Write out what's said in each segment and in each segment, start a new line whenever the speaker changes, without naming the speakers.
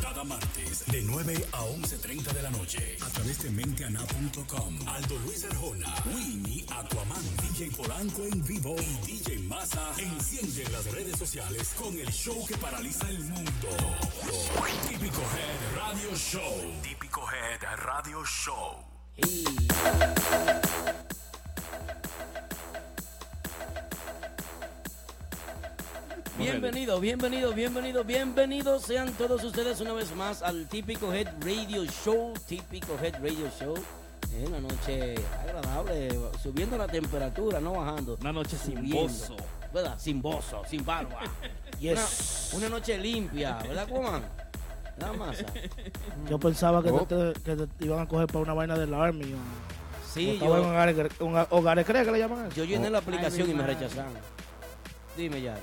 Cada martes de 9 a 11.30 de la noche a través de menteana.com Aldo Luis Arjona, Winnie, Aquaman, DJ Polanco en vivo y DJ Massa encienden las redes sociales con el show que paraliza el mundo. Típico Head Radio Show. Típico Head Radio Show.
Bienvenidos, bienvenidos, bienvenidos, bienvenidos sean todos ustedes una vez más al Típico Head Radio Show, Típico Head Radio Show. Es una noche agradable, subiendo la temperatura, no bajando.
Una noche sin
Subiendo,
bozo.
¿Verdad? Sin bozo, sin barba.
Yes.
Una, una noche limpia, ¿verdad, Cuman? La masa.
Yo pensaba que,
Oh.
te, que te iban a coger para una vaina del Army. o-
Sí,
o estaba
yo-
en hogares gre- un ho- hogares creo que le llaman eso.
Yo llené la
Oh.
aplicación y me
Ay, mi
rechazaron. Dime, ya.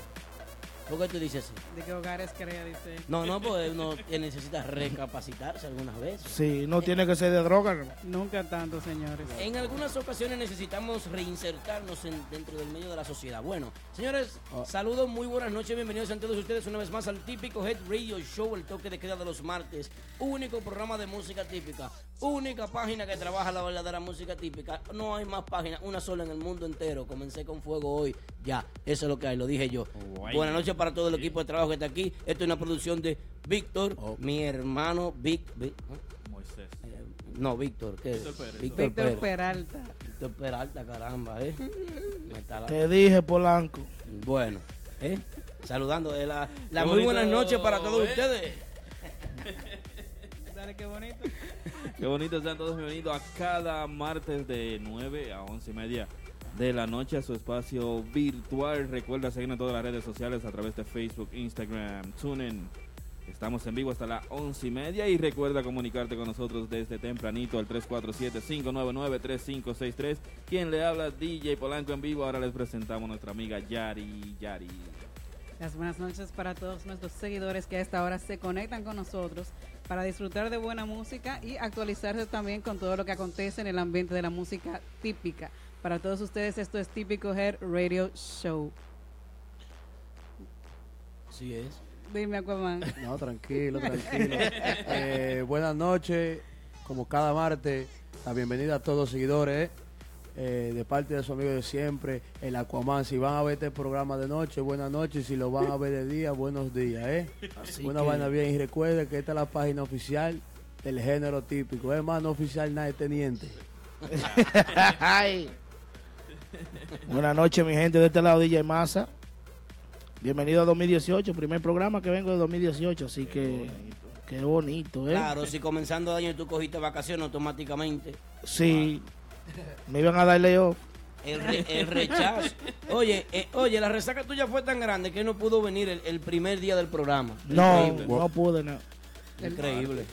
¿Por qué tú dices así?
¿De qué hogares crea? Dice.
No, pues, no, porque uno necesita recapacitarse algunas veces.
Sí, no tiene que ser de droga. ¿no?
Nunca tanto, señores.
En algunas ocasiones necesitamos reinsertarnos en- dentro del medio de la sociedad. Bueno, señores, saludos, muy buenas noches, bienvenidos a todos ustedes una vez más al típico Head Radio Show, el toque de queda de los martes, único programa de música típica, única página que trabaja la verdadera música típica. No hay más página, una sola en el mundo entero. Comencé con fuego hoy, ya, eso es lo que hay, lo dije yo. Buenas noches para todo el equipo de trabajo que está aquí. Esto es una producción de Víctor, mi hermano Vic. Vic-
Moisés.
Eh, no, Víctor, ¿qué?
Víctor Pérez.
Víctor Peralta.
Víctor Peralta, caramba, ¿eh? Me está la-
Te dije, Polanco.
Bueno, ¿eh? Saludando. eh, la, la
Qué
muy
bonito,
buenas noches para todos
¿eh?
ustedes.
Dale, qué bonito.
Qué bonito sean todos bienvenidos a cada martes de 9 a 11 y media de la noche a su espacio virtual. Recuerda seguirnos en todas las redes sociales a través de Facebook, Instagram, TuneIn. Estamos en vivo hasta las 11 y media y recuerda comunicarte con nosotros desde tempranito al 347-599-3563. Quien le habla, DJ Polanco en vivo. Ahora les presentamos a nuestra amiga Yari Yari.
Las buenas noches para todos nuestros seguidores que a esta hora se conectan con nosotros para disfrutar de buena música y actualizarse también con todo lo que acontece en el ambiente de la música típica. Para todos ustedes, esto es Típico Hair Radio Show.
Sí es.
Dime, Aquaman.
No, tranquilo, tranquilo. Eh, buenas noches, como cada martes, la bienvenida a todos los seguidores, eh, de parte de su amigo de siempre, el Aquaman. Si van a ver este programa de noche, buenas noches. Si lo van a ver de día, buenos días, ¿eh?
Así
Buena
que-
vaina bien. Y recuerden que esta es la página oficial del género típico. Es más, no oficial nada, es teniente.
Buenas noches, mi gente de este lado, DJ Massa. Bienvenido a 2018, primer programa que vengo de 2018, así que qué bonito, ¿eh?
Claro, si comenzando el año tú cogiste vacaciones automáticamente.
Sí, me iban a dar layoff.
El, re- el rechazo. Oye, eh, oye, la resaca tuya fue tan grande que no pudo venir el, el primer día del programa.
No,
Increíble.
no pude, no.
Increíble.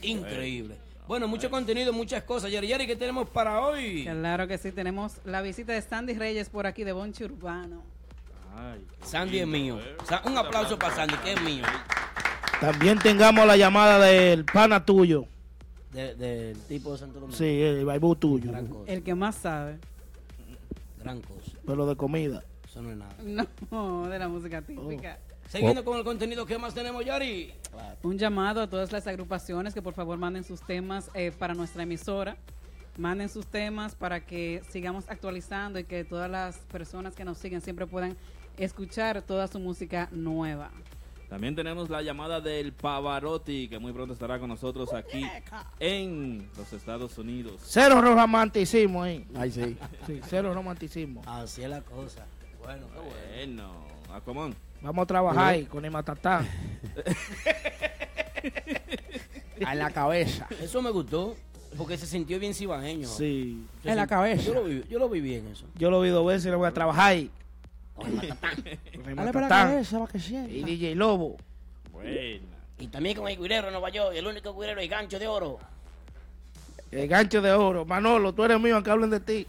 Increíble. Bueno, mucho contenido, muchas cosas. Yari, Yari, ¿qué tenemos para hoy?
Claro que sí, tenemos la visita de Sandy Reyes por aquí de Bonchi Urbano.
Sandy es mío. Sa- Un aplauso para Sandy, que es mío.
También tengamos la llamada del pana tuyo.
De- del tipo de Santo Domingo.
Sí, el baibú tuyo.
El que más sabe.
Gran cosa.
Pero de comida.
Eso no es nada.
No, de la música típica.
Siguiendo con el contenido, ¿qué más tenemos, Yari?
Un llamado a todas las agrupaciones que por favor manden sus temas eh, para nuestra emisora. Manden sus temas para que sigamos actualizando y que todas las personas que nos siguen siempre puedan escuchar toda su música nueva.
También tenemos la llamada del Pavarotti, que muy pronto estará con nosotros aquí en los Estados Unidos.
Cero romanticismo ahí.
Ay, sí.
Sí, cero romanticismo.
Así es la cosa. Bueno, qué bueno.
Bueno, Aquaman.
Vamos a trabajar ahí con el matatán.
A la cabeza.
Eso me gustó, porque se sintió bien cibajeño.
Sí.
Se
En la
sint-
cabeza.
Yo lo vi, yo lo vi bien eso.
Yo lo vi dos veces y lo voy a trabajar ahí. Con el
Dale para la
matatán.
cabeza, para que
Y
sienta.
DJ Lobo.
Buena.
Y también con el guirero en Nueva York, el único guirero y gancho de oro.
El gancho de oro. Manolo, tú eres mío, aunque hablen de ti.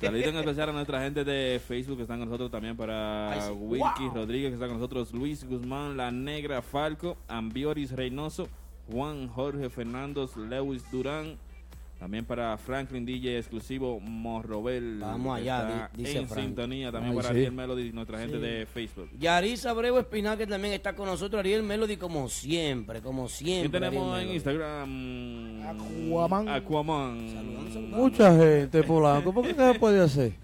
Saludos en especial a nuestra gente de Facebook que están con nosotros también
Ay,
para
sí.
Wilky
Wow.
Rodríguez, que está con nosotros Luis Guzmán, La Negra Falco, Ambioris Reynoso, Juan Jorge Fernández, Lewis Durán, También para Franklin DJ exclusivo Morrobel.
Vamos
que
allá,
está
di- dice
En
Frank.
sintonía también
Ay,
para
sí.
Ariel Melody, nuestra gente
Sí.
de Facebook.
Yarisa Abreu Espinal, que también está con nosotros. Ariel Melody, como siempre, como
Y
siempre.
tenemos en
Ariel Melody.
Instagram
Ah,
Aquaman.
Aquaman.
Mucha gente, Polanco, ¿por qué qué se puede hacer?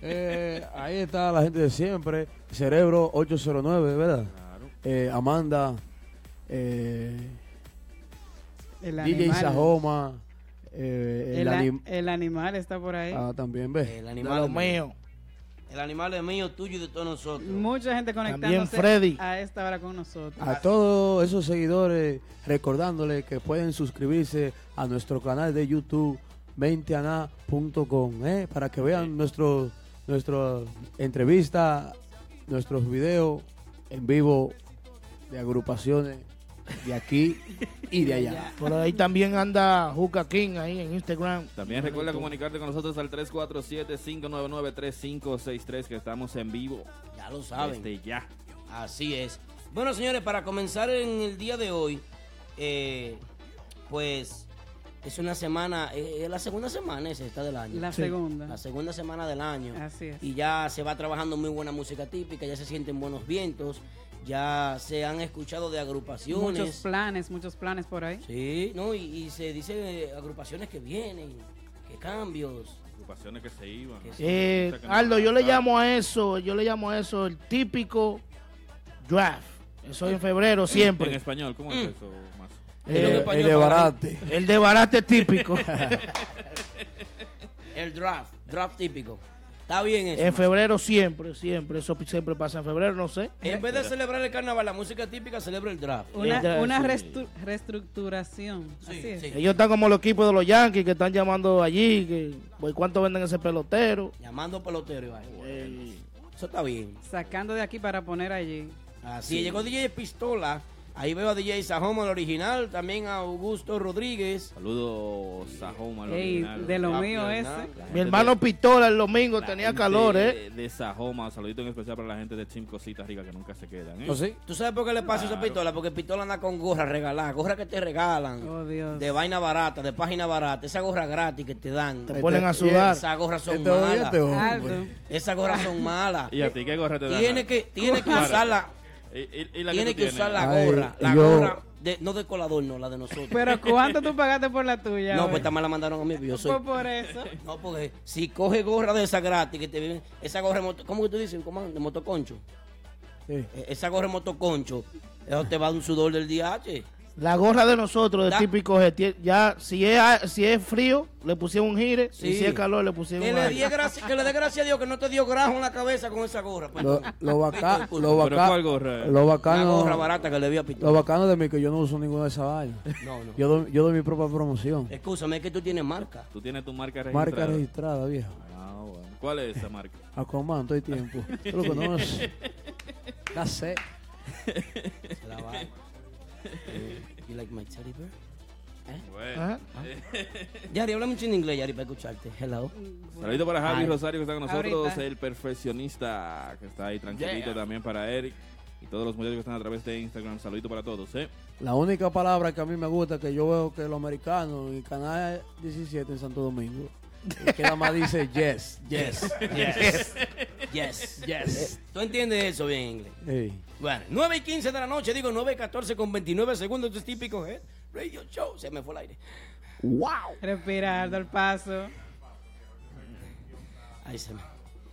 Eh, ahí está la gente de siempre, Cerebro 809, ¿verdad?
Claro.
Eh, Amanda, eh,
El
DJ
animal.
Sajoma, eh,
El,
el
a-
anim-
el animal está por ahí.
ah, también, ¿ves?
El
De
animal
lo
es
mío.
El animal es mío, tuyo y de todos nosotros.
Mucha gente conectándose
También Freddy.
a esta hora con nosotros.
A todos esos seguidores, recordándoles que pueden suscribirse a nuestro canal de YouTube 20ana.com ¿eh? para que vean nuestro nuestras entrevistas, nuestros videos en vivo de agrupaciones de aquí y de allá.
Por ahí también anda Juca King ahí en Instagram.
También recuerda comunicarte con nosotros al 347-599-3563 que estamos en vivo
Ya lo saben. Ah,
desde ya.
Así es. Bueno, señores, para comenzar en el día de hoy, eh, pues es una semana, eh, eh, la segunda semana es esta del año.
La segunda.
La segunda semana del año.
Así es.
Y ya se va trabajando muy buena música típica, ya se sienten buenos vientos, ya se han escuchado de
Muchos
agrupaciones.
planes, muchos planes por ahí.
Sí, ¿no? Y, y se dice eh, agrupaciones que vienen, que cambios.
Agrupaciones que se iban.
Que se-
Eh, Aldo, yo le llamo a eso, yo le llamo a eso el típico draft. Eso en febrero
En
siempre.
español, ¿cómo es eso, más?
Eh,
Eh, el de Barate.
El de barate típico.
El draft, draft típico. Está bien eso.
en febrero siempre, siempre. Eso siempre pasa en febrero, no sé.
En vez de celebrar el carnaval, la música típica celebra el draft.
Una,
Entra-
una
sí.
restru- reestructuración.
Sí,
Así es.
sí.
Ellos están como los equipos de los Yankees que están llamando allí, que pues, cuánto venden ese pelotero.
Llamando pelotero, Iván.
Eh,
Eso está bien.
Sacando de aquí para poner allí.
Así es, llegó DJ Pistola. Ahí veo a DJ Sajoma, el original. También a Augusto Rodríguez.
Saludos, Sajoma, al
Ey,
original.
de lo
Papi Hernán.
mío ese.
La
mi
gente
hermano Pistola el domingo
La
tenía
gente
calor,
De,
¿eh?
de Sajoma, saludito en especial para la gente de Team Cositas Ricas que nunca se quedan. ¿eh?
¿No sí?
de- Oh, ¿Tú sabes por qué le pasa eso a
Claro.
Pistola? Porque Pistola anda con gorra regalada. Gorra que te regalan.
Oh, Dios.
De vaina barata, de página barata. Esa gorra gratis que te dan.
Te ponen a sudar.
Esas gorras son
Este odio, este
malas.
Aldo.
hombre.
Esas gorras son malas.
Y a ti, ¿qué gorra te dan?
Tiene que, tiene que
Claro.
usarla.
Y, y- y la
Tiene
tú
que
tienes.
usar la
Ay,
gorra. La
yo-
gorra, de- no de colador, no, la de nosotros.
Pero ¿cuánto tú pagaste por la tuya?
no,
hoy?
pues esta me la mandaron a mí, pero yo soy.
Fue pues por eso.
No, porque si coge gorra de esa gratis, que te viene, esa gorra de moto, ¿cómo que tú dices? ¿Cómo? De motoconcho.
Sí.
E- Esa gorra de motoconcho, eso te va a un sudor del DH.
La gorra de nosotros, de
Da-
típico gesti- ya si es, a- si es frío, le pusieron un gire,
Sí.
y si es calor, le
Que
pusieron un
le, dé
aire.
gracia, que le dé gracia a Dios que no te dio grajo en la cabeza con esa gorra. pues.
Lo, lo, baca- lo,
Pero
baca-
¿cuál gorra?
lo
Una gorra
bacano,
barata que le vi a Pitón.
lo bacano de mí que yo no uso ninguna de esas vainas.
No, no.
Yo doy, yo doy mi propia promoción.
Escúchame, es que tú tienes marca.
Tú tienes tu marca registrada.
Marca registrada, viejo.
Ah, bueno. ¿Cuál es esa marca?
Aquaman, todo el tiempo. Tú lo conoces. Ya sé.
Se la va. Eh, you like my teddy bear? ¿Eh?
Bueno.
Ah.
Ajá.
Yari, háblame un chin de inglés, Yari, para escucharte. Hello.
Saludito para Javi
Ay.
Rosario que está con nosotros,
Ahorita.
el perfeccionista que está ahí tranquilito también para Eric y todos los muchachos que están a través de Instagram. Saludito para todos, ¿eh?
La única palabra que a mí me gusta que yo veo que los americanos en Canal 17 en Santo Domingo. es Que nada más dice yes, yes.
Yes. Yes. Eh,
Yes.
¿Tú entiendes eso bien en inglés?
Ey.
Bueno, 9 y 15 de la noche, digo 9 y 14 con 29 segundos, esto es típico, ¿eh? Radio Show, se me fue el aire.
Respira, Aldo, al paso.
Ahí se me.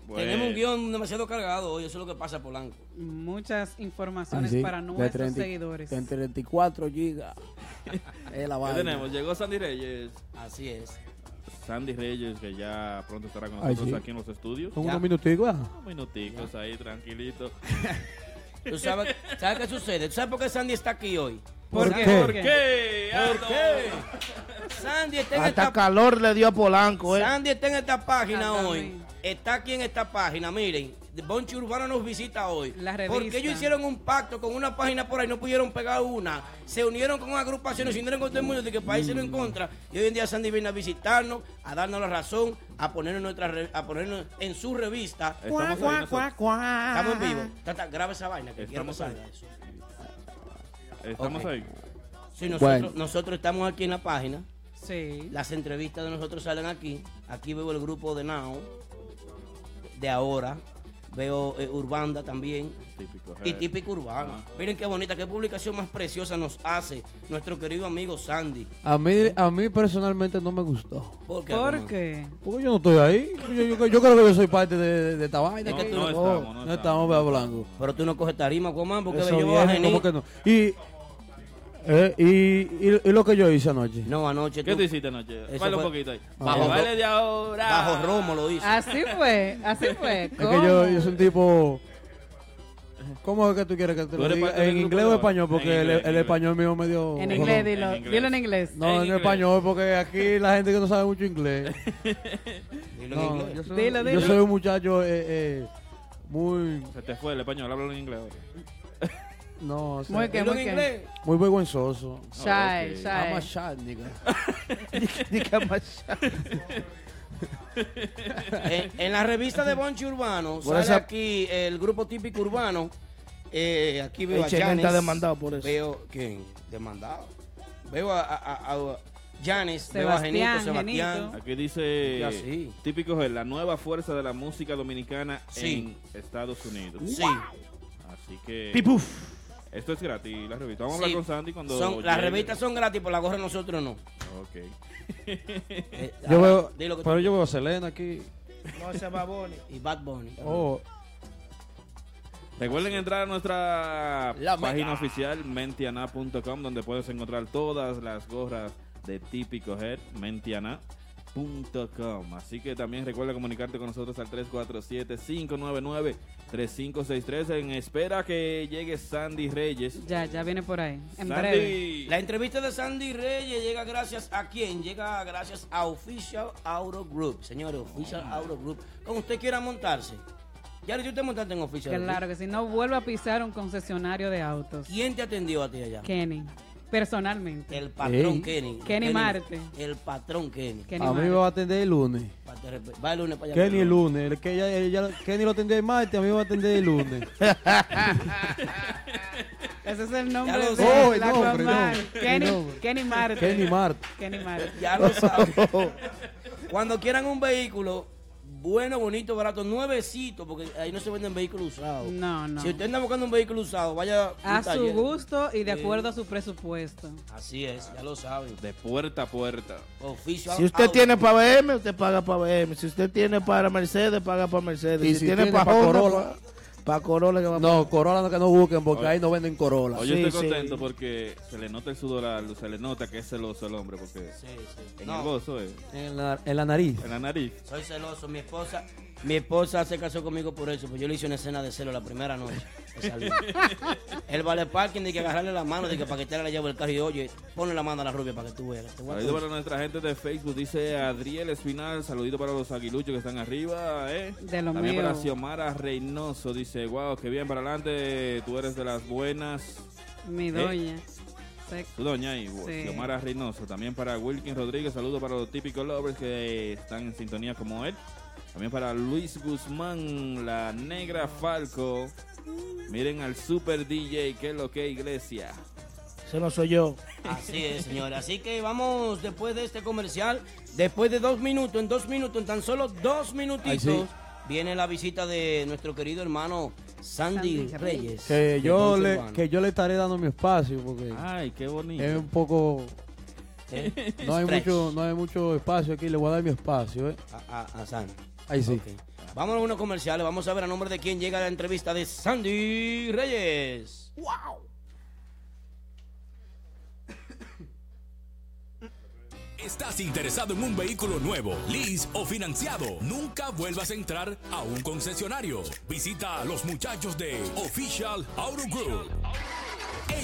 Bueno.
Tenemos un guión demasiado cargado hoy, eso es lo que pasa, Polanco.
Muchas informaciones
Así,
para
Ah, de
nuestros
30
seguidores.
De 34 gigas.
Eh,
Es la
¿Qué
vaina.
tenemos? Llegó Sandy Reyes.
Así es.
Sandy Reyes que ya pronto estará con
Ay,
nosotros
sí.
aquí en los estudios.
Son
Ya.
unos minuticos. ¿verdad?
Unos Minuticos ahí, tranquilito.
¿Tú sabes, sabes qué sucede? ¿Tú sabes por qué Sandy está aquí hoy?
¿Por,
¿Por
qué?
qué?
¿Por qué?
¿Qué? Aldo?
Sandy está en
Hasta
esta
calor le dio a Polanco, ¿eh?
Sandy está en esta página
Hasta
hoy.
mí.
Está aquí en esta página, miren. The Bonchi Urbano nos visita hoy.
La
Porque
revista.
ellos hicieron un pacto con una página por ahí, no pudieron pegar una. Se unieron con agrupaciones, se unieron con todo el mundo, de que país se lo en contra. Y hoy en día Sandy viene a visitarnos, a darnos la razón, a ponernos, en nuestra re- a ponernos en su revista.
Estamos ahí nosotros.
Estamos en vivo. Tata, graba esa vaina, que quiero que
Estamos ahí.
salga eso.
Estamos
Ok.
ahí.
Sí, nosotros,
Bueno.
nosotros estamos aquí en la página.
Sí.
Las entrevistas de nosotros salen aquí. Aquí veo el grupo de Now, de ahora. Veo eh, Urbanda también.
Típico.
Y típico urbano. Miren qué bonita, qué publicación más preciosa nos hace nuestro querido amigo Sandy.
A mí, a mí personalmente no me gustó.
¿Por qué?
¿Por
hermano?
qué?
Porque yo no estoy ahí. Yo, yo- yo creo que yo soy parte de, de, de esta vaina.
No,
que
no
estamos, no
no estamos hablando.
Pero tú no coges tarima, Guamán, porque
Eso
yo voy a
viene,
Geni.
¿cómo que no? Y, eh, y, y- y lo que yo hice anoche.
No, anoche
¿Qué
tú-
tú hiciste anoche?
Eso
Baila un
fue-
poquito ahí.
Bajo-
Baile de ahora.
bajo Romo lo hizo.
Así fue, así fue.
Es que yo,
¿Cómo?
yo soy un tipo. ¿Cómo es que tú quieres que te
Tú
lo
eres
diga?
parte del
¿En
grupo
inglés
de
o
ahora.
español? Porque
En
el-
inglés,
el,
en
español mío medio.
En
no,
inglés,
no.
dilo,
En inglés.
dilo en inglés.
No,
En
en,
inglés.
español, porque aquí la gente que no sabe mucho inglés.
Dilo en
No,
inglés.
yo soy,
Dilo, dilo.
yo soy un muchacho eh, eh, muy.
Se te fue el español, háblalo en inglés. ahora.
No, o sea,
Muy que,
Dilo
muy
en
que.
inglés.
muy vergonzoso.
Shy,
ok.
shy.
I'm a shy, nigga.
Ni que más-
en, en la revista de Bonchi Urbano
Por
sale
esa-
aquí el grupo típico urbano. Eh, aquí veo a
Eche,
Janis.
está demandado por eso.
Veo quién demandado. Veo a, a, a- a Janis, veo a
Sebastián,
Genito, Sebastián.
Genito.
Aquí dice
Ya, sí.
típico Joel, la nueva fuerza de la música dominicana
Sí.
en Estados Unidos.
Sí,
Así que
Pipuf.
esto es gratis, la revista. Vamos a
sí.
hablar con Sandy cuando
Son- las
llegue.
revistas son gratis, por la gorra nosotros no.
Ok.
Eh,
Yo
ah,
veo,
di lo que tú-
pero yo veo a Selena aquí.
No se va Bonnie.
y Bad Bunny.
Oh,
Recuerden entrar a nuestra
La
página
Mega.
oficial mentiana.com donde puedes encontrar todas las gorras de típico head mentiana.com. Así que también recuerda comunicarte con nosotros al 347-599-3563 en espera que llegue Sandy Reyes.
Ya, ya viene por ahí. En breve.
Sandy.
Eh, La entrevista de Sandy Reyes llega gracias a quién? Llega gracias a Official Auto Group. Señores, Official Auto Group. Como usted quiera montarse. Ya yo te montaste en Official Auto
Claro
Group.
que si no vuelvo a pisar un concesionario de autos.
¿Quién te atendió a ti allá?
Kenny, personalmente.
El patrón
Ey.
Kenny.
Kenny Marte.
El patrón Kenny.
Kenny
a mí me
Mani.
va a atender el lunes.
Pa' te respe- Va el lunes para allá.
Kenny el lunes. El que ella, ella- Kenny lo atendía el martes, a mí me va a atender el lunes.
Ese es el nombre
Ya lo
de
sé.
Oh, el
la
nombre,
Aquaman.
no. El
Kenny,
nombre.
Kenny Marte.
Kenny Marte.
Kenny Marte.
Ya lo saben. Cuando quieran un vehículo bueno, bonito, barato, nuevecito, porque ahí no se venden vehículos usados.
No, no.
Si usted anda buscando un vehículo usado, vaya a un
A su
taller.
gusto y de
Sí.
acuerdo a su presupuesto.
Así es, ya lo saben.
De puerta a puerta.
Official
Si usted
Auto
tiene para BM, usted paga para BM. Si usted tiene para Mercedes, paga para Mercedes.
Y
si, tiene, para Corolla, para Corolla que va
No, Corolla no que no busquen, porque ahí no venden Corolla.
Hoy yo
Sí,
estoy
sí.
contento porque se le nota el sudor a Luz, se le nota que es celoso el hombre porque
Sí, sí.
en
No,
el gozo, eh,
En la, en la nariz.
en la nariz.
soy celoso. Mi esposa, mi esposa se casó conmigo por eso, pues yo le hice una escena de celo la primera noche. que salí. el vale parking de que agarrarle la mano, de que para que te la lleve el carro y oye, ponle la mano a la rubia para que tú veas. Te voy a-
Saludos para nuestra gente de Facebook, dice Adriel Espinal, saludito para los aguiluchos que están arriba, eh.
De lo
También
mío.
para Xiomara Reynoso, dice, wow, que bien para adelante, tú eres de las buenas, ¿Eh?
Mi doña. Sé-
tu doña y wow,
Sí.
Xiomara Reynoso. También para Wilkin Rodríguez, saludos para los típicos lovers que están en sintonía como él. También para Luis Guzmán, la negra Falco. Miren al super DJ, que es lo que iglesia.
Ese no soy yo.
Así es, señor. Así que vamos después de este comercial, después de dos minutos, en dos minutos, en tan solo dos minutitos,
Ay, sí.
viene la visita de nuestro querido hermano Sandy,
Sandy
Reyes.
Que
de
yo,
Ponce
le,
Urbano.
que yo le estaré dando mi espacio, porque
Ay, qué bonito.
es un poco.
¿Eh?
No hay,
Stretch.
mucho, no hay mucho espacio aquí, le voy a dar mi espacio, ¿eh?
A, a- a Sandy.
Ahí sí.
Ok. Vamos a unos comerciales, vamos a ver a nombre de quién llega la entrevista de Sandy Reyes.
¿Estás interesado en un vehículo nuevo, lease o financiado? Nunca vuelvas a entrar a un concesionario. Visita a los muchachos de Official Auto Group.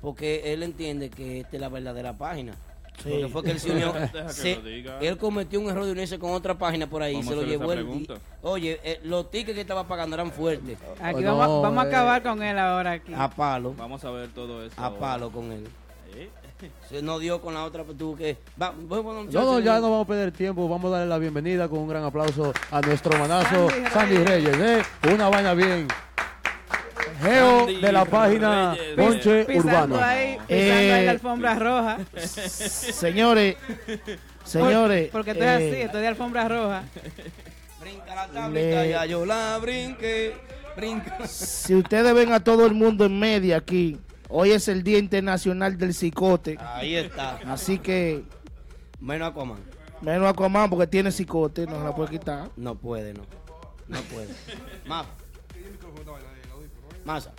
Porque él entiende que esta es la verdadera página.
Sí.
Porque fue que él se unió.
Deja que
se-
lo diga.
él cometió un error de unirse con otra página por ahí.
Vamos
Se
a
lo
hacer esa
llevó el. di-
pregunta.
Oye, eh, los tickets que estaba pagando eran fuertes.
aquí
No,
vamos, a- vamos a
eh.
acabar con él ahora aquí.
A palo.
Vamos a ver todo eso.
A palo con él.
¿Eh?
Se no dio con la otra, pues tuvo que. Va, voy con-
No, no,
eh.
ya no vamos a perder tiempo. Vamos a darle la bienvenida con un gran aplauso a nuestro manazo
Sandy
Sandy Reyes. ¿eh? Una vaina bien. Geo
Sandy
de la página
Reyes.
Ponche
pisando
Urbano.
ahí, pisando
Ah, Eh,
ahí la alfombra roja.
Señores, señores.
Porque estoy así,
eh,
estoy de alfombra roja.
Brinca la tablita,
Le-
ya yo la brinqué. Brinca.
Si ustedes ven a todo el mundo en media aquí, hoy es el Día Internacional del Cicote.
Ahí está.
Así que,
Menos Aquaman.
menos Aquaman porque tiene cicote, nos la puede quitar.
No puede, no. No puede. Más. Masa.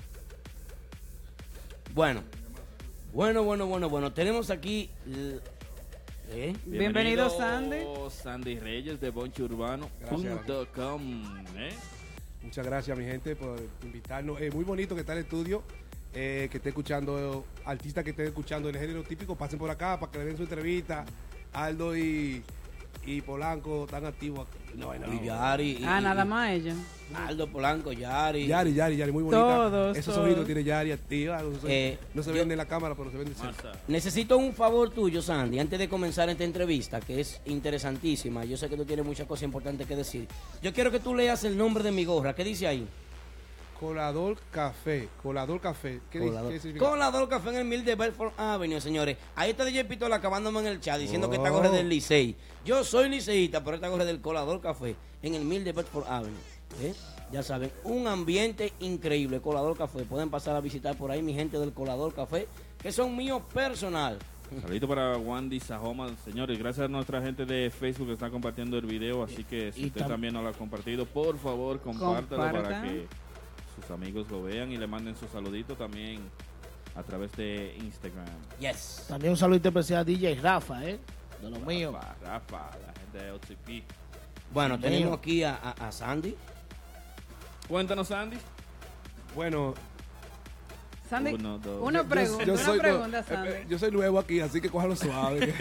Bueno. Bueno, bueno, bueno, bueno. Tenemos aquí. l- ¿Eh?
Bienvenido, Sandy.
Sandy Reyes de boncheurbano.com. ¿eh?
Muchas gracias, mi gente, por invitarnos. Eh, muy bonito que está el estudio. eh, que esté escuchando, eh, artistas que estén escuchando el género típico, pasen por acá para que le den su entrevista. Aldo y, y Polanco están activos. aquí. No, no,
Y Yari. y-
Ah, nada
y-
más ellos.
Aldo Polanco, Yari.
Yari, Yari, Yari, muy bonita.
Todos,
Esos
todos.
sonidos tiene Yari activa. No se,
Eh,
no se
yo-
ven en la cámara, pero se ven en el
Masa.
Necesito un favor tuyo, Sandy, antes de comenzar esta entrevista, que es interesantísima. Yo sé que tú tienes muchas cosas importantes que decir. Yo quiero que tú leas el nombre de mi gorra. ¿Qué dice ahí?
Colador Café. Colador Café. ¿Qué, dice-
Colador.
qué significa?
Colador Café en el mil de Belfort Avenue, señores. Ahí está DJ Pitola acabándome en el chat diciendo que
Oh.
esta gorra es del Licey. Yo soy liceísta, pero esta gorra es del Colador Café en el mil de Belfort Avenue. ¿Eh? Ya saben, un ambiente increíble, Colador Café. Pueden pasar a visitar por ahí mi gente del Colador Café, que son míos personal.
Saludito para Wandy Sajoma, señores. Gracias a nuestra gente de Facebook que está compartiendo el video. Así que si
y
usted
tam-
también no lo ha compartido, por favor, compártalo para
Compartan.
que sus amigos lo vean y le manden su saludito también a través de Instagram.
Yes.
También un saludo especial a DJ Rafa, ¿eh? De lo mío.
Rafa, Rafa, la gente de OTP.
Bueno,
Mío.
tenemos aquí a, a- a Sandy.
Cuéntanos, Sandy.
Bueno,
Sandy,
Uno, dos.
una pregunta,
yo soy,
una
no,
pregunta,
eh, eh,
Sandy.
yo soy nuevo aquí, así que cójalo suave.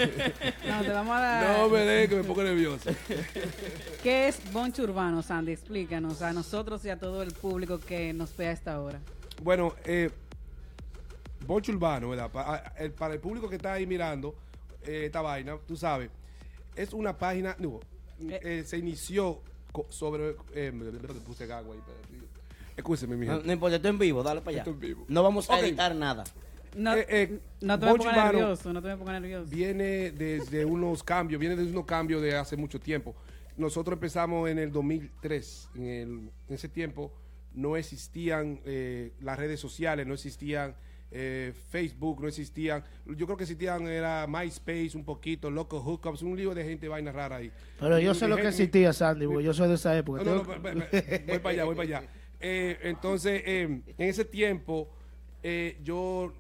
No, te vamos a dar.
no me dé que me pongo nervioso.
¿Qué es Boncho Urbano, Sandy? Explícanos a nosotros y a todo el público que nos ve a esta hora.
Bueno, eh, Boncho Urbano, ¿verdad? Pa- a- el- para el público que está ahí mirando eh, esta vaina, tú sabes, es una página, no, eh, se inició co- sobre... eh, puse gago ahí, espérate. Escúcheme, mi
No,
gente.
no importa, esto es en vivo, dale para allá.
Esto es vivo.
No vamos a
Ok.
editar nada.
No,
Eh, eh,
no te me
Boncho
pongas
Urbano
nervioso, no te me pongas nervioso.
Viene desde unos cambios, viene desde unos cambios de hace mucho tiempo. Nosotros empezamos en el 2003. En, el- en ese tiempo no existían eh, las redes sociales, no existían eh, Facebook, no existían. Yo creo que existían era MySpace un poquito, Loco Hookups, un lío de gente vaina rara ahí.
Pero yo
Mi-
sé
mi
lo que
gen- mi-
existía, Sandy, porque yo soy de esa época.
no, no,
Tengo-
no, pa- pa- pa- voy para allá, voy para allá. Eh, entonces, eh, en ese tiempo, eh, yo,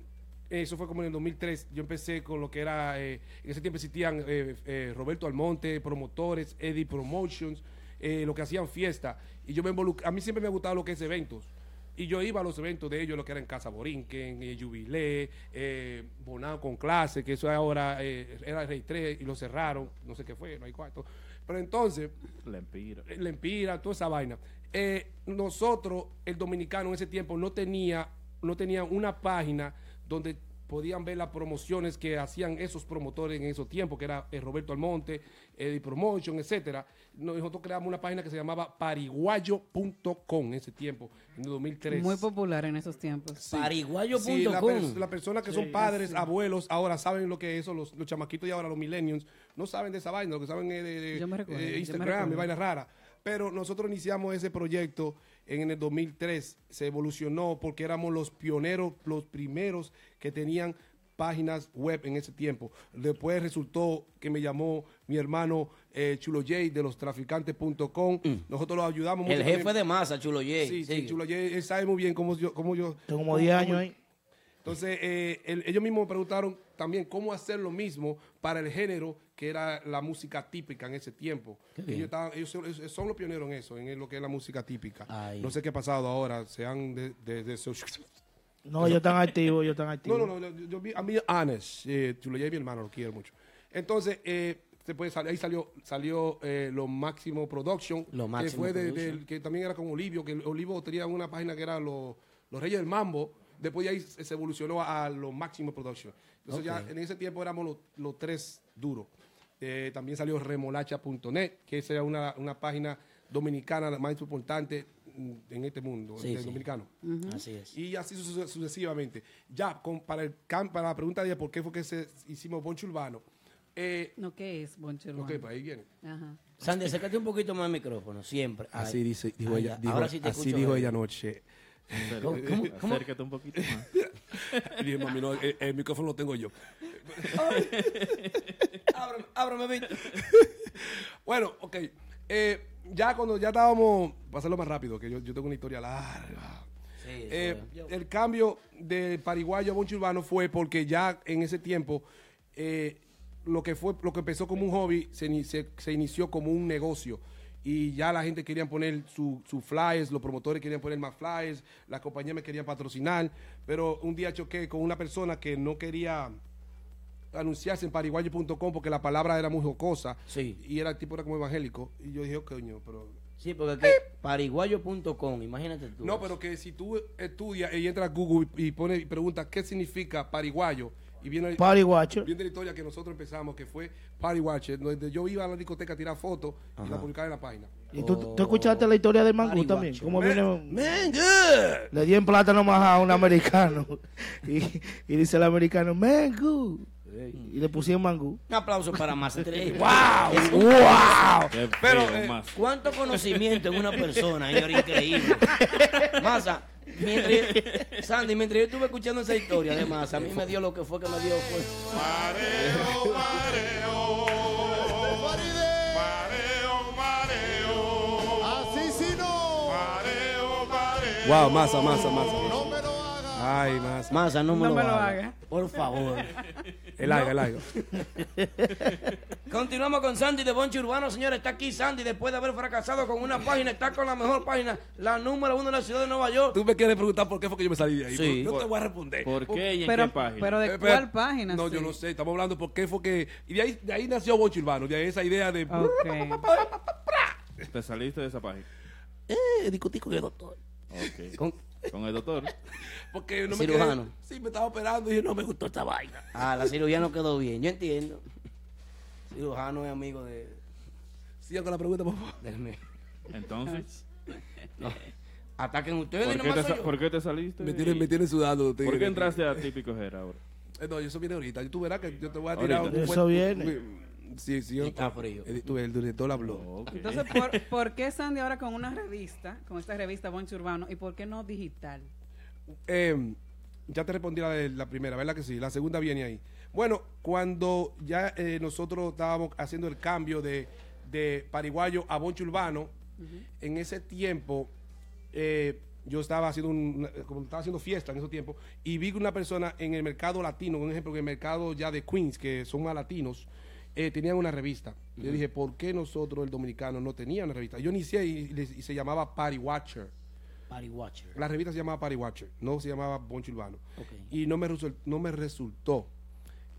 eso fue como en el 2003, yo empecé con lo que era, eh, en ese tiempo existían eh, eh, Roberto Almonte, promotores, Eddie Promotions, eh, lo que hacían fiesta. Y yo me involucré, a mí siempre me ha gustado lo que es eventos. Y yo iba a los eventos de ellos, lo que era en Casa Borinquen, eh, Jubilé, eh, Bonao con clase, que eso ahora eh, era el Rey 3 y lo cerraron, no sé qué fue, no hay cuarto. Pero entonces,
La empira.
Eh, la empira, toda esa vaina. Eh, nosotros, el dominicano en ese tiempo no tenía, no tenía una página donde podían ver las promociones que hacían esos promotores en esos tiempos, que era eh, Roberto Almonte, Eddie Promotion, etcétera. No- Nosotros creamos una página que se llamaba pariguayo.com en ese tiempo, en el 2003.
Muy popular en esos tiempos.
Sí.
Pariguayo.com.
Sí, la, pers- la persona que son padres, abuelos, ahora saben lo que es eso, los, los chamaquitos y ahora los millennials, no saben de esa vaina, lo que saben es de, de-
Yo me recuerdo,
eh,
yo me
Instagram
recuerdo.
y vaina rara. Pero nosotros iniciamos ese proyecto en el 2003 se evolucionó porque éramos los pioneros, los primeros que tenían páginas web en ese tiempo. Después resultó que me llamó mi hermano eh, Chulo J de los traficantes.com. Nosotros los ayudamos
Mm. El
también.
jefe de masa, Chulo J.
Sí, sí,
Sigue.
Chulo J, él sabe muy bien cómo yo... Cómo yo
Tengo como
cómo-
10
cómo-
años ahí.
entonces, eh, el- ellos mismos me preguntaron también cómo hacer lo mismo para el género que era la música típica en ese tiempo. Ellos, estaban- ellos son, ellos son los pioneros en eso, en lo que es la música típica.
Ay.
No sé qué ha pasado ahora, se han de, de- de- so-
No, ellos están activos, ellos están
No,
activos.
no, no, yo, yo vi- a mí Anes, eh, Chulo J, mi hermano, lo quiero mucho. Entonces, eh, se puede salir- ahí salió salió eh, lo máximo production
Lo
que
Máximo
fue de-
Production.
del- que también era con Olivio que Olivio tenía una página que era los los Reyes del Mambo después de ahí se se evolucionó a, a lo máximo production entonces ya en ese tiempo éramos los, los tres duros Eh, también salió remolacha.net que esa era una, una página dominicana la más importante mm, en este mundo
Sí,
de
sí.
dominicano
Así es.
y así su- su- sucesivamente. Ya, con- para, el, cam- para la pregunta de por qué fue que se hicimos Boncho Urbano. Eh,
No, ¿qué es, Bonchero?
ok, pues ahí viene.
Ajá.
Sandy, acércate un poquito más al micrófono, siempre. Ay.
Así dice, dijo
Ay,
ella,
ya.
dijo-
Ahora sí te
así
escucho,
dijo
Jorge.
ella anoche.
¿Cómo- cómo- cómo?
Acércate un poquito más.
Y dije, mami, no, el, el micrófono lo tengo yo.
Ábreme, ábreme, Víctor.
Bueno, ok. Eh, ya cuando ya estábamos, para hacerlo más rápido, que yo, yo tengo una historia larga.
Sí,
Eh,
sí.
el cambio del pariguayo a boncho urbano fue porque ya en ese tiempo eh, lo que fue lo que empezó como un hobby se, ini- se- se inició como un negocio y ya la gente querían poner sus flyers, los promotores querían poner más flyers, las compañías me querían patrocinar, pero un día choqué con una persona que no quería anunciarse en pariguayo.com porque la palabra era muy jocosa
Sí.
y era el tipo era como evangélico y yo dije, "Oh, coño, pero
Sí, porque aquí, pariguayo.com, imagínate tú.
no, pero que si tú estudias y entras a Google y, y pones y preguntas qué significa pariguayo y viene,
Party Watcher.
viene la historia que nosotros empezamos, que fue Party Watcher, donde yo iba a la discoteca a tirar fotos y la publicaba en la página.
¿Y tú, tú escuchaste la historia del mangú
Party
también?
Watcher.
¿Cómo viene? Le di en plátano más a un americano. y, y dice el americano, mangú. Y le pusieron mangú.
Un aplauso para más tres.
¡Wow!
Qué
Pero,
feo,
eh,
más.
¿Cuánto conocimiento en una persona, señor? Increíble. Masa, mientras yo- Sandy, mientras yo estuve escuchando esa historia de Masa, a mí me dio lo que fue que me dio. fue-
Mareo, mareo. Mareo, mareo. Así sí no. Mareo, mareo.
Wow, masa, masa, masa.
No me lo hagas.
Ay, masa.
Masa, no me
No
lo
me lo
haga.
haga.
Por favor.
El aire, el aire.
Continuamos con Sandy de Boncho Urbano, señores. Está aquí Sandy después de haber fracasado con una página. Está con la mejor página, la número uno de la ciudad de Nueva York.
Tú me quieres preguntar por qué fue que yo me salí de ahí.
Sí.
Yo te voy a responder.
¿Por qué y en
Pero,
qué página?
pero
Eh,
de
pero-
cuál página?
No,
sí?
yo no sé. Estamos hablando por qué fue que. Y de ahí, de ahí nació Boncho Urbano, de ahí esa idea de.
Ok.
Te saliste de esa página.
Eh, discutico que doctor.
Ok.
Con-
Con el doctor.
Porque no me quedé-
Cirujano.
Sí, me estaba operando y dije, no me gustó esta vaina.
Ah, la cirugía no quedó bien. Yo entiendo. Cirujano es amigo de,
Sigan con la pregunta, por favor.
del mes.
Entonces,
Ataquen ustedes
¿por
y
qué, te,
nomás
sa-
soy yo.
¿por qué te saliste?
Me tienen, me tienen sudando. te
¿Por
digo.
qué entraste a Típico Gera ahora?
Eh, No, eso viene ahorita. Tú verás que yo te voy a tirar
Ahorita.
un
Eso
cuento.
viene.
Sí, sí. yo-
Está frío.
Eh, tú, el director habló.
Ok.
Entonces, ¿por, por qué Sandy ahora con una revista, con esta revista Boncho Urbano, y por qué no digital?
Eh, ya te respondí la, de- la primera, ¿verdad que sí? La segunda viene ahí. Bueno, cuando ya eh, nosotros estábamos haciendo el cambio de, de Pariguayo a Boncho Urbano, en ese tiempo eh, yo estaba haciendo un, una- eh, como estaba haciendo fiesta en ese tiempo y vi que una persona en el mercado latino, un ejemplo, en el mercado ya de Queens, que son más latinos, eh, tenían una revista. Yo dije, ¿por qué nosotros, el dominicano, no tenía una revista? Yo inicié y, y- y se llamaba Party Watcher.
Party Watcher.
La revista se llamaba Party Watcher, no se llamaba Boncho Urbano.
Ok.
Y no me, resul- no me resultó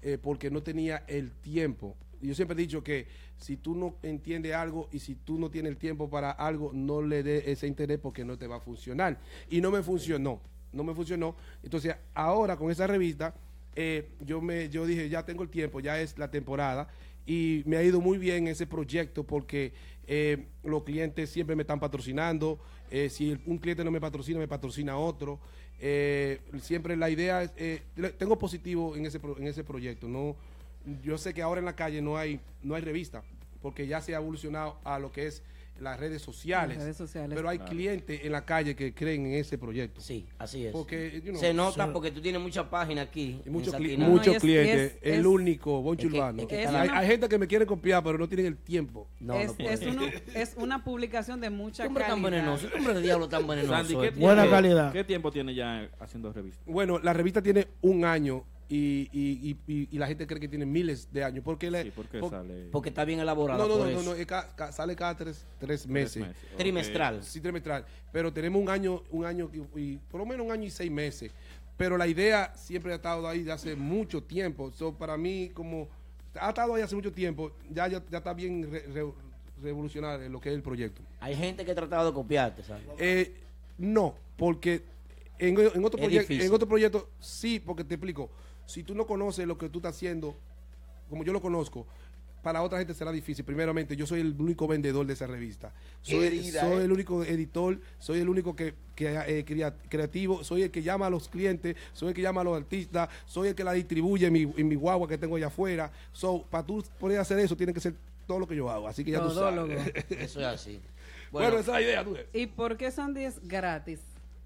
eh, porque no tenía el tiempo. Y Yo siempre he dicho que si tú no entiendes algo y si tú no tienes el tiempo para algo, no le des ese interés porque no te va a funcionar. Y no me funcionó, no me funcionó. Entonces ahora con esa revista, eh, yo, me, yo dije, ya tengo el tiempo, ya es la temporada. Y me ha ido muy bien ese proyecto porque eh, los clientes siempre me están patrocinando. Eh, si el- un cliente no me patrocina, me patrocina otro. Eh, siempre la idea es, eh, le- tengo positivo en ese, pro- en ese proyecto. No, yo sé que ahora en la calle no hay, no hay revista porque ya se ha evolucionado a lo que es las redes sociales.
Las redes sociales.
Pero hay
Claro.
clientes en la calle que creen en ese proyecto.
Sí, así es.
Porque, you know,
Se nota
so-
porque tú tienes muchas páginas aquí.
y muchos
en
cli-
Satina.
muchos
No, y es-
clientes,
y es-
el
es-
único, Boncho
es que-
Urbano.
es que
Y
es
hay,
una-
hay gente que me quiere copiar, pero no tienen el tiempo.
No, no
es,
puede.
es uno- es una publicación de mucha
¿Qué hombre tan
calidad.
venenoso? ¿Qué hombre de diablo tan venenoso?
Sandy, ¿qué
eh?
tiempo-
Buena calidad.
¿Qué tiempo tiene ya haciendo revistas?
Bueno, la revista tiene un año y, y- y- y- y la gente cree que tiene miles de años. Porque la-
Sí, porque
por-
sale
Porque está bien pues.
No,
elaborado.
no, no,
por
no,
eso.
no, es ca- ca- sale cada tres, tres
tres
meses.
meses.
Trimestral.
Sí, trimestral. Pero tenemos un año, un año y, y por lo menos un año y seis meses. Pero la idea siempre ha estado ahí de hace mucho tiempo. So, para mí, como ha estado ahí hace mucho tiempo, ya, ya, ya está bien re- re- revolucionar lo que es el proyecto.
Hay gente que ha tratado de copiarte, ¿sabes?
Eh, no, porque en, en otro
Es
proyecto,
difícil.
en otro proyecto sí, porque te explico, si tú no conoces lo que tú estás haciendo, como yo lo conozco, para otra gente será difícil. Primeramente, yo soy el único vendedor de esa revista. Soy,
Herida,
soy
eh.
el único editor, soy el único que, que, eh, crea- creativo, soy el que llama a los clientes, soy el que llama a los artistas, soy el que la distribuye en mi, en mi guagua que tengo allá afuera. So, para tú poder hacer eso, tiene que ser todo lo que yo hago. Así que ya tú sabes.
Todólogo.
Eso es así.
Bueno,
Bueno,
esa es la idea, tú ves.
¿Y por qué Sandy es gratis?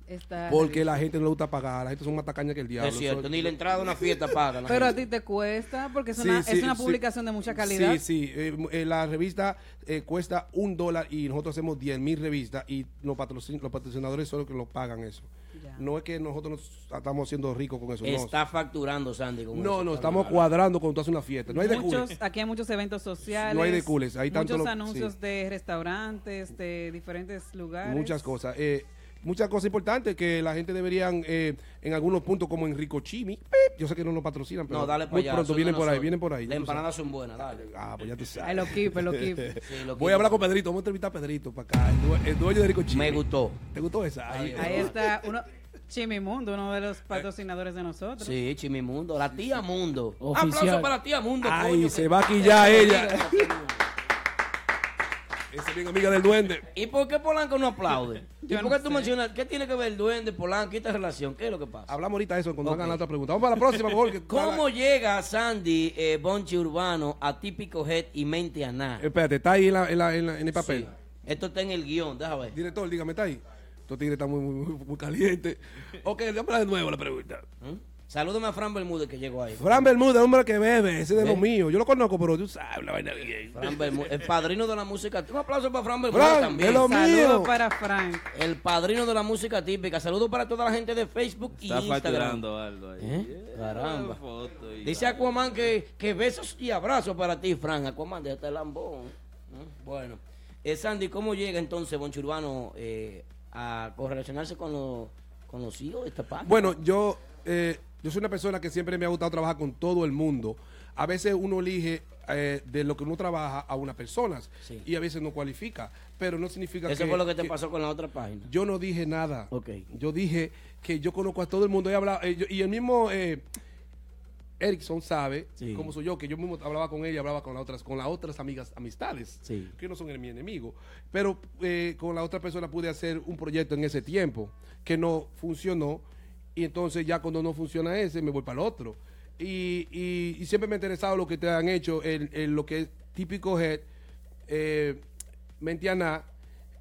Esta
Porque
revista?
la gente no le gusta pagar, la gente son más tacañas que el diablo.
es cierto.
Son-
Ni la entrada a una fiesta paga. la
Pero a
gente.
ti te cuesta porque es
Sí,
una,
sí,
es una
sí.
publicación de mucha calidad.
Sí, sí. eh, eh, la revista eh, cuesta un dólar y nosotros hacemos 10 mil revistas y los, patrocin- los patrocinadores son los que lo pagan eso.
Ya.
No es que nosotros nos estamos haciendo ricos con eso. no.
Está facturando, Sandy. con
no,
eso.
no, estamos cuadrando cuando tú haces una fiesta. Pues No hay de
Muchos-
culo.
aquí hay muchos eventos sociales.
No hay de cules, hay tanto
muchos
lo-
anuncios
sí.
de restaurantes, de diferentes lugares.
Muchas cosas. eh, muchas cosas importantes que la gente deberían, eh, en algunos puntos, como en Ricochimi. pip, Yo sé que no nos patrocinan, pero
No, dale para
muy
allá.
pronto
son
vienen
de
por ahí,
nosotros.
vienen por ahí. ya
Las
tú sabes.
empanadas son buenas, dale.
Ah, pues ya tú sabes.
Ay, lo keep, lo keep.
Sí, lo
Voy
que-
a hablar con Pedrito, vamos a entrevistar a Pedrito para acá, el, due- el dueño de Ricochimi.
Me gustó.
¿Te gustó esa?
Ay,
Ahí está uno, Chimimundo, uno de los patrocinadores de nosotros.
Sí, Chimimundo. La tía Mundo.
Oficial.
Aplauso para la tía Mundo.
Ay,
coño,
se
que-
va a quillar
que-
ella. Esa es bien amiga del duende.
¿Y por qué Polanco no aplaude? ¿Y por qué tú mencionas qué tiene que ver el duende, Polanco y esta relación? ¿Qué es lo que pasa?
Hablamos ahorita de eso cuando
Ok.
hagan la otra pregunta. Vamos para la próxima, mejor. que-
¿Cómo llega Sandy eh, Bonchi Urbano a Típico Head y Mente a nada?
Espérate, está ahí en, la- en la- en la- en el papel.
Sí. Esto está en el guión, déjame ver.
Director, dígame, está ahí. Estos tigres están muy, muy, muy- muy calientes. Ok, dámela de nuevo la pregunta.
¿Mm? Salúdame a Fran Bermúdez que llegó ahí.
Fran Bermúdez, hombre que bebe, ese es de
¿Ve?
los míos. Yo lo conozco, pero tú sabes la vaina bien.
Fran Bermúdez, el padrino de la música. Un aplauso para Fran Bermúdez
Fran,
también.
es lo
Saludos
mío.
para Frank.
El padrino de la música típica. Saludos para toda la gente de Facebook y
Está
Instagram.
facturando Aldo ahí.
¿Eh?
Yeah,
Caramba.
foto y-
Dice Aquaman que, que besos y abrazos para ti, Fran. Aquaman, déjate el lambón. ¿Mm? Bueno. Eh, Sandy, ¿cómo llega entonces Bonchurbano eh, a correlacionarse con, los con los hijos de esta página?
Bueno, yo, eh, yo soy una persona que siempre me ha gustado trabajar con todo el mundo. A veces uno elige eh, de lo que uno trabaja a unas personas
Sí.
y a veces no cualifica, pero no significa
Eso fue lo que te pasó con la otra página.
Yo no dije nada.
Ok.
Yo dije que yo conozco a todo el mundo. He hablado, eh, yo- y el mismo eh, Erickson sabe
Sí.
cómo soy yo, que yo mismo hablaba con ella, hablaba con las otras, con las otras amigas, amistades,
Sí.
que no son mi enemigo. Pero eh, con la otra persona pude hacer un proyecto en ese tiempo que no funcionó. Y entonces ya cuando no funciona ese, me voy para el otro. Y, y- y siempre me ha interesado lo que te han hecho, el, el- lo que es típico head. Eh, Mentiana,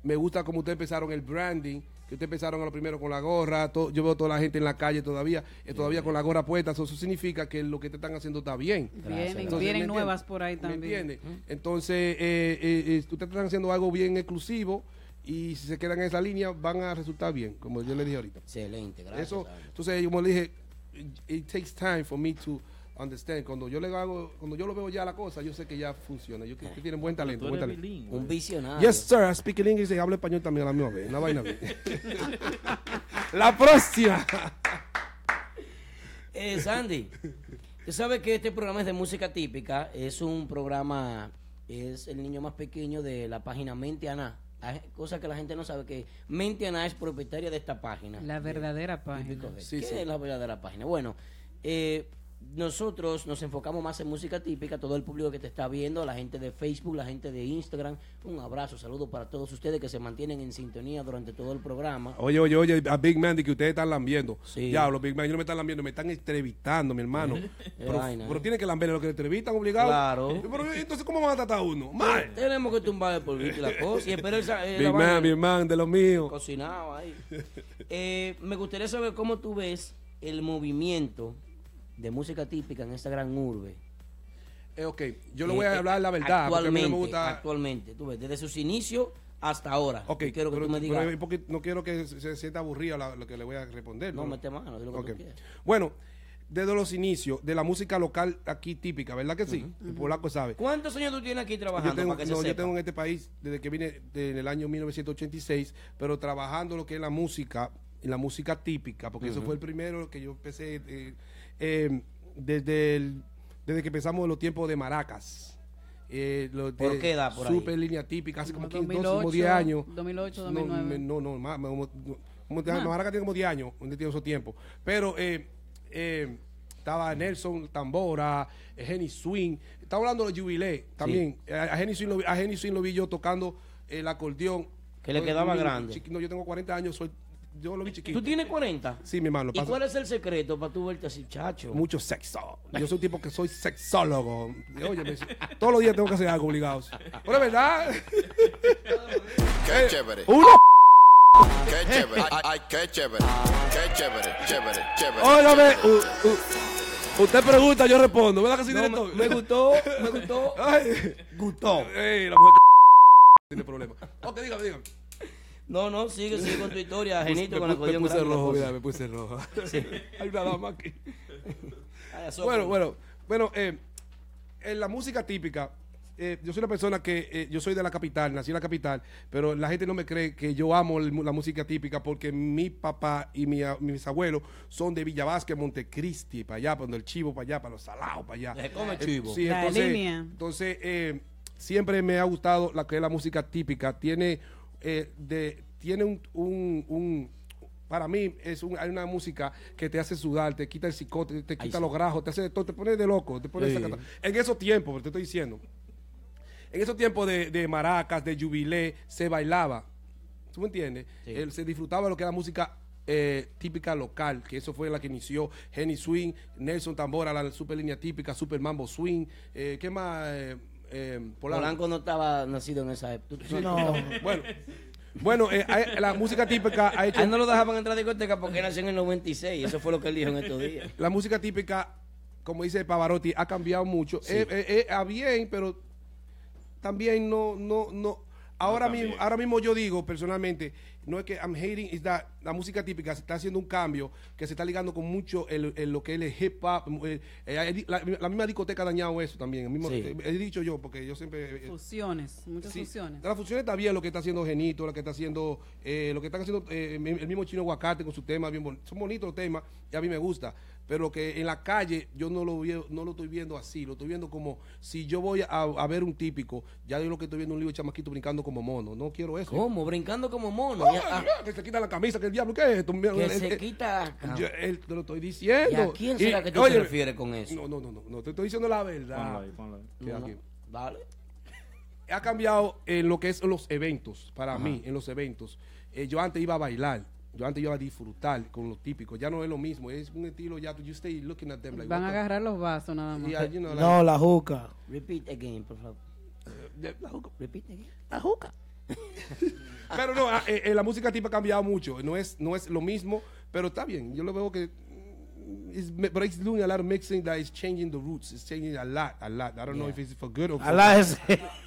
me gusta como ustedes empezaron el branding, que ustedes empezaron a lo primero con la gorra, to- yo veo toda la gente en la calle todavía, eh, todavía con la gorra puesta, eso, eso significa que lo que te están haciendo está bien.
Vienen,
Entonces,
vienen
¿me
nuevas
entiendes?
por ahí
¿Me
también.
entiendes? Entonces, eh, eh, eh, ustedes están haciendo algo bien exclusivo y si se quedan en esa línea van a resultar bien, como yo le dije ahorita.
Excelente, gracias.
Eso,
Sandy.
entonces, como le dije, it, it takes time for me to understand. Cuando yo le hago, cuando yo lo veo ya la cosa, yo sé que ya funciona. Yo que, que tienen buen talento,
Tú
buen
eres
talento.
bilingüe.
Un visionario.
Yes, sir. I speak in English y hablo español también a la misma vez. Una vaina bien. la próxima.
Eh, Sandy, tú sabes que este programa es de música típica. Es un programa, es el niño más pequeño de la página Mente Aná. Hay Cosa que la gente no sabe, que Mente Aná es propietaria de esta página.
La verdadera página.
Típico Head.
Sí,
¿Qué
sí.
es la verdadera página? Bueno, eh, nosotros nos enfocamos más en música típica, todo el público que te está viendo, la gente de Facebook, la gente de Instagram, un abrazo, saludo para todos ustedes que se mantienen en sintonía durante todo el programa.
Oye, oye, oye, a Big Man, de que ustedes están lambiendo.
Sí.
Diablo, Big Man, yo no me están lambiendo, me están entrevistando, mi hermano. pero,
vaina. eh.
pero tienen que lamber lo que entrevistan, obligado. Eh,
Claro.
Pero, entonces, ¿cómo van a tratar a uno? Mal.
Tenemos que tumbar el polvito y la cosa. Y espero esa, eh, la
Big
vaina
Man, Big Man, de los míos.
cocinado ahí. Eh, me gustaría saber cómo tú ves el movimiento de música típica en esta gran urbe.
Eh, ok, yo le voy
Eh,
a
eh,
hablar la verdad, porque a mí
Actualmente,
no me gusta.
actualmente, tú ves, desde sus inicios hasta ahora.
Ok,
Yo quiero que
pero-
tú me
pero eh,
digas.
un poquito- no quiero que se, se sienta aburrido la- lo que le voy a responder.
no,
pero-
mete mano, di lo que tú
Ok.
quieras.
Bueno, desde los inicios de la música local aquí típica, ¿verdad que sí? El polaco sabe.
¿Cuántos años tú tienes aquí trabajando?
Yo tengo,
para que
no,
se
yo
sepa?
tengo en este país desde que vine de- en el año 1986, pero trabajando lo que es la música, y la música típica, porque eso fue el primero que yo empecé eh, eh, desde, el- desde que empezamos los tiempos de maracas. Eh, lo de
¿Por qué da por ahí?
Super línea típica, hace como
Como
15, 12,
2008,
como 10 años.
2008,
No,
2009.
me- No, no, más, como- como-
Más.
Maracas tiene como 10 años, donde tiene esos tiempos. Pero eh, eh, estaba Nelson Tambora, eh, Henny Swing, estaba hablando de Jubilé también. Eh, A, Henny Swing lo, vi- a Henny Swing lo vi yo tocando el acordeón.
Que le
Yo-
quedaba
yo vi
grande.
chiqui- no, yo tengo 40 años, soy, yo lo vi chiquito.
¿Tú tienes 40?
Sí, mi hermano, lo
¿Y
pasa-
cuál es el secreto para tú verte así, chacho?
Mucho sexo. Yo soy un tipo que soy sexólogo. Oye, me- todos los días tengo que hacer algo obligados. Pero es verdad. Eh,
Qué chévere,
Uno.
qué chévere, ay, ay, qué chévere, qué chévere, chévere, chévere.
Óigame, u- u- usted pregunta, yo respondo. ¿Verdad que sí,
No,
directo?
me, me gustó, me gustó.
Ay,
gustó.
Ey, la mujer tiene problemas. Ok, dígame, dígame.
No, no, sigue, sigue con tu historia, Genito,
me,
con la
pu- me
acordeón
puse
grande y la
rojo,
cosa.
mira, me puse rojo. Hay una dama aquí.
Ay, asópalo.
Bueno, bueno, bueno, eh, en la música típica, eh, yo soy una persona que, eh, yo soy de la capital, nací en la capital, pero la gente no me cree que yo amo el mu- la música típica porque mi papá y mi a- mis abuelos son de Villavasque, Montecristi, para allá, para donde el chivo, para allá, para los salados, para allá.
Se come
Eh,
chivo.
sí,
La
entonces,
línea.
entonces eh, siempre me ha gustado la que es la música típica. Tiene, eh, de, tiene un, un- un- para mí es un- hay una música que te hace sudar, te quita el psicote, te quita
sí.
los grajos, te hace de todo, te pone de loco, te pone
Sí.
sacata- En esos tiempos, te estoy diciendo, en esos tiempos de, de maracas, de jubilé, se bailaba. ¿Tú me entiendes?
Sí.
Eh, se disfrutaba lo que era música eh, típica local, que eso fue la que inició Henny Swing, Nelson Tambora, la super línea típica, Super Mambo Swing. Eh, ¿Qué más? Eh, eh, Polanco?
Polanco no estaba nacido en esa época. Tú- tú-
No,
Bueno, bueno eh, hay- la música típica ha hecho...
A él no lo dejaban entrar a discoteca porque nació en el 96. Eso fue lo que él dijo en estos días.
La música típica, como dice Pavarotti, ha cambiado mucho. Eh, eh, eh, a bien, pero también no, no, no. Ahora mismo, ahora mismo yo digo personalmente, no es que I'm hating, es that la música típica se está haciendo un cambio que se está ligando con mucho el, el- lo que es el hip hop. eh, eh, la, la misma discoteca ha dañado eso también. el mismo-
Sí.
eh, he dicho yo, porque yo siempre. eh,
Fusiones, muchas
Sí,
fusiones.
La fusión está bien, lo que está haciendo Genito, lo que está haciendo, eh, lo que están haciendo eh, mi- el mismo Chino Aguacate con su tema, bien bon- son bonitos los temas y a mí me gusta, pero que en la calle yo no lo veo, no lo estoy viendo así, lo estoy viendo como si yo voy a, a ver un típico, ya yo lo que estoy viendo un libro de chamaquito brincando como mono, no quiero eso.
¿Cómo? Brincando como mono.
Ah,
Ya- ah,
que se quita la camisa, que el diablo, ¿qué es esto? Mira,
que
eh,
se
eh,
quita la cama.
yo, eh, te lo estoy diciendo.
¿Y a quién será que tú te
oye,
refieres con eso?
No, no, no, no, no, te estoy diciendo la verdad.
Ponlo ahí, ponlo ahí.
Que
No, no.
aquí
Dale.
ha cambiado en lo que es los eventos, para mí, en los eventos. Eh, yo antes iba a bailar, yo antes iba a disfrutar con lo típico, ya no es lo mismo, es un estilo ya, you stay looking at them like,
Van a
what the-
agarrar los vasos nada más.
Yeah, you know, like-
no, la juca.
Repeat again, por favor.
de- la juca.
Repeat again.
Pero no, ah, eh, eh, la música típica ha cambiado mucho, no es, no es lo mismo, pero está bien, yo lo veo que... mm, It's, ma- but it's doing a lot of mixing that is changing the roots. It's changing a lot, a lot. I don't know if it's for good or for Pues
Alá ese.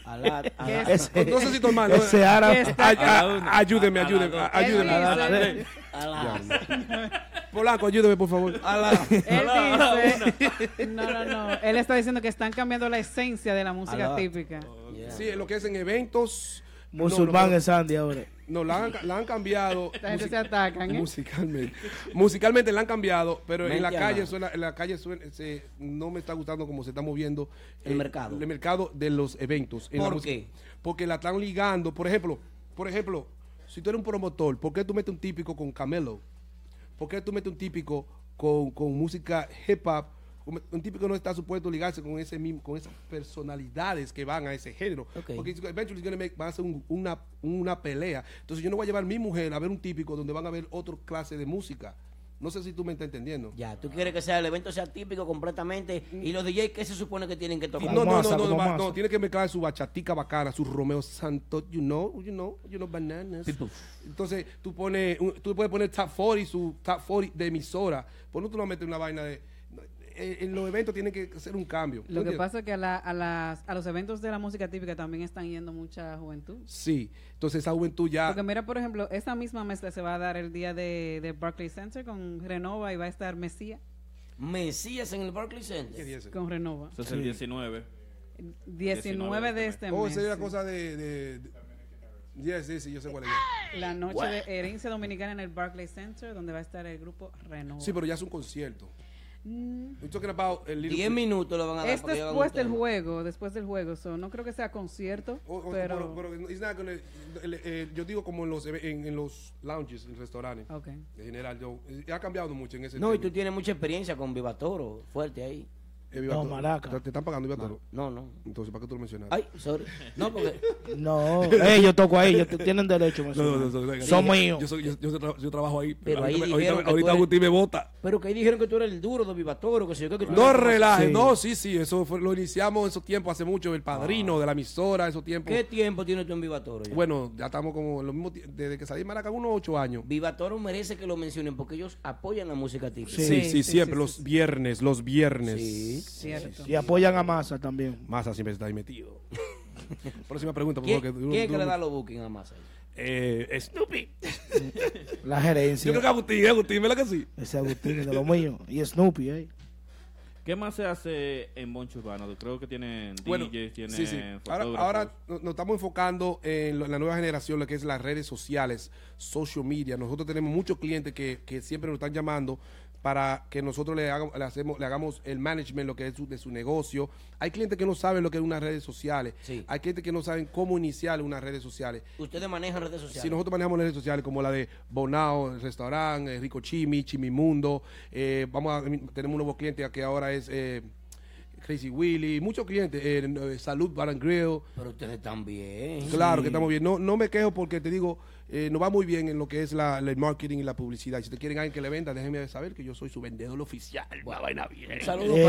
Alá, alá.
ese-
No sé si eh, estoy mal, ¿no?
Ese árabe.
¿Qué
Ay-
A
ay-
la una.
ayúdeme,
A- a la
ayúdeme,
dos.
a- ayúdeme.
Él dice-
Alá.
Polaco, ayúdeme, por favor.
Alá.
Él dice, no, no, no. Él está diciendo que están cambiando la esencia de la música
Alá.
típica.
Yeah.
Sí, lo que es en eventos. no,
Musulmán
lo que-
es Sandy ahora.
No, la han, la han cambiado.
Esta gente
music-
se atacan, ¿eh?
Musicalmente. Musicalmente la han cambiado, pero en la
Mente
calle
amada.
suena- en la calle suena- se- no me está gustando cómo se está moviendo eh,
El mercado.
El mercado de los eventos. en la
¿Por
música.
qué?
Porque la están ligando. Por ejemplo, por ejemplo, si tú eres un promotor, ¿por qué tú metes un típico con Camelo? ¿Por qué tú metes un típico con, con música hip hop? Un, un típico no está supuesto a ligarse con ese mismo, con esas personalidades que van a ese género.
Ok.
Porque it's- eventually it's gonna make- va a ser un- una, una pelea. Entonces yo no voy a llevar mi mujer a ver un típico donde van a ver otra clase de música. No sé si tú me estás entendiendo.
Ya, tú quieres que sea el evento sea típico completamente y los DJs que se supone que tienen que tocar.
No, no, no,
Masa,
no, no,
como
va-
Masa.
no, tiene que mezclar su bachatica bacana, su Romeo Santos, you know, you know, you know, bananas. Entonces, tú pones, un- tú puedes poner top 40, su top 40 de emisora. ¿Por qué tú no metes una vaina de... eh, En los eventos tiene que hacer un cambio. ¿tú
Lo que
entiendes?
pasa es que a, la- a las, a los eventos de la música típica también están yendo mucha juventud.
Sí, entonces esa juventud ya...
Porque mira, por ejemplo, esa misma mezcla se va a dar el día de, de Barclays Center con Renova y va a estar Mesía
Mesías en el Barclays
¿Qué
Center.
día es ese?
con Renova.
Eso es el 19.
19 de este
Oh,
mes.
esa es la cosa de... de, de- Yes, yes, sí, yo sé cuál es.
La noche de herencia dominicana en el Barclays Center, donde va a estar el grupo Renova. Mm.
Sí, pero ya es un concierto. We're talking about el Little-
10 minutos lo van a dar.
Este es
para que yo haga un
después del
tema.
juego, después del juego. so, no creo que sea concierto,
O- o-
pero...
Oh, pero- pero it's not gonna- el- eh, yo digo como en los, en, en los lounges, en restaurantes.
Ok.
En general, yo, eh, ha cambiado mucho en ese
No, y tú
tema.
tienes mucha experiencia con Vivatoro, fuerte ahí.
Eh, Viva
No,
Toro.
maraca.
Te, te están pagando, Viva Toro.
No, no.
Entonces, ¿para qué tú lo mencionaste?
Ay, sorry. No, porque
No, ellos yo toco ahí, ellos tienen derecho. me
No, no, no,
suena.
no, no,
Son
no,
míos.
Yo, soy- yo, yo tra- yo trabajo ahí.
Pero ahí
ahorita
dijeron que
ahorita,
tú
ahorita
eres-
Agustín me bota.
pero que ahí dijeron que tú eres el duro de Vivatoro, que sé yo qué, que tú
No
eres-
relaje,
Sí.
no, sí, sí, eso fue- lo iniciamos en esos tiempos hace mucho, el padrino de la emisora, esos tiempos.
¿Qué tiempo tienes tú en Vivatoro? ya?
Bueno, ya estamos como en los mismos, tie- desde que salí de Maraca, unos ocho años.
Vivatoro merece que lo mencionen porque ellos apoyan la música típica.
Sí, sí,
sí,
siempre,
sí,
los
sí.
viernes, los viernes.
Cierto.
Y apoyan a Massa también.
Masa siempre está ahí metido. Próxima pregunta, por
¿Quién,
favor. que duro-
quién es que le
duro
da los
mucho.
bookings a Massa?
Eh, Snoopy.
La
Yo
gerencia.
creo que Agustín, ¿eh? Agustín, ¿verdad que sí?
Ese Agustín es de lo mío. Y Snoopy, ¿eh?
¿Qué más se hace en Boncho Urbano? Creo que tienen DJs, tienen
sí, sí. Ahora,
fotógrafos.
ahora no- nos estamos enfocando en lo- la nueva generación, lo que es las redes sociales, social media. Nosotros tenemos muchos clientes que, que siempre nos están llamando para que nosotros le, hagamos, le, hacemos, le hagamos el management, lo que es su- de su negocio. Hay clientes que no saben lo que es unas redes sociales.
Sí.
Hay clientes que no saben cómo iniciar unas redes sociales.
Ustedes manejan redes sociales.
Si nosotros manejamos las redes sociales como la de Bonao, el restaurante, eh, Rico Chimi, Chimimundo, eh, vamos a, tenemos un nuevo cliente que ahora es eh, Crazy Willy, muchos clientes, eh, eh, Salud Bar and Grill,
Pero ustedes también.
claro que estamos bien, no, no me quejo porque te digo, eh, nos va muy bien en lo que es la, el marketing y la publicidad, si te quieren alguien que le venda, déjenme saber que yo soy su vendedor oficial, una vaina bien.
Un saludo
Eh.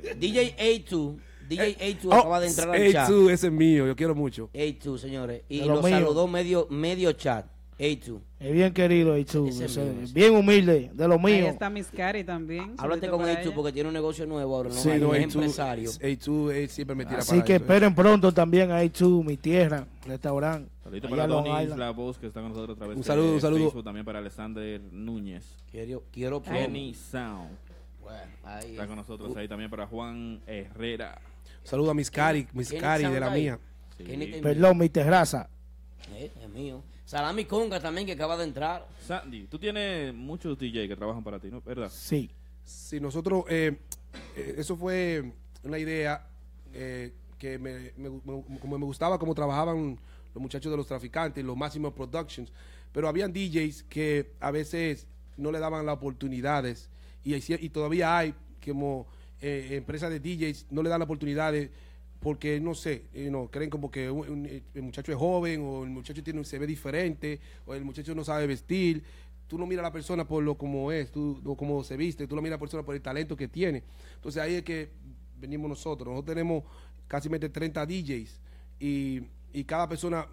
para DJ A2. DJ A2
Oh,
acaba de entrar al
hey,
chat.
tú, ese es mío, yo quiero mucho.
A2, señores. Y
De
lo,
lo mío.
saludó medio, medio chat. A2.
Es bien querido, y tú,
Ese es
ese-
mío, ese.
bien humilde, de lo
Ahí
mío.
está Miscari también.
Háblate
saludito
con
para
A2
ella.
porque tiene un negocio nuevo ahora. ¿no?
Sí,
Es
no, A2,
empresario.
A2, eh, siempre me tira
Así
para
que
eso, eh.
esperen pronto también a tú, mi tierra, restaurante.
Saludito
allá
para
en Long
Donis
Island.
La Voz, que está con nosotros a través
Un saludo,
de
un saludo.
Facebook, también para Alexander Núñez.
Quiero, quiero promo.
Kenny Sound
Bueno, ahí
está
es. Uh.
con nosotros ahí también para Juan Herrera.
Saludo a Miss Cari, Miss
Kenny
Cari de la
Sound
mía.
Guy. Kenny
Sí.
Sound Guy.
Perdón, mi terraza.
Eh, es mío. Salami Conga también que acaba de entrar.
Sandy, tú tienes muchos DJ que trabajan para ti, ¿no? ¿Verdad?
Sí.
Sí, nosotros, eh, eh, eso fue una idea eh, que me, me- me- como me gustaba cómo trabajaban los muchachos de los traficantes, los Máximo Productions, pero habían DJs que a veces no le daban las oportunidades y, hici- y todavía hay como eh, empresas de DJs no le dan las oportunidades porque no sé, eh, no, creen como que un- un- eh, el muchacho es joven o el muchacho tiene un- se ve diferente o el muchacho no sabe vestir. Tú no miras a la persona por lo como es, tú o como se viste, tú no miras a la persona por el talento que tiene. Entonces ahí es que venimos nosotros. Nosotros tenemos casi 30 DJs y, y cada persona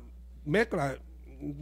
mezcla.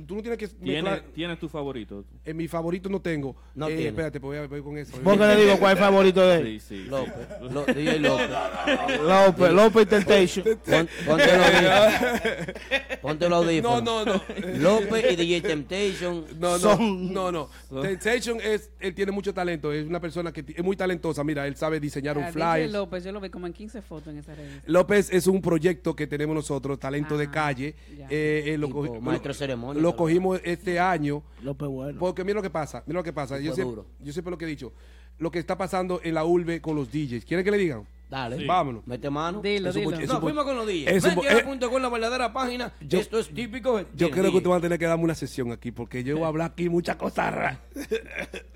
Tú no tienes que
¿Tienes,
mezclar.
tienes tu favorito?
En mi favorito no tengo.
No
Eh,
tiene.
Espérate, pues voy a- voy con eso.
¿Vos qué le digo cuál es el favorito de él?
Sí, sí.
López. Lo- DJ López.
López, López Temptation.
Pon- Ponte los audífonos. Ponte los
No,
audífonos.
no, no.
López y DJ Temptation.
No, no,
Son-
no, no. Temptation es, él tiene mucho talento, es una persona que ti- es muy talentosa. Mira, él sabe diseñar un
A
flyer.
DJ Ah, López, yo lo vi como en 15 fotos en esa revista.
López es un proyecto que tenemos nosotros, talento de
Ah,
calle.
ya.
Eh, eh, lo,
Tipo
cogi-
maestro
lo-
de ceremonia,
lo
tal vez.
cogimos este año.
López Bueno.
Porque mira lo que pasa, mira lo que pasa.
Tipo
Yo siempre,
duro.
yo siempre lo que he dicho, lo que está pasando en la urbe con los DJs. ¿Quieren que le digan?
Dale.
Sí. Vámonos.
Mete mano.
Dilo,
Eso
dilo.
fue-
Eso
Nos
fue-
fuimos con los días.
Eso fue- eh,
con la verdadera página.
Yo-
Esto es típico. del
Yo creo que
día.
usted va a tener que darme una sesión aquí porque yo voy a hablar aquí muchas cosas raras.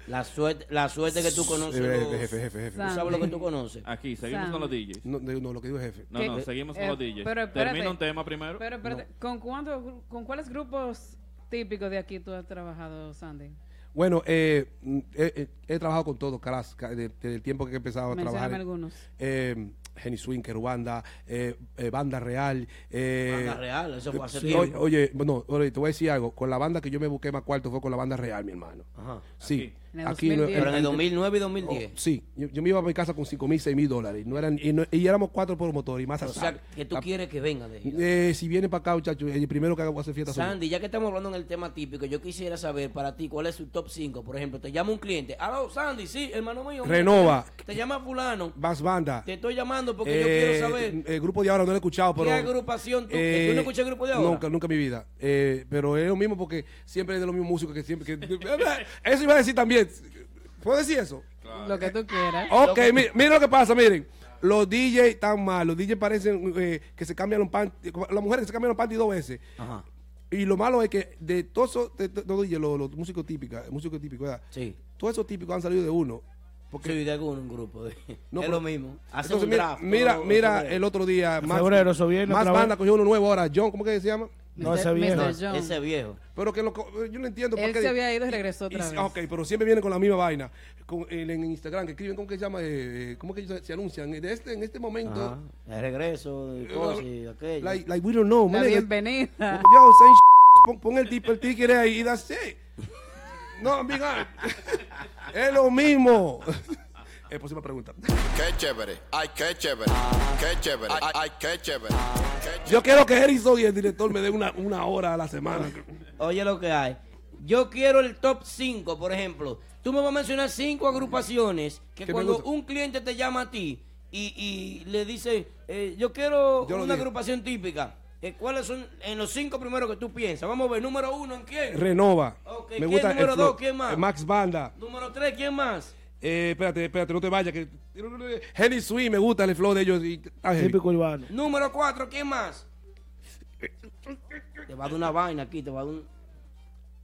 La suerte, la suerte que tú conoces. los-
Jefe, jefe, jefe, jefe.
Tú sabes lo que tú conoces.
Aquí, seguimos
Sam.
con los DJs.
No, no, no, lo que digo es jefe.
No,
¿Qué?
no, seguimos con
Eh,
los DJs.
pero espérate.
Termina un tema primero.
Pero, espérate, ¿con, cuánto, gru- ¿con cuáles grupos típicos de aquí tú has trabajado, Sandy?
Bueno, eh, mm, eh, eh, he trabajado con todo, Caras, ca- de- desde el tiempo que he empezado a
Mencióname
trabajar.
algunos.
Eh, Geni Swing, Querubanda, eh, eh, Banda Real. eh,
Banda Real, eso fue hace
sí,
tiempo.
oye, Oye, bueno, oye, te voy a decir algo. Con la banda que yo me busqué más cuarto fue con la Banda Real, mi hermano.
Ajá.
Sí.
En el
no-
2010.
Pero en el 2009 y 2010.
Oh, sí, yo, yo me iba a mi casa con 5 mil, 6 mil dólares. No eran, y, no- y éramos cuatro promotores y Oh, más
o sea, que tú quieres que venga de gira.
Eh, si viene para acá, muchachos, el primero que hago hacer fiesta soy yo.
Sandy, ya que estamos hablando en el tema típico, yo quisiera saber para ti cuál es tu top 5. Por ejemplo, te llama un cliente. Aló, Sandy, sí, hermano mío. mira,
Renova.
Te llama fulano.
Más banda.
Te estoy llamando porque
Eh,
yo quiero saber.
El grupo de ahora no lo he escuchado, pero.
¿Qué agrupación tú? ¿Tú no escuchas el grupo de ahora?
Eh, Nunca, nunca en mi vida. Eh, pero es lo mismo porque siempre es de los mismos músicos que siempre. que- eso iba a decir también. ¿Puedo decir eso?
Lo que tú quieras.
Ok, mi- miren lo que pasa, miren. Los DJs están mal. Los DJs parecen eh, que se cambian los panties. Las mujeres que se cambian los panties dos veces.
Ajá.
Y lo malo es que de todos esos- de to- los DJs, los, los músicos típicos, eh, músicos típicos, ¿verdad?
Sí.
Todos esos típicos han salido de uno. Porque
Sí, de algún grupo. de-
No,
es
pero-
lo mismo. Hace
Entonces,
un
mira,
draft.
mira,
todo-
mira
todo.
el otro día. Más,
febrero, eso viene
Más
otra vez.
banda cogió uno nuevo ahora. John, ¿cómo que se llama?
No,
Mr.
ese viejo.
Mr. John.
Ese viejo.
Pero que lo co- eh, yo no entiendo. por
Él
qué-
se había ido y regresó
y- ah,
otra vez.
Ok, pero siempre vienen con la misma vaina. Con, el- en Instagram, que escriben, ¿cómo que se llama? Eh, eh, ¿Cómo que ellos se anuncian? De este, en este momento. eh,
Ajá. El regreso de cosas y aquello.
Like, like we don't know,
La
man.
bienvenida.
Yo, say sh- pon, pon el tipo, el ticket ahí y that's it. No, mira. es lo mismo. eh, próxima pregunta.
Qué chévere. Ay, qué chévere. Qué chévere. Ay, ay, qué chévere.
Ah,
Qué
Yo quiero que Harrison y el director me den una, una hora a la semana.
Oye lo que hay. Yo quiero el top 5, por ejemplo. Tú me vas a mencionar cinco agrupaciones que
Que me
cuando
gusta.
un cliente te llama a ti y, y le dice, eh, yo quiero
Yo lo
una
dije.
agrupación típica. eh, ¿Cuáles son en los cinco primeros que tú piensas? Vamos a ver, número uno, ¿en quién?
Renova.
Ok,
Me
¿quién
gusta
número
el flow.
dos? ¿Quién más?
Eh, Max Banda.
número tres, ¿quién más?
Eh, espérate, espérate, no te vayas. Que... Henry Swing, me gusta el flow de ellos. Y... Ah, Henry.
Típico urbano.
Número cuatro, ¿quién más? Te va a dar una vaina aquí, te va a dar un...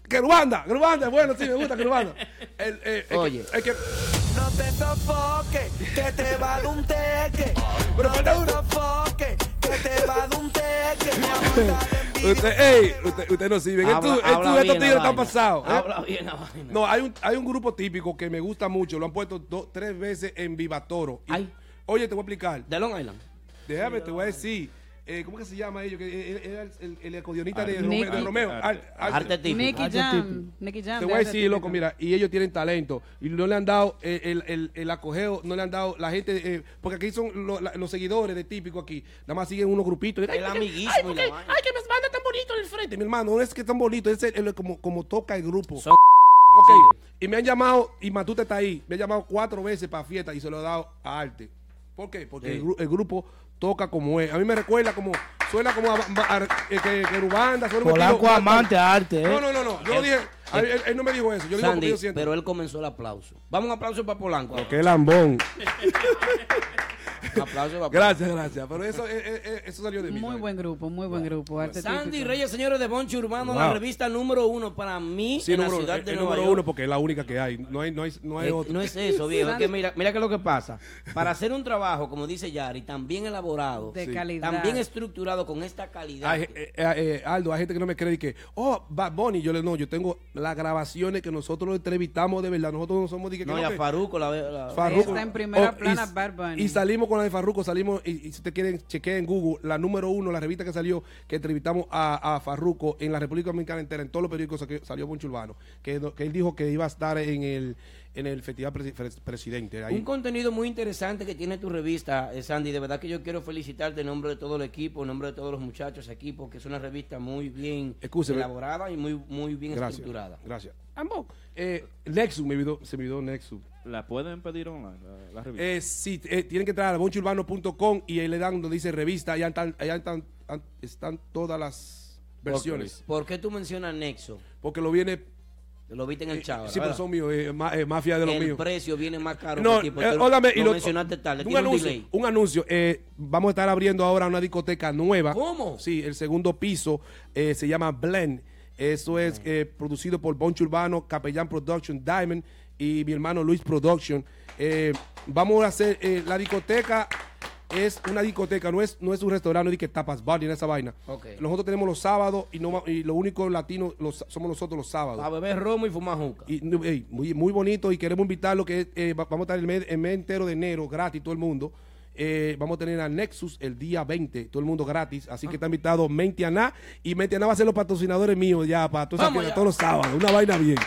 Que Ruanda, Ruanda, bueno, sí, me gusta que Ruanda. El, eh, el
Oye.
Que, el que...
No te sofoques, que te va de un teque.
Pero
no
falta
te
uno.
sofoques, que te va de un teque. Mi amor, dale envidia.
Usted, ey, usted, usted no sirve.
Habla-
Esto- esto-
habla bien
estos
la
tigres
vaina.
están pasados. ¿eh?
Habla bien la vaina.
No, hay un, hay un grupo típico que me gusta mucho. Lo han puesto dos, tres veces en Vivatoro. Y-
Ay.
Oye, te voy a explicar.
De Long Island.
Déjame, te voy a decir. Eh, ¿Cómo que se llama ellos? Que eh, eh, era el, el, el acordeonista de, Rome-
Nicky.
de Romeo. Al- al-
Arte típico.
Nicky Jam. Nicky Jam.
Te
de
voy a
arte
decir, loco,
típico.
mira, y ellos tienen talento. Y no le han dado eh, el, el, el acogeo, no le han dado la gente, eh, porque aquí son lo- la- los seguidores de típico aquí. Nada más siguen unos grupitos.
El amiguismo
Ay,
y
porque,
la vaina.
ay, que mis bandas tan bonitos en el frente. Mi hermano, no es que tan bonito, es el- el- como, como toca el grupo.
Son
Ok,
sigue.
y me han llamado, y Matute está ahí, me han llamado cuatro veces para fiesta y se lo he dado a arte. ¿Por qué? Porque
Sí.
el, gru- el grupo toca como es. A mí me recuerda como, suena como a, a- a- eh, que, que Rubanda, suena un
Polanco
estilo-
amante a arte, ¿eh?
No, no, no, no. Yo dije, a eh, él, él- él no me dijo eso. Yo digo porque
Sandy,
yo siento.
pero él comenzó el aplauso. Vamos un aplauso para Polanco. ahora.
Qué lambón.
Un aplauso para Polanco.
Gracias, gracias. Pero eso, eh, eh, eh, eso salió de mí.
Muy
¿sabes?
buen grupo, muy buen grupo. Arte
Sandy
típico.
Reyes, señores de Bonchi Urbano,
Wow.
la revista número uno para mí
Sí,
en la
número, uno,
ciudad
el-
de
el
Nueva
número
York.
uno porque es la única que hay. No hay, no hay, no hay
Eh,
otro.
no es eso, viejo. Es
Sandy.
que mira, mira que lo que pasa. Para hacer un trabajo, como dice Yari, tan bien elaborado,
De
Sí.
calidad.
tan bien estructurado, con esta calidad.
Hay, eh, eh, eh, Aldo, hay gente que no me cree y que, oh, Bad Bunny, yo le no, yo tengo las grabaciones que nosotros lo entrevistamos de verdad, nosotros no somos de que,
no,
que
y a
que-
Farruko la, la-
Farruko. Oh,
Está en primera
y-
plana Bad Bunny.
Y salimos con la de Farruko, salimos, y, y si te quieren, chequeen en Google, la número uno, la revista que salió, que entrevistamos a, a Farruko en la República Dominicana entera, en todos los periódicos que salió Poncho Urbano, que, no- que él dijo que iba a estar en el, en el Festival Presi- Pres- Presidente. Ahí.
Un contenido muy interesante que tiene tu revista, eh, Sandy. De verdad que yo quiero felicitarte en nombre de todo el equipo, en nombre de todos los muchachos aquí, porque es una revista muy bien
Excúseme.
elaborada y muy, muy bien
Gracias.
estructurada.
Gracias. Ambos. Eh, Nexus, me olvidó- se me olvidó Nexus.
La pueden pedir online, la, la revista.
Eh, sí, eh, tienen que entrar a bonchurbano.com y ahí le dan donde dice revista. Allá están, allá están, an- están todas las versiones.
¿Por qué tú mencionas Nexo?
Porque lo viene
Lo viste en el chavo.
Sí, pero son míos, eh, ma- eh, mafia de los
el
míos.
precio viene más caro.
No,
que tipo,
eh,
te lo-
ódame, y
lo
lo-
mencionaste tarde.
un
Tiene un
anuncio,
delay.
un anuncio. eh, vamos a estar abriendo ahora una discoteca nueva. ¿Cómo? Sí, el segundo piso eh, se llama Blend. Eso es
Mm.
eh, producido por Boncho Urbano, Capellán Production, Diamond y mi hermano Luis Production. Eh, vamos a hacer eh, la discoteca. Es una discoteca, no es, no es un restaurante, no es de que tapas bar ni esa vaina.
Ok.
Nosotros tenemos los sábados y, no, va- y lo único latino los- somos nosotros los sábados.
A beber romo y fumar juca.
Y, no, ey, muy, muy bonito y queremos invitarlo que eh, va- vamos a estar el mes, el mes entero de enero gratis todo el mundo. Eh, vamos a tener a Nexus el día 20, todo el mundo gratis. Así
Ah.
que está invitado Mentianá y Mentianá va a ser los patrocinadores míos ya para todas esas
Vamos
fiestas,
ya.
todos los sábados. Una vaina bien.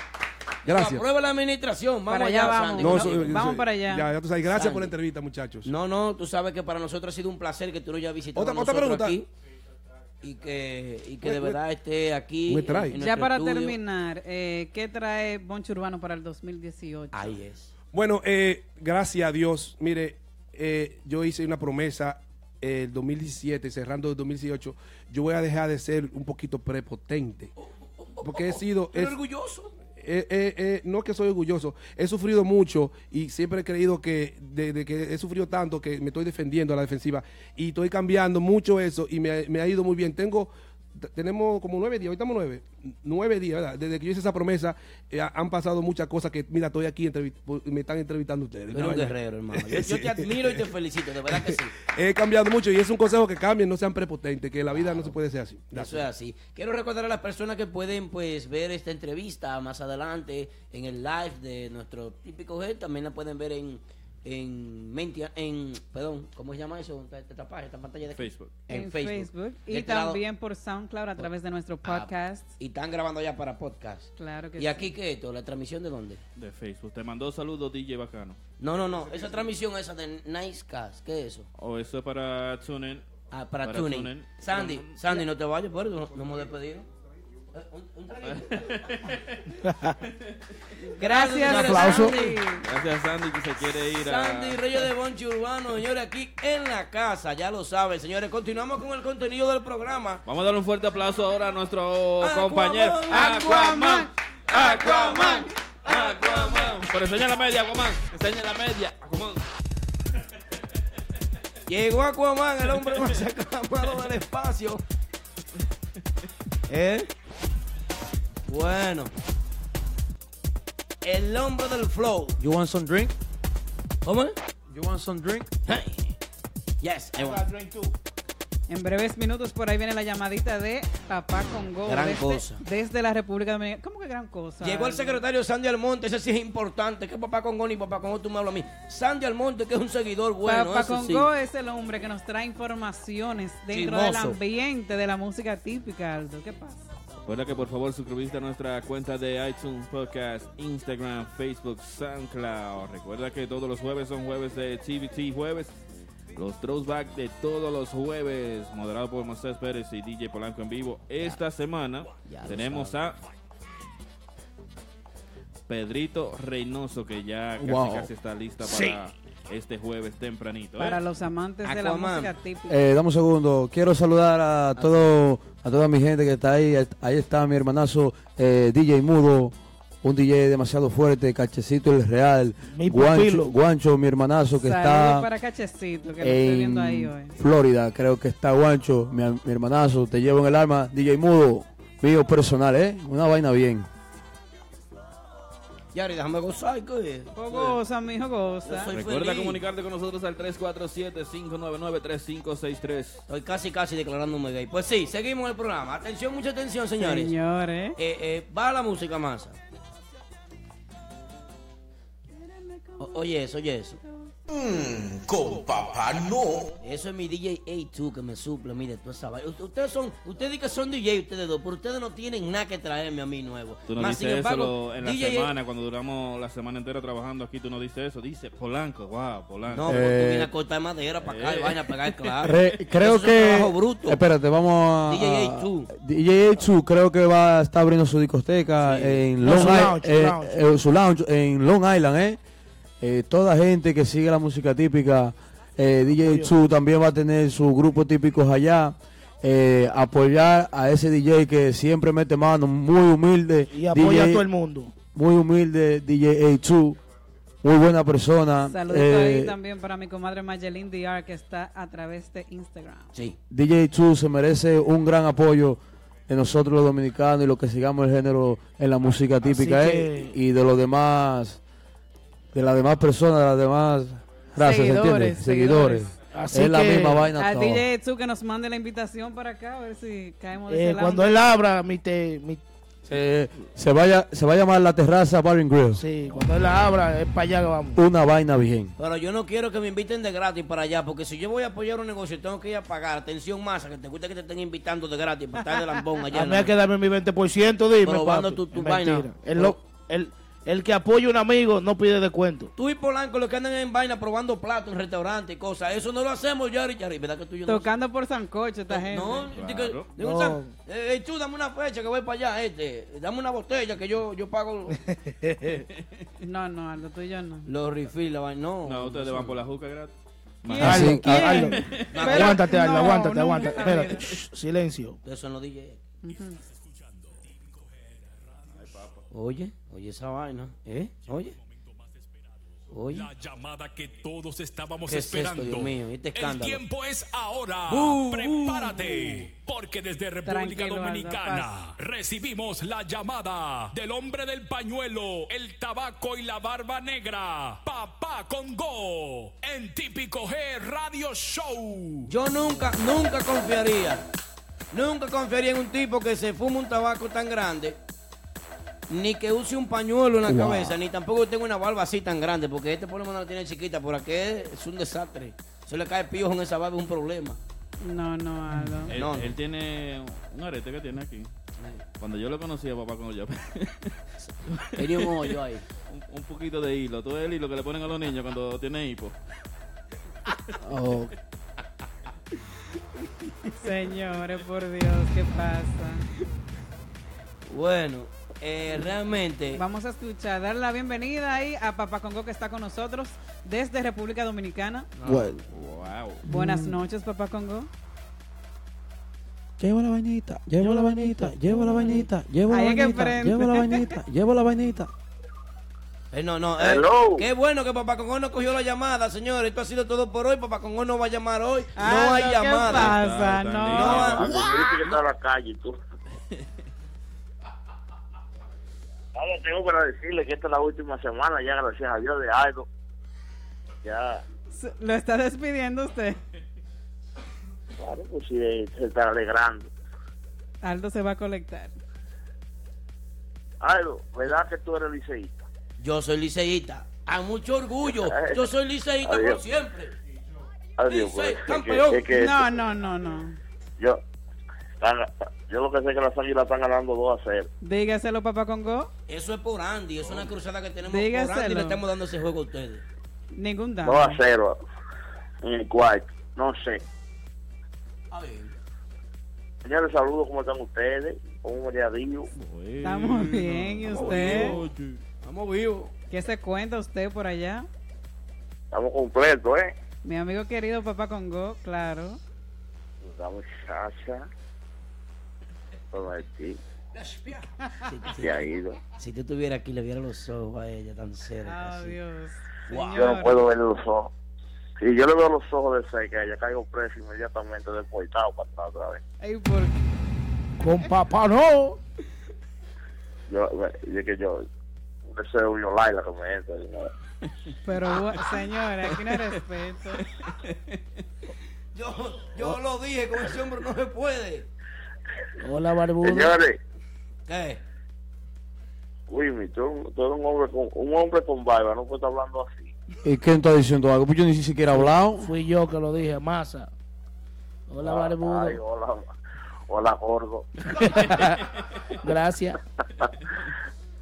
Gracias.
Aprueba la administración. Vamos
Para
allá,
allá vamos.
Sandy.
No,
No,
eso- eso-
vamos para allá.
Ya, ya tú sabes. Gracias por
Sandy.
la entrevista, muchachos.
No, no, tú sabes que para nosotros ha sido un placer que tú nos hayas visitado
Otra-
a
otra
nosotros
pregunta.
aquí. Y que, y que de
Me- me-
verdad esté aquí.
me
en-
trae.
en
Ya
nuestro
para
estudio.
terminar, eh, ¿qué trae Boncho Urbano para el 2018?
Ahí es.
Bueno, eh, gracias a Dios. Mire, eh, yo hice una promesa eh, el 2017, cerrando el 2018. Yo voy a dejar de ser un poquito prepotente. Porque he sido...
Pero
es-
orgulloso.
eh, eh, eh, no es que soy orgulloso, he sufrido mucho y siempre he creído que desde que he sufrido tanto que me estoy defendiendo a la defensiva y estoy cambiando mucho eso y me, me ha ido muy bien. Tengo, t- tenemos como nueve días, ahorita estamos nueve, nueve días, ¿verdad? Desde que yo hice esa promesa eh, ha- han pasado muchas cosas que, mira, estoy aquí, entrevi- me están entrevistando ustedes.
Tú eres un
Una vaina.
guerrero, hermano. Yo, yo te admiro y te felicito, de verdad que sí.
He cambiado mucho y es un consejo que cambien, no sean prepotentes, que la vida no se puede ser así.
Eso es así. Quiero recordar a las personas que pueden pues ver esta entrevista más adelante en el live de nuestro típico head. También la pueden ver en en Mentia, en perdón, ¿cómo se llama eso? Esta, esta página, esta pantalla de aquí.
Facebook.
En,
en
Facebook.
Facebook
De
y
este lado-
también por SoundCloud a través de nuestro
Ah,
podcast.
y están grabando ya para podcast.
Claro que
¿Y aquí qué esto? ¿La transmisión de dónde?
De Facebook. Te mandó saludos, DJ Bacano.
No, no, no. Esa transmisión esa de Nicecast, ¿qué es eso?
O eso es para TuneIn.
Ah, para, tuning. Sandy, Sandy, no te vayas, por no, no hemos despedido. Eh, un- un traguito. Gracias,
Un
señores,
aplauso.
Sandy.
Gracias, Sandy, que se quiere ir a.
Sandy Reyes de Bonchi Urbano, señores, aquí en la casa, ya lo saben, señores. Continuamos con el contenido del programa.
Vamos a dar un fuerte aplauso ahora a nuestro
Aquaman.
compañero Ah,
Aquaman.
Aquaman. Aquaman. Aquaman. Pero enseña la media, Aquaman. Enseña la media, Aquaman.
Llegó Aquaman, el hombre más aclamado del espacio. ¿Eh? Bueno, el hombre del flow.
You want some drink?
¿Cómo es?
You want some drink?
Hey. Yes, I want.
En breves minutos por ahí viene la llamadita de Papá Congo.
Gran
desde,
cosa.
Desde la República Dominicana. ¿Cómo que gran cosa?
Llegó el secretario Sandy Almonte, ese sí es importante. Que papá con y papá con tú me hablas a mí. Sandy Almonte, que es un seguidor bueno.
Papá
ese sí.
Congo es el hombre que nos trae informaciones dentro del
Chismoso.
ambiente de la música típica, Aldo. ¿Qué pasa?
Recuerda que por favor suscribiste a nuestra cuenta de iTunes Podcast, Instagram, Facebook, SoundCloud. Recuerda que todos los jueves son jueves de TVT Jueves. Los throwback de todos los jueves, moderado por Moisés Pérez y DJ Polanco en vivo. Esta semana
Ya lo
tenemos a Pedrito Reynoso, que ya casi,
Wow.
casi está lista para este jueves tempranito. ¿eh?
Para los amantes de la
Aquaman.
música típica.
Eh, dame un segundo. Quiero saludar a todo, a toda mi gente que está ahí. Ahí está mi hermanazo eh, DJ Mudo, un DJ demasiado fuerte, Cachecito el Real,
Mi
Guancho,
pupilo.
Guancho, mi hermanazo que
Saludos
está
para Cachecito, que lo estoy
en
viendo ahí hoy.
Florida. Creo que está Guancho, mi, mi hermanazo. Te llevo en el alma, DJ Mudo, mío personal, ¿eh? Una vaina bien.
Yari, déjame gozar, ¿qué?
Oh, goza, mijo,
Yo
goza.
soy
Recuerda
feliz.
comunicarte con nosotros al 347-599-3563.
Estoy casi, casi declarándome gay. Pues sí, seguimos el programa. Atención, mucha atención, señores.
Señores.
Eh, eh, va la música, masa. O- oye eso, oye eso.
Mm, Con papá no.
Eso es mi DJ A2 que me suple, mire, tú sabes. Ustedes son, ustedes dicen que son DJ ustedes dos, pero ustedes no tienen nada que traerme a mí nuevo.
Tú no
Más,
dices
sin
eso
embargo,
lo- en la
DJ
semana, cuando duramos la semana entera trabajando aquí, tú no dices eso. Dice Polanco, wow, Polanco. Eh.
No, porque tú vienes a cortar madera para acá y vayan a pegar claro.
Eh, Re- creo
Ah, Eso es un
que.
trabajo bruto.
Espérate, vamos a.
DJ
a-
A2.
DJ A2 creo que va a estar abriendo su discoteca en
No,
Long
su
Island. eh,
lounge, su lounge.
su lounge en Long Island, ¿eh? Eh, toda gente que sigue la música típica. eh, DJ A2 también va a tener su grupo típicos allá. Eh, apoyar a ese DJ que siempre mete mano, muy humilde.
Y apoya
DJ
a todo el mundo.
muy humilde, DJ A2, muy buena persona.
Saludito
Eh,
ahí también para mi comadre Mayelin DR que está a través de Instagram.
Sí.
DJ Chu se merece un gran apoyo de nosotros los dominicanos y los que sigamos el género en la música típica ¿eh? y de los demás, de las demás personas, de las demás razas, ¿entiendes? Seguidores.
Así
es la
que-
misma vaina.
A
todo.
DJ Tzu que nos mande la invitación para acá, a ver si caemos de
Eh,
ese lado.
cuando él abra, mi te- mi-
Eh, se, vaya, se va a llamar la terraza Bar and Grill.
sí, cuando él abra, es para allá que vamos.
Una vaina bien.
Pero yo no quiero que me inviten de gratis para allá, porque si yo voy a apoyar un negocio, tengo que ir a pagar. Atención, masa, que te gusta que te estén invitando de gratis para estar de lambón allá.
A
en
mí
la-
hay que darme mi 20%, dime.
Probando
papi.
tu- tu
Es mentira.
vaina.
El, lo- el- el que apoya a un amigo no pide descuento.
Tú y Polanco, los que andan en vaina probando platos en restaurantes y cosas, eso no lo hacemos, Yari, Yari. ¿Verdad que tú y yo no
Tocando por Sancocho esta gente.
No, digo, digo,
No.
Sam, eh, eh, tú dame una fecha que voy para allá, este. Dame una botella que yo, yo pago
No, no, Aldo, tú y yo no.
los refills, la vaina. No,
No, ustedes van por la juca gratis.
¿Quién? ¿Quién?
Aldo, Ah, Aldo,
Pero-
aguántate, Aldo,
no,
aguántate,
no,
aguántate.
no.
Espérate, shh, silencio.
Eso son los DJ. Oye, oye esa vaina, ¿eh? Oye. Oye.
La llamada que todos estábamos
¿Qué es esto,
esperando.
Dios mío? Este
El
escándalo.
tiempo es ahora.
Uh, uh.
Prepárate, porque desde República
Tranquilo, Aldo,
Dominicana recibimos la llamada del hombre del pañuelo, el tabaco y la barba negra, Papá Congo, en Típico G Radio Show.
Yo nunca, nunca confiaría. Nunca confiaría en un tipo que se fuma un tabaco tan grande. Ni que use un pañuelo en la cabeza, ni tampoco tenga una barba así tan grande, porque este problema no la tiene chiquita, por aquí es un desastre. Se le cae piojo en esa barba, es un problema.
No, no, Aldo.
Él,
No.
él tiene un arete que tiene aquí. Cuando yo lo conocí a papá con yo
Tenía un hoyo ahí.
un, un poquito de hilo. Todo el hilo que le ponen a los niños cuando tienen hipo.
Oh,
Señores, por Dios, ¿qué pasa?
Bueno, eh, realmente,
Vamos a escuchar, dar la bienvenida ahí a Papá Congo que está con nosotros desde República Dominicana.
bueno.
Wow.
Buenas noches, Papá Congo.
Llevo la vainita, llevo la vainita, llevo la vainita, llevo la
Ahí que
vainita,
prende.
llevo la vainita, llevo la vainita.
eh, no, no, eh, qué bueno que Papá Congo no cogió la llamada, señores. Esto ha sido todo por hoy. Papá Congo no va a llamar hoy. Ah, no hay
Aldo, Ah, ¿Qué
llamada.
pasa?
Está,
No.
está
No,
que está en la calle, tú. Ahora Ah, tengo para decirle que esta es la última semana, ya gracias a Dios de algo. Ya,
Lo está despidiendo usted.
claro, pues sí, eh, se está alegrando.
Aldo se va a colectar.
Algo, ¿verdad que tú eres liceísta?
yo soy liceísta. A mucho orgullo. Yo soy liceísta por
Adiós.
siempre.
Adiós, pues,
Licey,
es que-
campeón.
es que
No, no, no, no.
yo, están- yo lo que sé es que las águilas están ganando 2 a 0.
Dígaselo, Papá Congo.
Eso es por Andy, es una cruzada que tenemos por Andy y
Dígaselo.
le estamos dando ese juego a ustedes.
Ningún
2 a
daño.
0 en el cuarto, no sé. Señores, saludos, ¿cómo están ustedes? ¿Cómo ya digo?
Estamos bien, ¿y usted?
Vamos vivos.
¿Qué se cuenta usted por allá?
Estamos completos, ¿eh?
Mi amigo querido Papá Congo, claro.
La muchacha prometí se ha ido.
Si tú estuvieras aquí, le viera los ojos a ella tan cerca.
Ah,
así.
Dios.
Yo
Señor.
no puedo ver los ojos. Si yo le veo los ojos de cerca, ya caigo preso inmediatamente deportado para atrás otra vez.
Ay, ¿por qué?
Con papá no.
Yo, yo que yo, un deseo violar la que me entra. de una vez.
Pero, bu- señora, aquí no hay respeto.
Yo, yo lo dije, con ese hombre no se puede.
Hola, barbudo.
Señores,
¿Qué?
Wilmy, tú, tú eres un hombre con, un hombre con barba, no puedes estar hablando así.
¿Y quién está diciendo algo? Pues yo ni siquiera he hablado.
Fui yo que lo dije, masa. Hola,
Ah, Ay, oh.
barbudo.
hola, hola, gordo.
Gracias.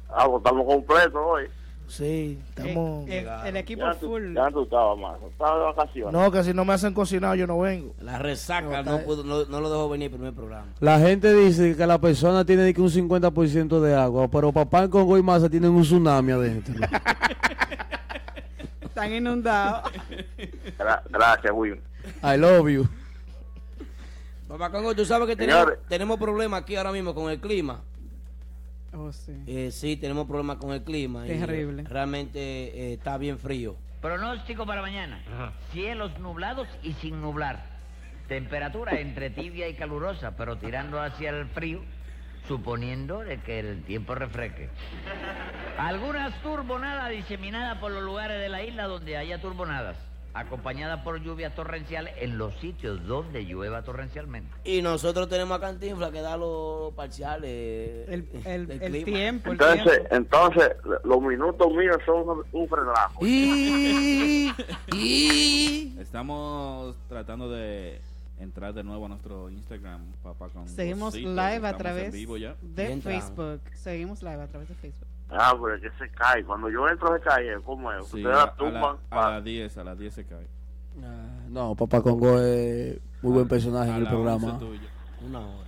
Ah, pues estamos completos hoy.
Sí, estamos.
El- el, el equipo
Ya tú,
full.
ya tú estabas, más. Estabas de vacaciones.
No, que si no me hacen cocinado, yo no vengo.
La resaca no, pudo- no, no lo dejó venir el primer programa.
La gente dice que la persona tiene de que un 50% de agua, pero papá Congo y Masa tienen un tsunami adentro.
Están inundados.
Gra- gracias, Wilmy.
I love you.
Papá Congo, tú sabes que tenemos,
Señores.
tenemos problemas aquí ahora mismo con el clima.
Oh, sí.
Eh, sí, tenemos problemas con el clima. y
Terrible.
Realmente eh, está bien frío.
Pronóstico para mañana. Cielos nublados y sin nublar. Temperatura entre tibia y calurosa, pero tirando hacia el frío, suponiendo de que el tiempo refresque. Algunas turbonadas diseminadas por los lugares de la isla donde haya turbonadas, acompañadas por lluvias torrenciales en los sitios donde llueva torrencialmente.
Y nosotros tenemos a Cantinfla que da los parciales.
El,
el
tiempo,
Entonces, entonces, los minutos míos son un- un frenazo.
Estamos tratando de entrar de nuevo a nuestro Instagram, papá. Con
Seguimos
cositas.
live a
Estamos en
través
vivo ya.
de Facebook. Seguimos live a través de Facebook.
Ah, pero es que se cae. Cuando yo entro se cae. ¿Cómo es?
Sí,
Ustedes
a,
la
a la-
tumban.
a las 10, a las 10 se cae.
No, Papá Congo es muy buen personaje
a
en el
la
programa.
11 tuyo.
Una hora.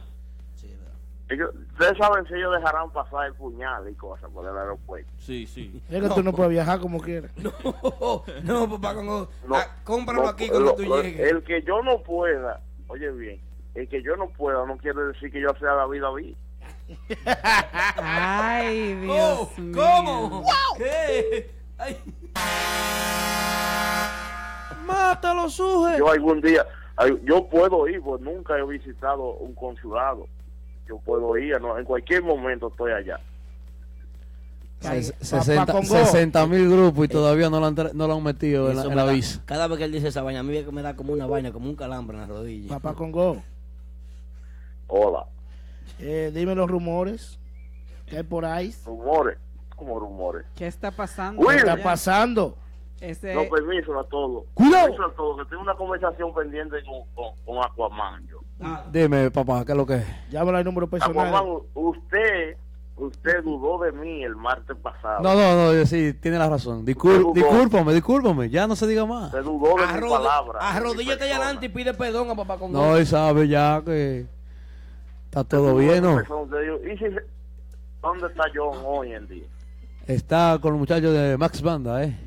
Ellos, ustedes saben si ellos dejarán pasar el puñal y cosas por el aeropuerto.
Sí, sí.
Es que tú
pues.
no puedes viajar como quieras.
Oh, No, papá, Congo, ah, cómpralo
No,
aquí cuando
lo-
tú
lo-
llegues.
El que yo no pueda, oye bien, el que yo no pueda no quiere decir que yo sea David David.
Ay,
Dios ¿Cómo? ¿Qué?
¡Mátalo, suje! Yo algún día, ay, yo puedo ir, pues nunca he visitado un consulado. Yo puedo ir, no, en cualquier momento estoy allá.
Se-
Papá Congo. Eh.
60 mil grupos y todavía no lo han, tra- no lo han metido en la,
Eso me
en la
da-
visa.
Cada vez que él dice esa vaina, a mí me da como una vaina, como un calambre en la rodilla.
Papá Congo,
Hola.
eh, dime los rumores que hay por ahí.
Rumores, como rumores.
¿Qué está pasando?
¿Qué está
Ya.
pasando?
Ese-
No, permiso a todos.
¡Cuidado!
Permiso a todos, que tengo una conversación pendiente con, con, con Aquaman. Yo.
Dime, papá, ¿qué es lo que es?
Llámalo al número
Aquaman,
personal.
usted, usted dudó de mí el martes pasado.
No, no, no, yo sí, tiene la razón. Discúl- discúlpame, discúlpame, ya no se diga más.
Usted dudó de mi
Arrod-
palabra.
Arrodíllate allá adelante y pide perdón a papá Congo.
No, él sabe ya que está todo bien, ¿no?
Entonces, yo, ¿y si se- ¿Dónde está John hoy en día?
Está con los muchachos de Max Banda, ¿eh?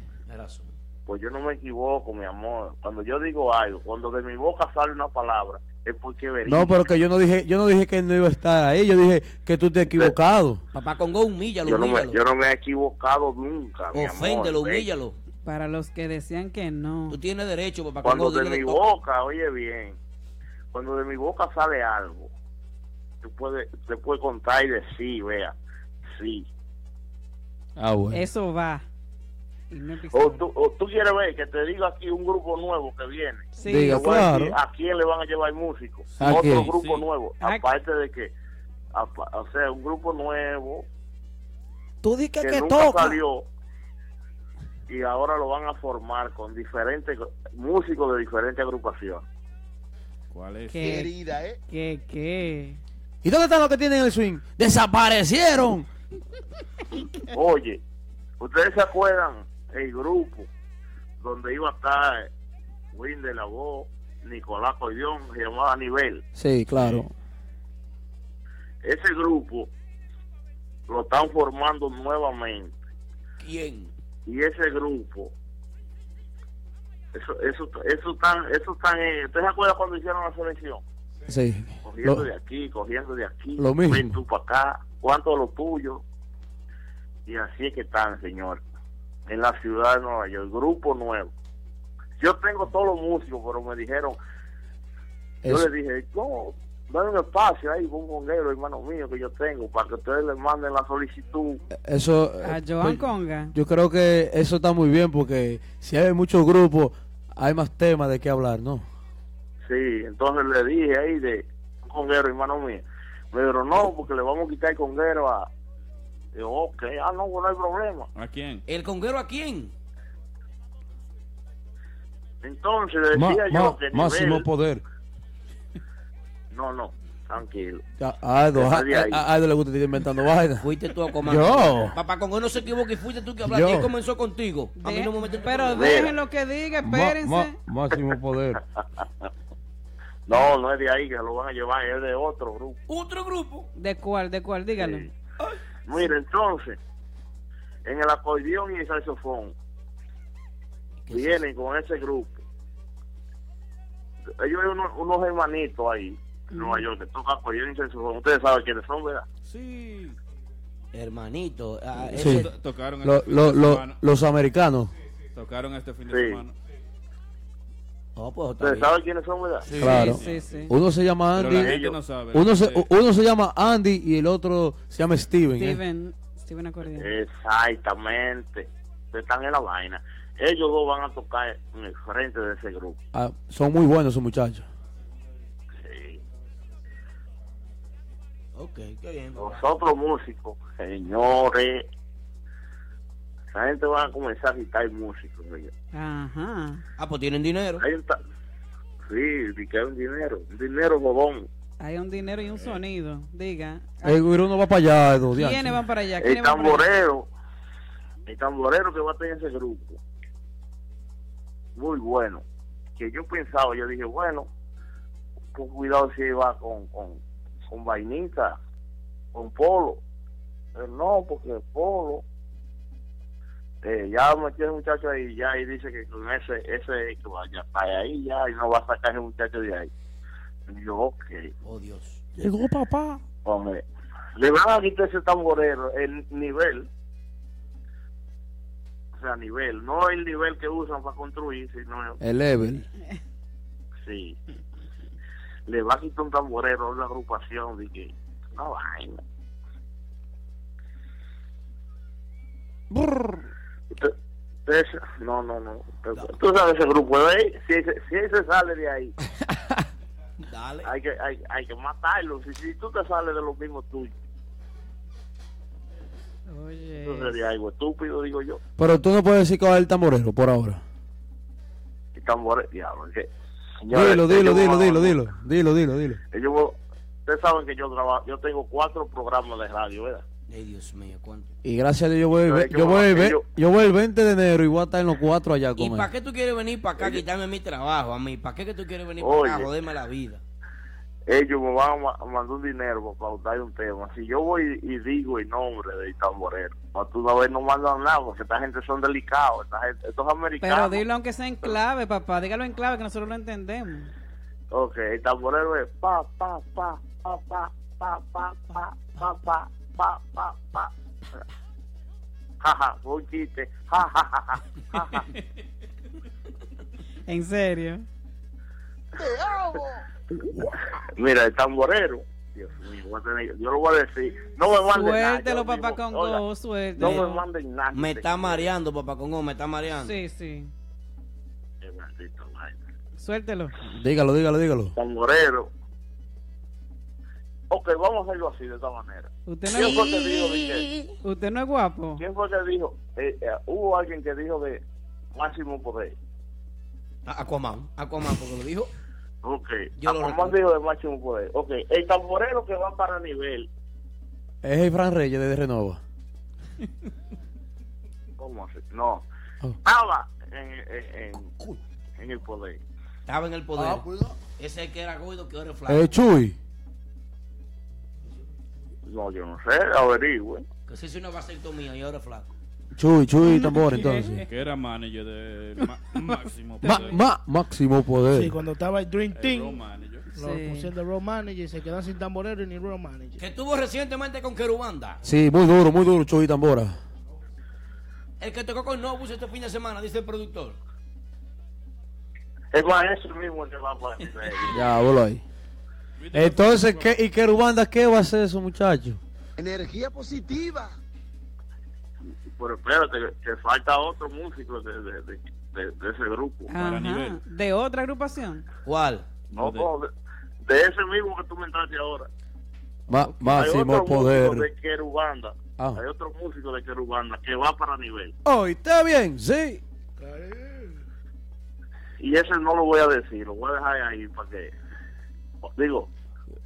Pues yo no me equivoco, mi amor. Cuando yo digo algo, cuando de mi boca sale una palabra, es porque vería.
No, pero que yo no dije, yo no dije que no iba a estar ahí, yo dije que tú te has equivocado.
Papá Congo, humíllalo,
Yo no, me,
humíllalo.
yo no me he equivocado nunca, mi amor.
Oféndelo,
¿eh?
humíllalo.
Para los que decían que no.
Tú tienes derecho, papá
Cuando
Congo.
de
dile
mi
to-
boca, oye bien, cuando de mi boca sale algo, tú puedes, te puedes contar y decir, vea, sí.
Ah, bueno.
Eso va. Y no es
O
pistola.
tú, o tú quieres ver que te digo aquí un grupo nuevo que viene.
Sí.
Diga,
Te voy a decir
claro.
¿A quién le van a llevar músicos?
¿A
Otro
quién?
grupo
Sí.
nuevo. Aparte de que, apa- o sea, un grupo nuevo
Tú di
que, nunca salió y ahora lo van a formar con diferentes gru- músicos de diferentes agrupaciones.
¿Cuál es?
¿Qué?
herida, ¿eh?
¿Qué, qué?
¿Y dónde están los que tienen el swing? ¡Desaparecieron!
Oye, ¿ustedes se acuerdan el grupo donde iba a estar Win de la Voz, Nicolás Coyón, se llamaba Nivel?
Sí, claro.
Ese grupo lo están formando nuevamente.
¿Quién?
Y ese grupo, eso, eso, eso tan, eso tan, eh, ¿ustedes se acuerdan cuando hicieron la selección?
Sí.
Cogiendo
Lo-
de aquí, cogiendo de aquí,
Lo mismo.
ven tú para acá, cuánto lo tuyo. Y así es que están, señor, en la ciudad de Nueva York, grupo nuevo. Yo tengo todos los músicos, pero me dijeron,
Eso.
yo les dije, no, dame un espacio ahí, un conguero, hermano mío, que yo tengo, para que ustedes les manden la solicitud.
Eso.
A
eh,
Joan
pues,
Conga.
Yo creo que eso está muy bien porque si hay muchos grupos, hay más temas de qué hablar, ¿no?
Sí, entonces le dije ahí de un conguero, hermano mío. Me dijeron, no, porque le vamos a quitar el conguero a... Digo, ok, ah, no, pues no hay problema.
¿A quién?
¿El conguero a quién?
Entonces le
Ma-
decía yo
ma-
que
máximo
nivel...
poder.
No, no, tranquilo.
Ya, A Aldo, a,
Nadie ahí.
a- a Aldo le gusta estar inventando vainas.
Fuiste tú a comer.
Yo.
Papá Congo no se equivoque, fuiste tú que hablaste.
Yo.
Él comenzó contigo. A mí no me meten
Pero dejen lo que diga, espérense.
máximo poder.
No, no es de ahí que lo van a llevar, es de otro grupo.
Otro grupo.
¿De cuál? ¿De Uh, cuál? Dígalo.
Mira, entonces, en el acordeón y el saxofón, vienen con ese grupo. Ellos hay unos, unos hermanitos ahí, en Nueva York, que tocan acordeón y saxofón. Ustedes saben quiénes son, ¿verdad?
Sí.
Hermanito. ah,
Sí.
ese-
To- tocaron
Lo-
este fin
lo-
de
lo-
semana.
los americanos.
Tocaron este fin de
Sí.
semana.
Oh, pues,
¿Ustedes saben quiénes son, verdad?
claro. Uno se llama
Pero
Andy.
la gente no sabe.
uno, se, uno se llama Andy y el otro se llama Steven. ¿eh?
Steven, Steven Acordeón.
Exactamente. Ustedes están en la vaina. Ellos dos van a tocar en el frente de ese grupo.
Ah, son muy buenos esos muchachos.
Ok, qué bien.
Nosotros músicos, señores, esa gente va a comenzar a quitar músicos. oye.
Ajá.
Ah, pues tienen dinero.
Hay un ta- Sí, di que hay un dinero, un dinero bobón.
Hay un dinero
Eh.
y un sonido. Diga.
El gurú no va para allá, dos días.
¿Quiénes van para allá?
El
¿Quiénes van para allá?
tamborero, el tamborero que va a tener ese grupo, muy bueno. Que yo pensaba, yo dije, bueno, con cuidado si va con, con, con vainita, con polo. Pero no, porque polo. eh, ya metió el muchacho ahí ya y dice que con ese, ese que vaya para ahí ya y no va a sacar ese muchacho de ahí. Y yo, ok.
Oh Dios.
Llegó papá.
Hombre, le van a quitar ese tamborero, el nivel, o sea, nivel, no el nivel que usan para construir, sino
El level.
sí. Le va a quitar un tamborero a una agrupación, dije, una vaina. Usted- ustedes- no, no, no. Tú- Tú sabes ese grupo, ¿eh? Si ese, si ese sale de ahí, Hay, que, hay, hay que matarlo. Si, si tú te sales de los mismos tuyos,
Oye.
eso sería algo estúpido, digo yo.
Pero tú no puedes decir que va el tamborero por ahora.
y tambores, diablo. es que- señores,
Dilo, dilo,
ellos
dilo,
van-
dilo, dilo. Dilo, dilo, dilo.
ellos- ustedes saben que yo trabajo, yo tengo cuatro programas de radio, ¿verdad?
Ay, Dios mío, cuánto.
Y gracias a Dios yo voy, el ve-
Entonces,
yo, voy el ve-
ellos-
yo voy el 20 de enero y voy a estar en los cuatro allá
¿Y
con él.
para qué tú quieres venir para acá a quitarme mi trabajo a mí? ¿Para qué que tú quieres venir
Oye.
para acá a joderme la vida?
Ellos me van a ma- a mandar un dinero para pautar un tema. Si yo voy y digo el nombre del tamborero, para tú no ver, no mandan nada, porque esta gente son delicados, esta gente, estos
Pero
americanos.
dilo aunque sea en clave, papá. Dígalo en clave que nosotros lo entendemos.
Ok, el tamborero es pa, pa, pa, pa, pa, pa, pa, pa, pa, pa, pa, pa, pa. Ja, ja, fue un chiste. Ja, ja, ja, ja, ja, ja.
En serio.
Mira, el tamborero. Dios mío, voy a tener- yo lo voy a decir. No me manden nada.
Suéltelo,
yo
papá
digo,
con
oiga,
go, suéltelo.
No me manden nada.
Me está mareando, papá Congo, me está mareando.
Sí, sí.
Qué maldito, vaina.
Suéltelo.
Dígalo, dígalo, dígalo.
Tamborero. Ok, vamos a hacerlo así, de esta manera.
Usted no
¿Quién
es-
fue que dijo, Miguel?
Usted no es guapo.
¿Quién fue que dijo? Eh, eh, hubo alguien que dijo de máximo poder.
A- Aquaman, Aquaman, porque lo dijo.
Ok,
Yo lo
Aquaman dijo de máximo poder. Ok, el tamborero que va para nivel.
Es el Fran Reyes de Renova.
¿Cómo así? No. eh, Estaba en, en- en- en el poder.
Estaba en el poder. Ese que era gordo que ahora es flaco.
Eh, Chuy.
No, yo no sé, averigüe.
Que se hizo una vasectomía y ahora es flaco.
Chuy, Chuy, tambor entonces.
Que era manager de Eh, Ma- Máximo.
Ma-
Poder.
ma- máximo poder.
Sí, cuando estaba el Dream
El road
Team,
manager.
lo
Sí.
pusieron de road manager y se quedan sin tamborero y ni road manager.
Que estuvo recientemente con Querubanda.
Sí, muy duro, muy duro, Chuy Tambora.
El que tocó con Nobus este fin de semana, dice el productor.
Es más, eso mismo que va eh, para nivel.
Ya, volo ahí. Entonces, ¿qué, ¿y Querubanda qué va a hacer eso, muchacho?
Energía positiva. Pero espérate, que falta otro músico de, de- de- de- de ese grupo.
Ajá. De otra agrupación.
¿Cuál?
No, no, de, de ese mismo que tú me entraste ahora.
Ma-
Hay
Máximo
otro
poder.
músico de Querubanda.
Ah.
Hay otro músico de Querubanda que va para nivel.
Hoy está bien, sí.
Y ese no lo voy a decir, lo voy a dejar ahí para que. Digo,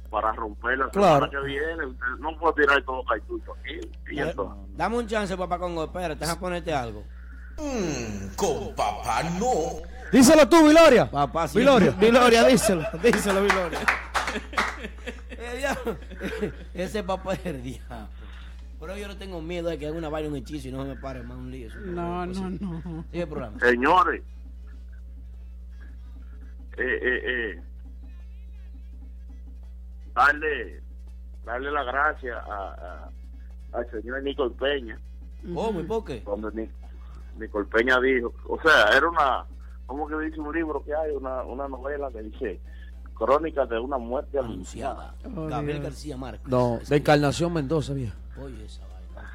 para romper la
Claro.
semana que viene. usted- no puedo tirar todo caitucho aquí. Y
Eh.
Dame-
esto.
Dame un chance, papá Congo. Espérate, déjame ponerte algo.
Mm, con papá no.
Díselo tú, Viloria.
Papá, sí.
Viloria, Viloria, díselo, díselo, Viloria.
El diablo. Ese papá es el diablo. Pero yo no tengo miedo de que haga una vaina, un hechizo y no se me pare más un lío. Eso es
No,
una cosa.
no, no.
Sigue el programa.
Señores, eh, eh, eh, darle, darle la gracia a, al señor Nicol Peña.
Oh, muy poque.
Cuando Ni- Nicol Peña dijo, o sea, era una, ¿cómo que dice un libro que hay? Una, una novela que dice Crónicas de una muerte anunciada.
Oh, Gabriel Dios. García Márquez.
No, de Encarnación Mendoza, viejo.
Oye, esa vaina.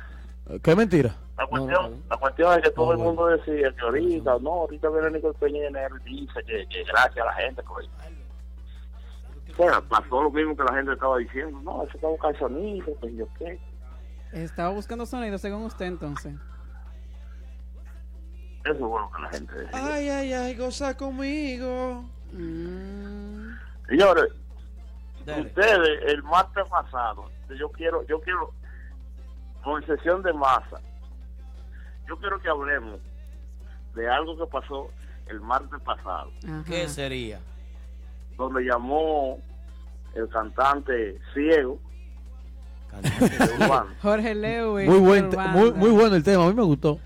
Eh, Qué mentira.
La cuestión, la cuestión es que todo el mundo decía que ahorita, no, ahorita viene Nicol Peña y en él dice que, que gracias a la gente por eso. O sea, pasó lo mismo que la gente estaba diciendo, no, eso está un calzonito, que yo qué.
Estaba buscando sonido, según usted, entonces.
Eso es bueno que la gente decía.
Ay, ay, ay, goza conmigo.
Mm.
Señores, ustedes el martes pasado, yo quiero, yo quiero, con sesión de masa, yo quiero que hablemos de algo que pasó el martes pasado,
¿Qué sería?
donde llamó el cantante ciego. de Urbano,
Jorge Lewis.
Muy buen, te-
Urbano.
muy, muy bueno el tema, a mí me gustó.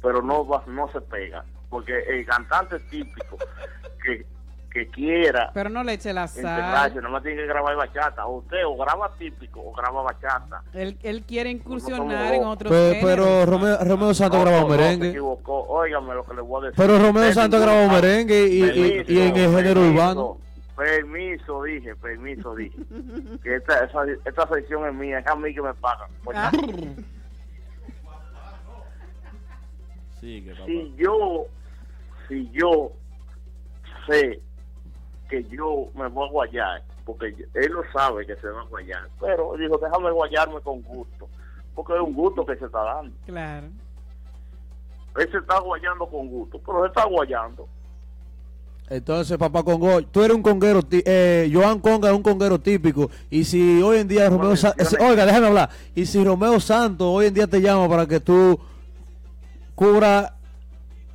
pero no va- no se pega, porque el cantante típico que, que quiera
Pero no le eche la sal.
enterrarse, no más tiene que grabar bachata, o usted o graba típico o graba bachata.
Él, él quiere incursionar en otros
Pe-
géneros.
Pero Romeo, Romeo Santos grabó
No, no, se
merengue.
equivocó. Óigame lo que le voy a decir.
Pero Romeo
Usted
Santos
tiene
grabó
un-
merengue y, y- y- y en el género
permiso,
urbano.
Permiso, dije, permiso, dije. Que esta, esa- esta sección es mía, es a mí que me pagan. Pues,
Sigue, papá.
si yo, si yo sé que yo me voy a guayar, porque yo- él lo sabe que se va a guayar, pero dijo, déjame guayarme con gusto, porque es un gusto que se está dando.
Claro.
Él se está guayando con gusto, pero se está guayando.
Entonces, papá Congo, tú eres un conguero, ti- eh, Joan Conga es un conguero típico. Y si hoy en día Romeo Santos, oiga, déjame hablar. Y si Romeo Santos hoy en día te llama para que tú cubra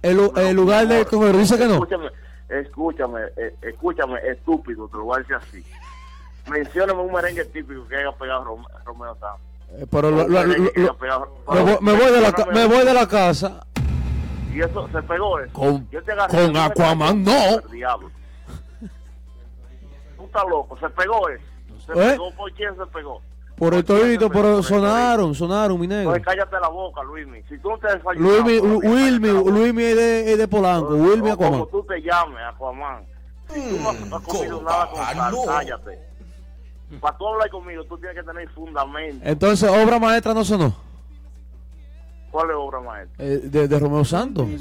el, lu- el lugar del conguero, dice que no.
Escúchame, escúchame, eh, escúchame, estúpido, te lo voy a decir así. Mencióname un merengue típico que haya pegado Rome- Romeo Santos.
Eh, Pero lo-
Un
lo-
merengue
lo-
que haya
lo-
pegado-
me voy- me voy de la ca-
Mencióname
me
un-
voy de la casa.
Y eso se pegó. eh.
Con-
Yo te agarré-
con Aquaman, no.
Diablo. Tú estás loco, se pegó eso. Se
¿Eh?
pegó, ¿por quién se pegó?
Por el torito, pero sonaron, sonaron, mi negro.
Pues cállate la boca, Luismi. Si tú no te desfalleces,
Luismi, Lu- Wilmy, Luismi es de, es de Polanco, Wilmy Aquaman. Mm,
como tú te llames, Aquaman, si tú no has, no has comido nada con sal,
no.
cállate. Para tú hablar conmigo, tú tienes que tener fundamento.
Entonces, obra maestra no sonó.
¿Cuál es obra maestra?
eh, de, de Romeo Santos.
No,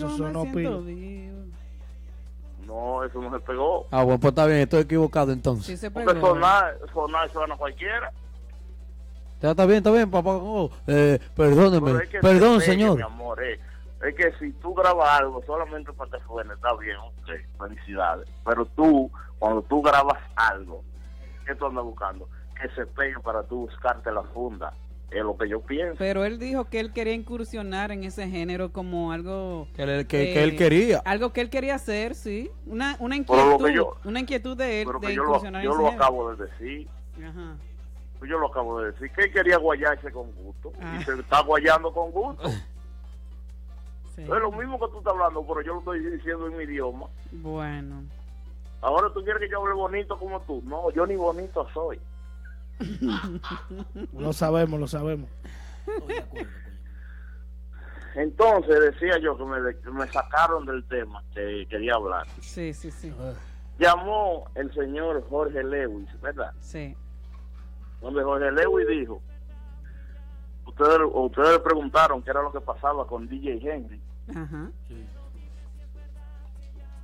eso no se pegó.
Ah, bueno, pues está bien, estoy equivocado entonces.
Porque sonar, sonar suena cualquiera.
Ya está bien, está bien, papá. Oh, eh, perdóneme,
Pero es que
perdón,
se pegue,
señor.
mi amor, eh. Es que si tú grabas algo solamente para que suene, está bien, ok, felicidades. Pero tú, cuando tú grabas algo, ¿qué tú andas buscando? Que se pegue para tú buscarte la funda. Es lo que yo pienso.
Pero él dijo que él quería incursionar en ese género como algo eh,
Que le- que- que él quería.
Algo que él quería hacer, sí. Una, una
Pero lo
inquietud.
que yo-
una inquietud de él
Pero
de
que yo lo,
incursionar
yo
en
lo
ese
acabo de decir. Pues
género. Ajá.
Yo lo acabo de decir. Que él quería guayarse con gusto.
Ah.
Y se está guayando con gusto. Es lo mismo que tú estás hablando, pero yo lo estoy diciendo en mi idioma.
Bueno.
Ahora tú quieres que yo hable bonito como tú. No, yo ni bonito soy.
Lo sabemos, lo sabemos.
Entonces decía yo que me, me sacaron del tema que eh, quería hablar.
Sí, sí, sí.
Ah,
Llamó el señor Jorge Lewis, ¿verdad?
Sí.
Donde Jorge Lewis dijo, ustedes, ustedes le preguntaron qué era lo que pasaba con DJ Henry.
Ajá.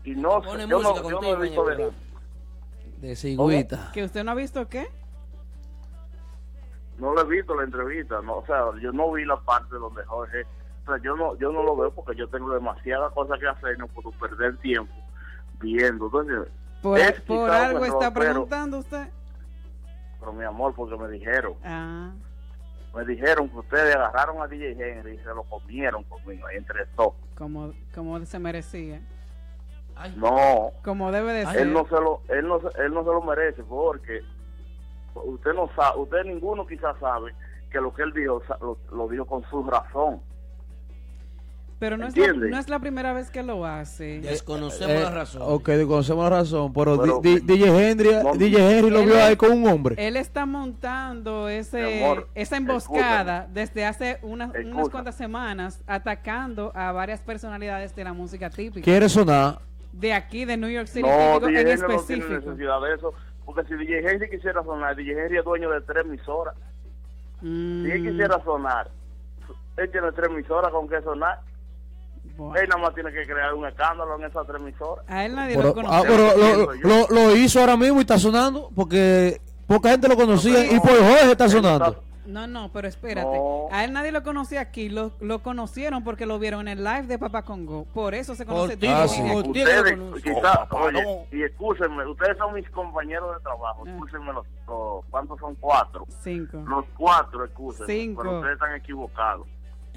Y no,
Pone
sé, yo no,
música
yo
contigo
no he
en
visto
el
de-
De cigüita.
¿Que usted no ha visto qué?
no le he visto la entrevista. No, o sea, yo no vi la parte donde Jorge... O sea, yo no, yo no lo veo porque yo tengo demasiadas cosas que hacer y no puedo perder tiempo viendo. Entonces,
Por,
es
por
quizá un
algo
error,
está
pero-
preguntando usted.
pero mi amor, porque me dijeron.
Ah.
me dijeron que ustedes agarraron a DJ Henry y se lo comieron conmigo entre todos.
Como, como se merecía.
No,
Como debe de ser.
él no se lo, él no, se- él no se lo merece porque usted no sabe, usted ninguno quizás sabe que lo que él dijo sa- lo, lo dijo con su razón.
Pero no es, la,
¿Entiendes?
no es la primera vez que lo hace.
Desconocemos
Eh, Ok, desconocemos la razón, pero,
Pero-
di- di- DJ, Henry,
No.
DJ Henry lo
Él
vio
es-
ahí con un hombre.
Él está montando ese,
Mi amor,
esa emboscada desde hace unas, unas cuantas semanas, atacando a varias personalidades de la música típica.
Quiere sonar.
De aquí, de New York City,
No,
te digo,
DJ Henry
en
no tiene
específico.
necesidad de eso. Porque si DJ Henry quisiera sonar, DJ Henry es dueño de tres emisoras. Si
Mm.
él quisiera sonar, él tiene tres emisoras con que sonar. Él nada más tiene que crear un escándalo en esas tres emisoras.
A él nadie
Pero, ah, pero lo, lo- lo hizo ahora mismo y está sonando porque poca gente lo conocía y por Jorge está sonando.
No, no, pero espérate. A él nadie lo conocía aquí. Lo, lo conocieron porque lo vieron en el live de Papá Congo. Por eso se conoce
ti,
todo.
Ah, sí. por ti.
Ustedes,
no conozco.
quizás,
Oh, papá,
oye,
no.
y escúchenme, ustedes son mis compañeros de trabajo. Escúchenme los, los- ¿cuántos son? Cuatro.
Cinco.
Los cuatro, escúchenme.
Cinco.
Pero ustedes están equivocados.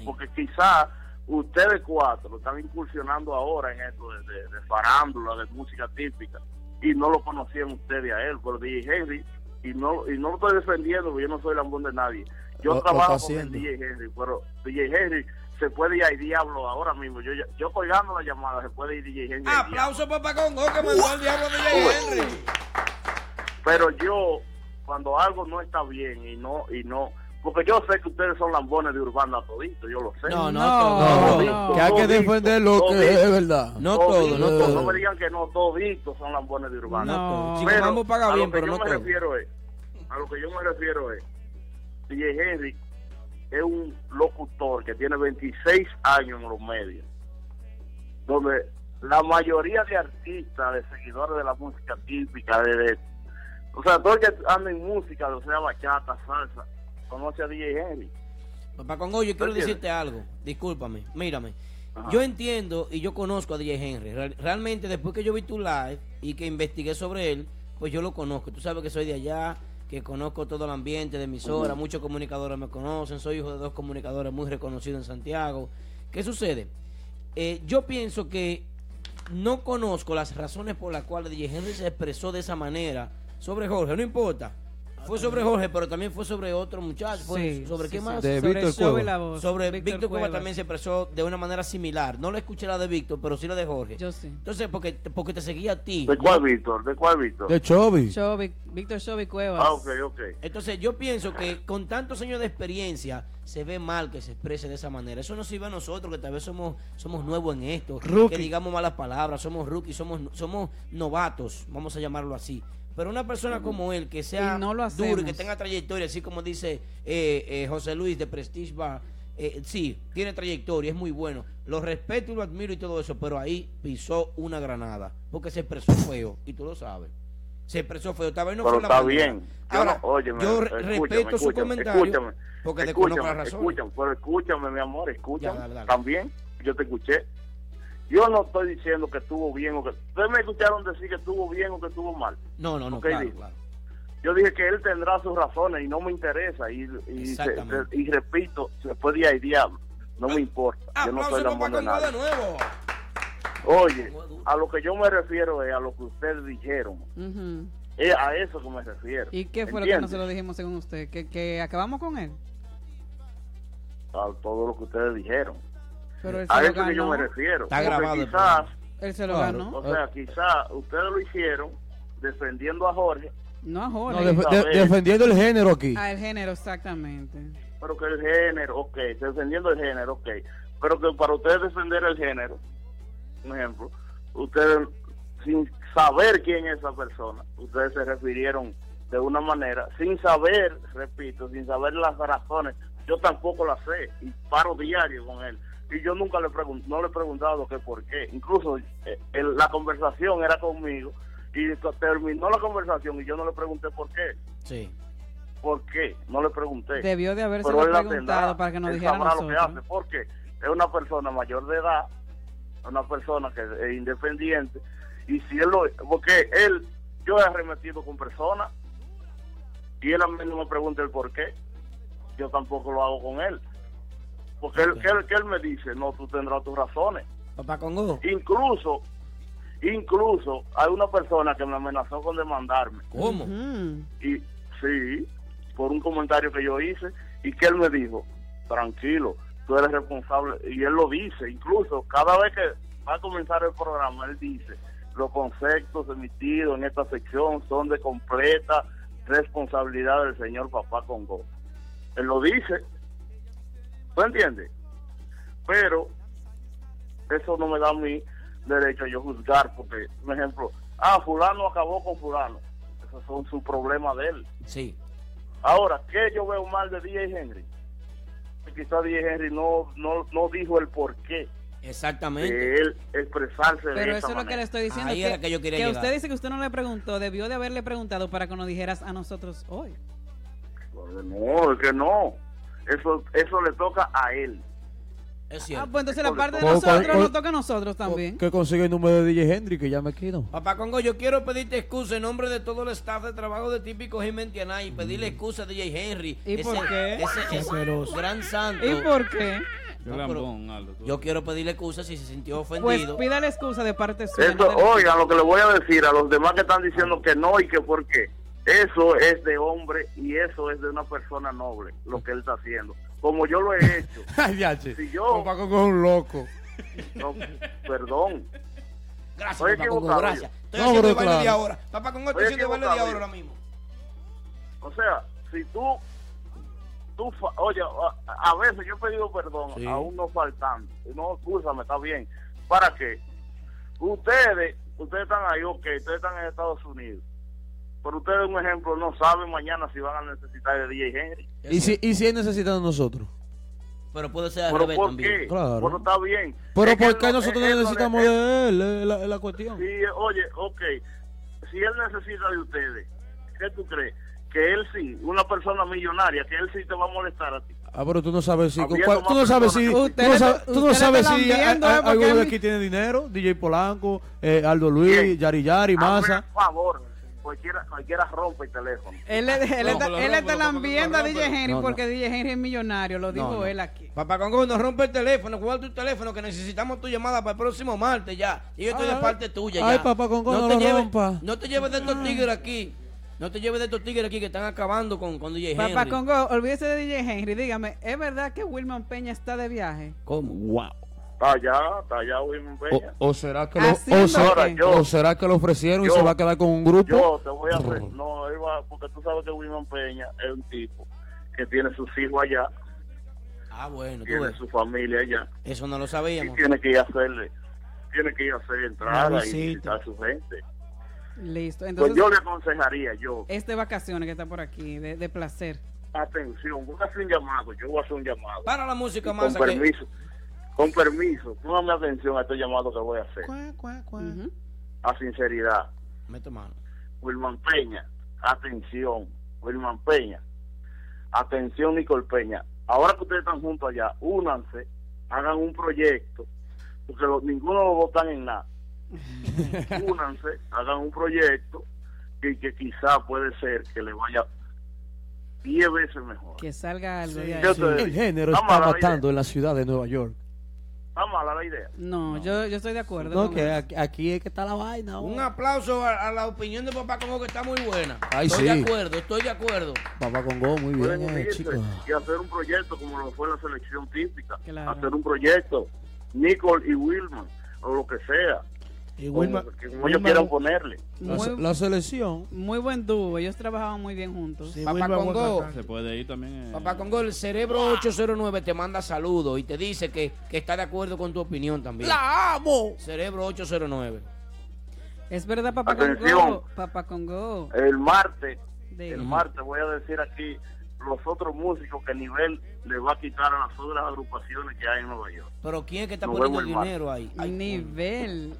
Porque quizás ustedes cuatro están incursionando ahora en esto de, de- de farándula, de música típica. Y no lo conocían ustedes a él, pero DJ Henry, y no, y no lo estoy defendiendo, porque yo no soy lambón de nadie. Yo
Lo- lo
trabajo
está
con el
haciendo.
DJ Henry, pero DJ Henry se puede ir al diablo ahora mismo. Yo, ya- yo colgando la llamada, se puede ir DJ Henry. al diablo.
Aplauso papá Congo que mandó al diablo de Jay Henry.
Pero yo, cuando algo no está bien y no, y no, porque yo sé que ustedes son lambones de Urbana todito, yo lo sé.
No, no, No, todo. no,
Todito,
Ah, que hay que
todito,
defender lo
todito.
que es verdad. No todo,
Todito,
no todo.
No me digan que no, toditos son lambones de Urbana.
No todo. Chico
Pero
Mambo paga
a lo
bien,
que
pero
yo
no
me
todo.
refiero es, a lo que yo me refiero es, DJ Henry es un locutor que tiene 26 años en los medios, donde la mayoría de artistas, de seguidores de la música típica, de, de- o sea, todo el que anda en música, o sea, bachata, salsa, conoce a DJ Henry.
Papá Congo, yo quiero
¿Entiendes?
decirte algo. Discúlpame, mírame.
Ajá.
Yo entiendo y yo conozco a DJ Henry. Real- Realmente, después que yo vi tu live y que investigué sobre él, pues yo lo conozco. Tú sabes que soy de allá, que conozco todo el ambiente de emisora,
Ujú.
muchos comunicadores me conocen, soy hijo de dos comunicadores muy reconocidos en Santiago. ¿Qué sucede? Eh, yo pienso que no conozco las razones por las cuales DJ Henry se expresó de esa manera sobre Jorge, no importa. Fue sobre Jorge, pero también fue sobre otro muchacho. Fue
Sí,
sobre
sí,
qué
sí.
más?
De Pues, Sobre Víctor Cueva. Sobre la voz,
Sobre
Víctor
Víctor Cueva
Cuevas.
también se expresó de una manera similar. No la escuché la de Víctor, pero sí la de Jorge.
Yo sí.
Entonces, porque, porque te seguía a ti.
¿De cuál, Víctor? ¿De cuál, Víctor?
Chovy, Víctor Chovy Cuevas.
Ah, ok, ok.
Entonces, yo pienso que con tantos años de experiencia, se ve mal que se exprese de esa manera. Eso nos sirve a nosotros, que tal vez somos, somos nuevos en esto.
Rookie.
Que digamos malas palabras, somos rookies, somos, somos novatos, vamos a llamarlo así. Pero una persona como él, que sea
Mm. Y no lo
duro y que
hacemos.
tenga trayectoria, así como dice eh, eh, José Luis de Prestige Bar, eh, sí, tiene trayectoria, es muy bueno. Lo respeto y lo admiro y todo eso, pero ahí pisó una granada, porque se expresó feo, y tú lo sabes. Se expresó feo, tal vez no
pero
fue la
está
manera.
bien. Yo,
Ahora,
no- óyeme,
yo re-
escúchame,
respeto su
escúchame,
comentario
Escúchame,
porque desconozco la
escúchame,
razón.
escúchame, pero escúchame, mi amor, escúchame.
Ya, dale, dale.
También, yo te escuché. Yo no estoy diciendo que estuvo bien o que... Ustedes me escucharon decir que estuvo bien o que estuvo mal.
No, no, no,
Ok,
claro,
listo.
claro.
Yo dije que él tendrá sus razones y no me interesa. Y, y,
Exactamente. Ah,
y repito, se puede ir al diablo. No me importa. Yo no soy la
Aplauso, papá,
mona
con
de nadie.
de nuevo.
Oye, a lo que yo me refiero es a lo que ustedes dijeron.
Ujú.
Es a eso que me refiero.
¿Y qué fue lo que
¿Entiendes?
nosotros dijimos según usted? ¿Que, que acabamos con él?
a todo lo que ustedes dijeron.
Pero él
a
se
eso
lo
que yo
ganó.
me refiero.
Está
Porque
grabado el
Quizás,
Él se lo ganó.
o sea, quizás ustedes lo hicieron defendiendo a Jorge,
No a
No,
Jorge.
def- de- defendiendo el género aquí.
Al género, exactamente.
pero que el género, ok, defendiendo el género, ok. Pero que para ustedes defender el género, un ejemplo, ustedes sin saber quién es esa persona, ustedes se refirieron de una manera, sin saber, repito, sin saber las razones, yo tampoco las sé y paro diario con él. Y yo nunca le pregun- no le he preguntado que por qué. Incluso eh, el- la conversación era conmigo y to- terminó la conversación y yo no le pregunté por qué.
Sí.
¿Por qué? No le pregunté.
Debió de haberse
Pero él la
preguntado
tendrá.
para que nos
Él
dijera a
sabrá lo que
nosotros.
hace, porque es una persona mayor de edad, una persona que es independiente, y si él lo... Porque él, yo he arremetido con personas, y él a mí no me pregunta el por qué, yo tampoco lo hago con él. Porque él, que él, que él me dice, no, tú tendrás tus razones.
Papá Congo.
Incluso, incluso hay una persona que me amenazó con demandarme.
¿Cómo?
Y sí, por un comentario que yo hice y que él me dijo, tranquilo, tú eres responsable, y él lo dice, incluso cada vez que va a comenzar el programa, él dice, los conceptos emitidos en esta sección son de completa responsabilidad del señor Papá Congo. Él lo dice, ¿tú entiendes? Pero eso no me da mi derecho a yo juzgar, porque, por ejemplo, ah, fulano acabó con fulano. Esos son sus problemas de él.
Sí.
Ahora, ¿qué yo veo mal de DJ Henry? Quizá DJ Henry no, no, no dijo el por qué
Exactamente.
de él expresarse de
Pero
esa
eso es lo que
manera.
le estoy diciendo.
Ahí era que yo quería llegar.
usted dice que usted no le preguntó, debió de haberle preguntado para que nos dijeras a nosotros hoy.
No, es que no. Eso, eso le toca a él.
Es
Ah, pues entonces la parte de
Con- con-
nosotros nos
con-
toca a nosotros también.
Que consigue el número de DJ Henry, que ya me quedo.
Papá Congo, yo quiero pedirte excusa en nombre de todo el staff de trabajo de Típico Jimentianá y pedirle excusa a DJ Henry.
Mm. ¿Y por qué?
Ese,
Caseroso.
gran santo.
¿Y por qué?
No, pero yo quiero pedirle excusa si se sintió
Pues
ofendido.
pida la excusa de parte suya. no
Eso,
de nosotros.
oigan lo que le voy a decir a los demás que están diciendo que no y que por qué. Eso es de hombre y eso es de una persona noble, lo que él está haciendo. Como yo lo he hecho.
Ay, ya, che.
Si yo-
Papá Congo es un loco.
No, perdón.
Gracias,
Estoy
Papá Congo,
equivocado
gracias.
yo.
Estoy haciendo el baile de
claro.
ahora. Papá Congo, estoy
Estoy
haciendo el baile de
equivocado
ahora
yo.
ahora mismo.
O sea, si tú, tú fa- oye, a, a veces yo he pedido perdón,
Sí.
aún no faltando. No, escúchame, está bien. ¿Para qué? Ustedes, ustedes están ahí, ok, ustedes están en Estados Unidos. Pero ustedes, un ejemplo, no saben mañana si van a necesitar de DJ Henry.
¿Y si, ¿Y si él necesita de nosotros?
Pero puede ser al
¿Pero
revés
por
también.
qué?
Claro.
Pero está bien.
¿Pero
Es que
por
él
qué
no-
nosotros
él- él no
necesitamos
le-
de él? Es la, es la cuestión.
Sí, oye, ok. Si él necesita de ustedes, ¿qué tú crees? Que él sí, una persona millonaria, que él sí te va a molestar a ti.
Ah, pero tú no sabes si.
Habiendo
cuál-
más
tú no sabes si.
personas-
tú no sabes, tú no
ustedes
sabes
están
si a-
viendo,
a-
¿eh? Porque
alguno
a
de
mí-
aquí tiene dinero. DJ Polanco, eh, Aldo Luis, Yari
Ah,
Ah,
Yari, Massa.
Por favor, cualquiera, cualquiera rompe el teléfono.
Él, le- él está, él está lambiendo a
rompe.
DJ Henry
No, no.
porque DJ Henry es millonario, lo dijo
no.
él aquí.
Papá Congo, nos rompe el teléfono. ¿Cuál tu teléfono? Que necesitamos tu llamada para el próximo martes ya. Y yo estoy de
Ay.
parte tuya
Ay,
ya.
Papá Congo, no
te
lo
lleves,
rompa.
No te lleves de estos tigres aquí. No te lleves de estos tigres aquí que están acabando con, con DJ Henry.
Papá Congo, olvídese de DJ Henry, dígame, ¿es verdad que Wilman Peña está de viaje?
¿Cómo?
Wow.
Está allá, está allá Wilman
O,
Peña.
o será que lo,
Haciendo
o, se-
Ahora, yo-
o será que lo ofrecieron
yo-
y se va a quedar con un grupo? Oh.
Yo te voy a hacer, no, él va, porque tú sabes que Wilman Peña es un tipo que tiene sus hijos allá,
Ah, bueno, tú
tiene
ves.
su familia allá,
Eso no lo
y
sabíamos.
tiene que ir a hacerle, tiene que ir a hacer
Una
entrada y
visita.
visitar a su gente.
Listo,
Pues
entonces
yo le aconsejaría, yo,
es de vacaciones que está por aquí, de, de placer.
atención, voy a hacer un llamado, yo voy a hacer un llamado.
Para la música,
con
Masa, que-
permiso, con permiso, póngame atención a este llamado que voy a hacer.
Ujú.
A sinceridad,
Mete mano.
Wilman Peña, atención, Wilman Peña, atención Nicol Peña. Ahora que ustedes están juntos allá, únanse, hagan un proyecto, porque los- ninguno lo votan en nada. únanse, hagan un proyecto que, que quizá puede ser que le vaya 10 veces mejor.
Que salga algo de ahí.
Yo te-
El género
Vamos
está
a la vida.
matando en la ciudad de Nueva York.
Está mala la idea.
No, Yo, yo estoy de acuerdo.
No,
con
que
él.
aquí, aquí es que está la vaina.
ah, Un
hombre.
aplauso a, a la opinión de Papá Congo que está muy buena.
Ay,
estoy
sí.
de acuerdo, estoy de acuerdo.
Papá Congo, muy
pueden
bien, eh,
unirse
chicos.
y hacer un proyecto como lo fue la selección típica.
Claro.
Hacer un proyecto, Nicole y Wilman, o lo que sea.
Y
Como-
Wilma-
que- como ellos
Wilma-
quieran ponerle.
La, se-
Muy-
la selección.
Muy buen dúo, ellos trabajaban muy bien juntos.
Papá Congo,
Se puede ir también. eh.
Papá Congo, el cerebro
Ah.
809 te manda saludos y te dice que, que está de acuerdo con tu opinión también.
¡La amo!
Cerebro 809.
Es verdad, Papá
Atención.
Congo. Papá Congo.
El martes,
De-
el martes voy a decir aquí los otros músicos que nivel le va a quitar a las otras agrupaciones que hay en Nueva York.
Pero ¿quién es que está
Nos
poniendo
vemos el martes.
dinero ahí? Ay,
Nivel.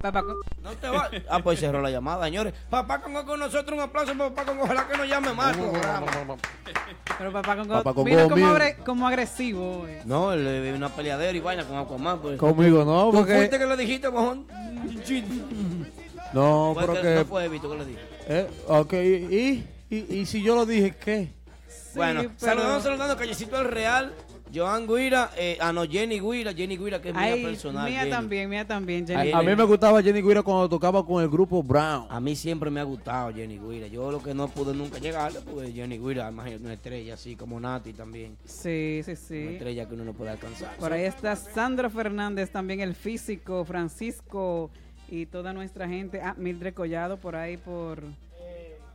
Papá Congo.
no te va. Ah, pues cerró la llamada, señores. Papá Congo con nosotros, un aplauso para Papá Congo. Ojalá que nos llame más. al programa.
Pero Papá Congo.
Papá Congo,
mira como,
mira.
agre- como agresivo. eh.
No, él es una peleadera y vaina con Aquaman. Pues.
Conmigo no,
¿Tú
porque.
fuiste que le dijiste, mojón?
No,
Fue que-
porque.
No fue Vito que le dije.
eh, ok, y, y, y si yo lo dije, ¿qué?
bueno,
pero-
saludamos, saludando Callecito del Real, Joan Guira, eh, ah no, Jenny Guira, Jenny Guira que es
Ay,
mía personal.
mía
Jenny.
también, mía también.
A,
Jenny.
a mí me gustaba Jenny Guira cuando tocaba con el grupo Brown.
A mí siempre me ha gustado Jenny Guira. Yo lo que no pude nunca llegarle, porque Jenny Guira, imagínate, una estrella así como Nati también.
Sí, sí, sí.
Una estrella que uno no puede alcanzar.
Por ahí está Sandra Fernández, también el físico, Francisco y toda nuestra gente. Ah, Mildred Collado por ahí por...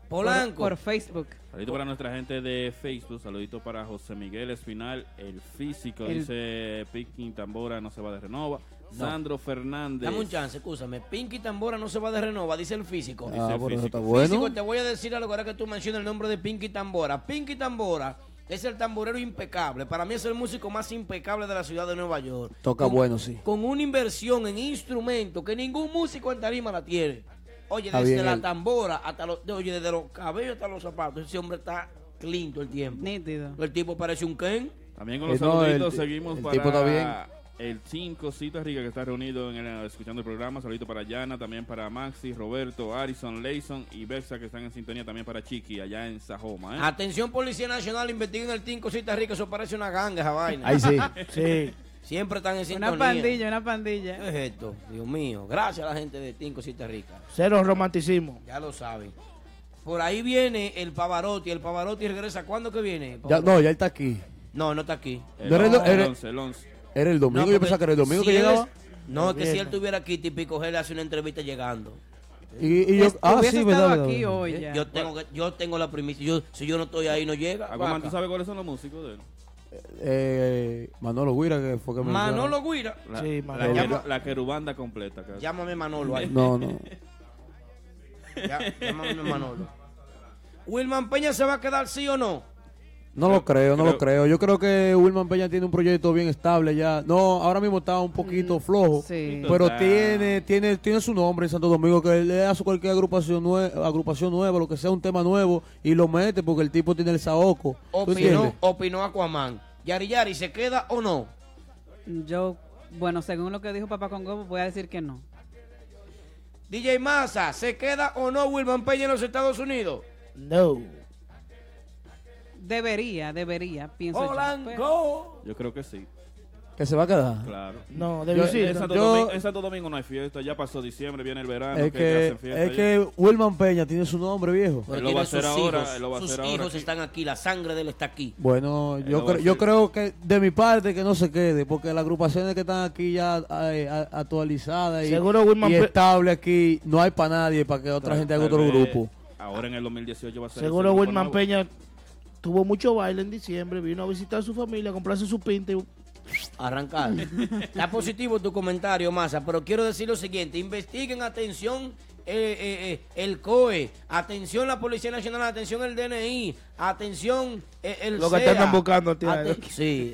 Polanco.
Por, por Facebook.
Saludito para nuestra gente de Facebook, saludito para José Miguel Espinal, el físico,
El-
dice Picking Tambora no se va de renova.
No.
Sandro Fernández.
Dame un chance, escúchame. Pinky Tambora no se va de renova, dice el físico.
Dice el
Ah, pero eso
físico.
está bueno.
Físico, te voy a decir algo ahora que tú mencionas el nombre de Pinky Tambora. Pinky Tambora es el tamborero impecable. Para mí es el músico más impecable de la ciudad de Nueva York.
Toca bueno, sí.
Con una inversión en instrumentos que ningún músico en tarima la tiene. Oye,
Está
desde
bien
la
él.
tambora hasta los, de- oye, desde los cabellos hasta los zapatos, ese hombre está clean todo el tiempo. El tipo parece un Ken.
También con los
Eh, no,
saluditos
el-
seguimos
el
para
tipo está
el 5 Citas Rica que está reunido en el- escuchando el programa. Saludito para Yana, también para Maxi, Roberto, Arison, Leison y Bexa que están en sintonía también para Chiqui allá en Sajoma. ¿eh?
Atención Policía Nacional, investiguen el Tinco Cita Rica, eso parece una ganga esa vaina.
Ahí sí. Sí.
Siempre están en sintonía.
Una pandilla, una pandilla.
¿Qué es esto? Dios mío. Gracias a la gente de Tinco Cita Rica.
Cero romanticismo.
Ya lo saben. Por ahí viene el Pavarotti. El Pavarotti regresa. ¿Cuándo que viene?
Ya- no, ya él está aquí.
No, no está aquí.
No era el, era- era el
No,
domingo, yo
porque
pensaba que era el domingo
si
que
él
llegaba.
es- no, es que si él estuviera aquí, típico, él hace una entrevista llegando.
Y, y yo, ah, sí, verdad. verdad, verdad.
Eh, Yo tengo, que- yo tengo la primicia. Yo- si yo no estoy ahí, no llega.
Ah,
Aquaman,
Vaca.
¿tú sabes cuáles son los músicos de él?
Eh, Manolo Guira, que fue que me
Manolo Guira.
La,
Sí,
la
Manolo.
queru-
Llama-
la querubanda completa. casi.
Llámame Manolo ahí.
No, no.
Ya, llámame Manolo. Wilman Peña se va a quedar sí o no.
No lo creo, no lo creo. Yo creo que Wilman Peña tiene un proyecto bien estable ya. No, ahora mismo está un
Mm,
poquito flojo, pero
Está-
tiene tiene tiene su nombre en Santo Domingo que él le hace cualquier agrupación nueva, agrupación nueva, lo que sea un tema nuevo y lo mete porque el tipo tiene el saoco. ¿Tú entiendes?
Opinó, opinó Aquaman. Yari Yari, ¿se queda o no?
Yo, bueno, según lo que dijo Papá Congo, voy a decir que no.
DJ Massa, ¿se queda o no Wilman Peña en los Estados Unidos?
No.
Debería, debería, pienso yo,
Polanco.
Yo creo que sí.
Que se va a quedar.
Claro.
No,
de
Yo- eh,
visita.
en, Santo
Yo-
Domingo, en Santo Domingo no hay fiesta, ya pasó diciembre, viene el verano.
Es
que,
que es que Wilman Peña tiene su nombre, viejo.
Él lo va a hacer ahora, él lo va a
Sus
hacer
hijos
ahora.
están aquí, la sangre de él está aquí.
Bueno,
Él
yo,
lo va a
cre- yo
hacer.
creo que de mi parte que no se quede, porque las agrupaciones que están aquí ya eh, a- actualizadas y,
Seguro Wilman
y
Pe-
estable aquí, no hay para nadie, para que otra gente haga
Tal
otro
vez
grupo.
Ahora en el 2018 va a ser.
Seguro
ese grupo
Wilman
nuevo.
Peña tuvo mucho baile en diciembre, vino a visitar a su familia, a comprarse su pinta y
arrancar. Está positivo tu comentario, Massa, pero quiero decir lo siguiente. Investiguen, atención, eh, eh, eh, el COE, atención la Policía Nacional, atención el DNI, atención eh, el
Lo que te
CEA.
andan buscando, tía.
Aten- Sí,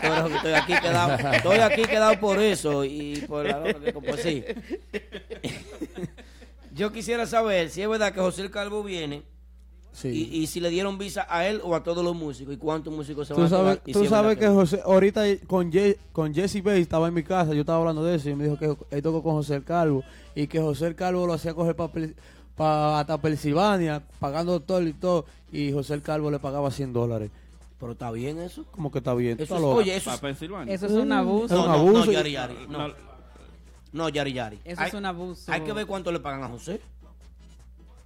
pero estoy aquí quedado, estoy aquí quedado por eso y por la loca que pues sí. Yo quisiera saber si es verdad que José el Calvo viene y, y si le dieron visa a él o a todos los músicos y cuántos músicos se van
Tú sabes,
a quedar, y
tú
si es
sabes
verdad
que José, ahorita con, Ye- con Jesse Bates estaba en mi casa, yo estaba hablando de eso y me dijo que él tocó con José el Calvo y que José el Calvo lo hacía coger para hasta Pensilvania, pagando todo y todo, y José el Calvo le pagaba 100 dólares.
Pero está bien eso.
Como que está bien.
Eso
Está
es-
loco. Mm,
oye, eso es- Pa' Mm.
Pensilvania.
eso es un abuso.
Es
No,
un
no,
abuso.
No, Yari Yari. No, No, Yari Yari.
Eso es un abuso.
Hay que ver cuánto le pagan a José.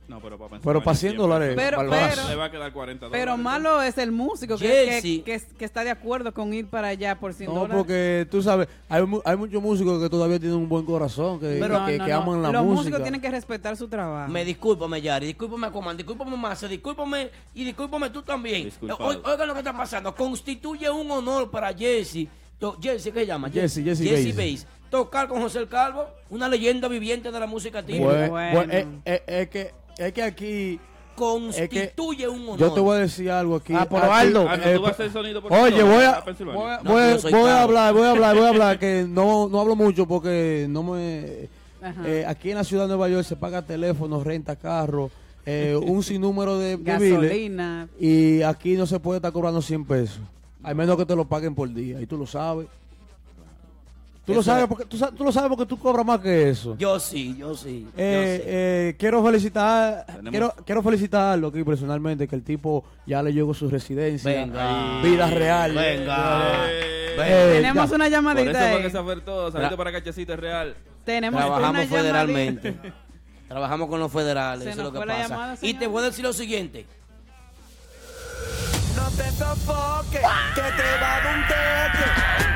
No, pero para
Pero para 100 dólares.
Pero-
para el vaso.
pero-
Le va a quedar 40 dólares.
Pero malo es el músico que,
Jesse.
que, que- que está de acuerdo con ir para allá por 100
No,
dólares.
porque tú sabes, hay, mu- hay muchos músicos que todavía tienen un buen corazón, que,
Pero- No,
que,
no,
que
no.
aman la
Los
música.
músicos tienen que respetar su trabajo.
Me discúlpame, Yari. Discúlpame, Coman. Discúlpame, Massa. Discúlpame y discúlpame tú también.
Disculpado.
O- Oigan lo que está pasando. Constituye un honor para Jesse. To- Jesse, ¿qué se llama?
Jesse, Jesse Bass.
Bass. Tocar con José el Calvo, una leyenda viviente de la música
Bueno,
típica.
bueno, eh, eh, es, que, es que aquí...
Constituye un honor.
Yo te voy a decir algo aquí.
Ah, pero
Aquí,
Aldo.
eh,
Aldo, tú vas a
pa-
hacer sonido por
Oye,
favor,
voy a,
a Pensilvania.
voy, a-
No,
voy a-
yo soy
voy
Carlos.
a hablar, voy a hablar, voy a hablar, que no, no hablo mucho porque no me...
Ajá.
eh, aquí en la ciudad de Nueva York se paga teléfono, renta carro, eh, un sinnúmero de... de biles.
Gasolina.
Y aquí no se puede estar cobrando 100 pesos. Al menos que te lo paguen por día. Y tú lo sabes. Tú lo,
Eso
sabes
era-
porque, tú, sa- tú lo sabes porque tú cobras más que eso.
Yo sí, yo sí.
Eh, eh, quiero felicitar
Tenemos-
quiero, quiero felicitarlo aquí personalmente que el tipo ya le llegó su residencia
Venga.
vida real
Venga.
Eh,
Venga.
Tenemos
ya.
una
Por
llamadita
eso fue
ahí.
que se ofertó. Saliste
Tra-
para Cachecito es real.
Tenemos
Trabajamos
una
federalmente.
llamadita.
Trabajamos con los federales,
Se
eso es lo
nos
que
fue la
pasa.
llamada,
y te voy a decir lo siguiente.
No te sofoques, que te va de un teque.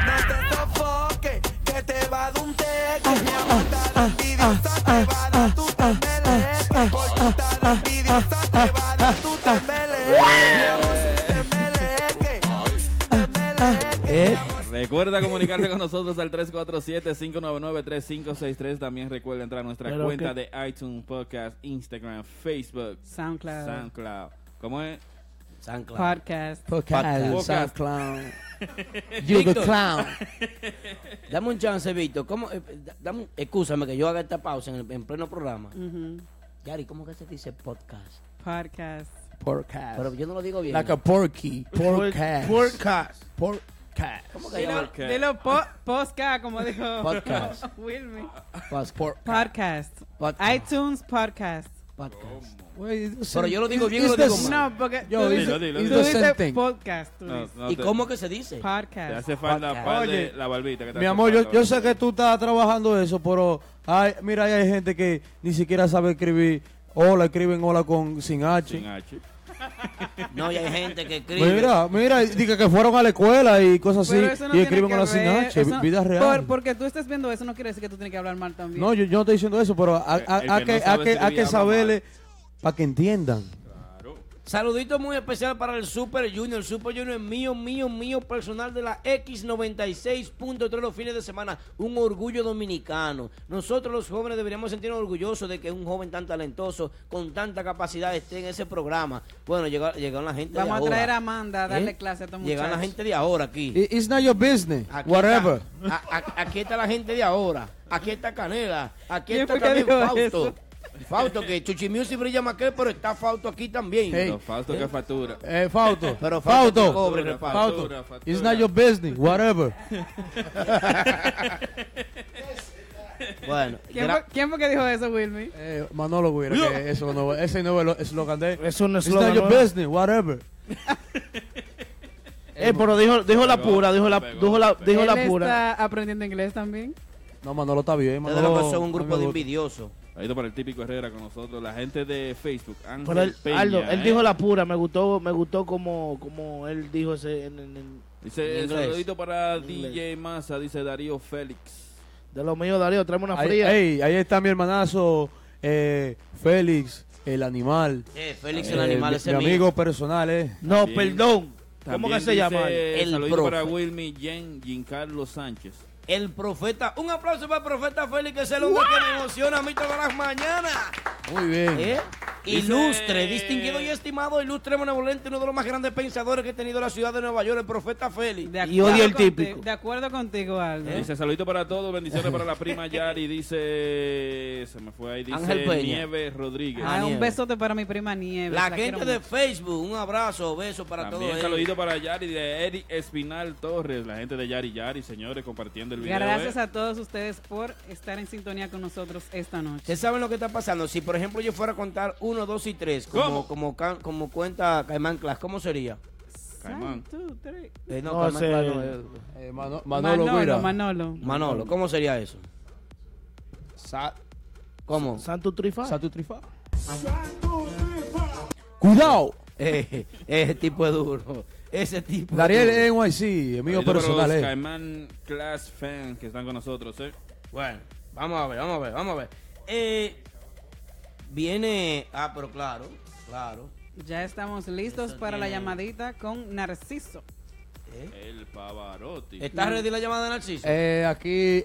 No te sofoques, que te va de un teque. Mi amor, la envidiosa te va a dar tu tembeleque. Por estar envidiosa te va a dar tu tembeleque. Mi amor,
Eh,
tembeleque.
Recuerda comunicarte con nosotros al 347-599-3563. También recuerda entrar a nuestra
Pero
cuenta de iTunes Podcast, Instagram, Facebook,
SoundCloud.
SoundCloud. ¿Cómo es?
SoundCloud.
Podcast.
SoundCloud.
You're the
Víctor.
clown. Dame un chance, Víctor. ¿Cómo, eh, da- dame un- excúsame que yo haga esta pausa en, el- en pleno programa.
Ujú.
Yari, ¿cómo que se dice podcast?
Podcast.
Podcast.
Pero yo no lo digo bien.
Like a porky.
Ah,
Podcast.
Podcast.
Podcast.
¿Cómo que
Dilo,
llama?
dilo po, posca, como dijo
Podcast.
Wilmy.
Podcast.
iTunes Podcast.
Podcast.
Pero yo lo digo bien
o
o
lo digo mal.
No, porque
Yo,
tú
dilo,
dices-
dilo,
tú
dilo.
dices
Same thing.
podcast. tú
No,
dices.
no
¿Y
te-
cómo que se dice?
Te
Podcast.
hace falta
Podcast.
par de-
Oye,
la barbita. Que te
Mi
hace
amor, yo,
falta.
yo sé que tú estás trabajando eso, pero hay, mira, hay gente que ni siquiera sabe escribir hola, escriben hola con sin H.
Sin H.
No, y hay gente que escribe.
Mira, mira, dije que fueron a la escuela y cosas así
Pero eso no
y
tiene
escriben
que
hola sin
ver,
H,
eso-
vida
por-
real.
porque tú estés viendo eso no quiere decir que tú tienes que hablar mal también.
no, yo, yo no estoy diciendo eso, pero a- a-
El que
a
no
que, a
sabe
que, a
escribir
que
habla
saberle para que entiendan.
Saludito muy especial para el Super Junior. El Super Junior es mío, mío, mío, personal de la X96.3 los fines de semana. Un orgullo dominicano. Nosotros los jóvenes deberíamos sentirnos orgullosos de que un joven tan talentoso, con tanta capacidad, esté en ese programa. Bueno, llega- llegaron la gente
Vamos
de
a
ahora.
traer a Amanda a darle
¿Eh?
clase a estos muchachos.
Llegaron la gente de ahora aquí.
I- It's not your business,
Aquí
whatever.
Está, a- a- aquí está la gente de ahora. Aquí está Canela. Aquí
¿Quién
está
fue que
también
dijo
Fausto.
eso?
Fausto, que Chuchi Music brilla más que él, pero está Fausto aquí también.
Hey.
Pero Fausto, que factura.
Eh, Fauto,
Pero Fausto
Fauto,
que cobre, que Fausto.
Fauto,
Factura, factura.
it's not your business, whatever.
Bueno,
¿Quién,
gra-
fue, quién fue que dijo eso, Wilmy?
Eh, Manolo Guira, que eso no, ese nuevo elo- eslogan de
Es un
It's
eslogan
not your
nuevo.
business, whatever.
Eh, pero dijo, dijo la
Pegó,
pura, dijo la,
pegó,
dijo la,
pegó.
dijo la
Él
pura.
está aprendiendo inglés también.
No, Manolo está bien,
Ustedes lo que
Manolo.
son un grupo de
Manolo-
envidiosos.
Ahí para el típico Herrera con nosotros. La gente de Facebook. Ángel
Pero él,
Peña,
Aldo, él
¿eh?
dijo la pura, me gustó, me gustó como, como él dijo ese en, en- en-
Dice,
En inglés.
saludito para
En inglés.
DJ Massa, dice Darío Félix.
de lo mío, Darío, tráeme una
Ahí,
fría.
ey, ahí está mi hermanazo eh, Félix, el animal.
Eh, Félix
Eh,
el animal,
mi,
ese
mi
mío.
amigo personal, eh.
no,
también-
perdón. ¿Cómo
También
que se
dice,
llama?
El
saludito
profe.
para Wilmy Jen, Giancarlo Sánchez.
El profeta. Un aplauso para el profeta Félix, que es el hombre que me emociona a mí todas las mañanas.
Muy bien.
¿Eh?
Dice-
Ilustre, distinguido y estimado, ilustre, benevolente, uno de los más grandes pensadores que ha tenido la ciudad de Nueva York, el profeta Félix.
De
Y odia el
acuerdo conti-
típico.
De acuerdo contigo, Aldo.
¿Eh?
Dice, saludito para todos, bendiciones para la prima Yari. Dice, se me fue ahí, dice
Ángel Peña.
Nieves Rodríguez.
Ah, un
Nieve.
besote para mi prima Nieves.
La
quiero
gente de
mucho.
Facebook, un abrazo, beso para todos.
También
ellos.
saludito para Yari de Eric Espinal Torres, la gente de Yari Yari, señores, compartiendo el video.
Gracias
eh.
a todos ustedes por estar en sintonía con nosotros esta noche.
Ustedes saben lo que está pasando. Si, por ejemplo, yo fuera a contar 1, 2 y 3, como,
¿Cómo?
como, ca- como cuenta Caimán Clash, ¿cómo sería?
Caimán.
One, two, three.
Eh, no,
No,
Caimán
ese-
Clas no, eh,
Eh, Mano- Manolo, Guira.
Manolo.
Manolo, ¿cómo sería eso?
Sa-
¿Cómo?
Santo Trifa.
Satu Trifa. Cuidado.
Eh, ese tipo es duro. Ese tipo. es
Dariel
duro.
NYC, amigo
Saludito para
personal,
los
eh.
Caimán Class Fans que están con nosotros, eh.
Bueno, vamos a ver, vamos a ver, vamos a ver. Eh, viene. Ah, pero claro, claro.
Ya estamos listos
Eso
para la
tiene-
llamadita con Narciso.
Eh,
El Pavarotti.
¿Está ready la llamada de Narciso?
Eh, aquí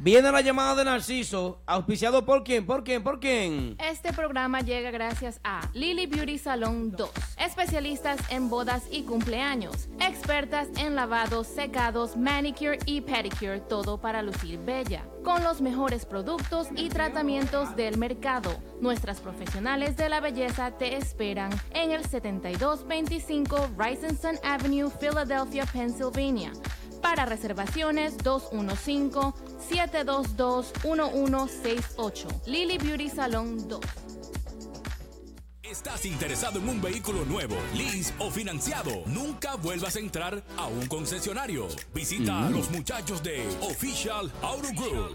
Viene la llamada de Narciso, auspiciado por quién, por quién, por quién.
Este programa llega gracias a Lily Beauty Salon 2, especialistas en bodas y cumpleaños, expertas en lavados, secados, manicure y pedicure, todo para lucir bella, con los mejores productos y tratamientos del mercado. Nuestras profesionales de la belleza te esperan en el 7225 Risington Avenue, Philadelphia, Pennsylvania. Para reservaciones, 215-722-1168. Lily Beauty Salon 2.
¿Estás interesado en un vehículo nuevo, lease o financiado? Nunca vuelvas a entrar a un concesionario. Visita a
Mm.
los muchachos de Official Auto Group.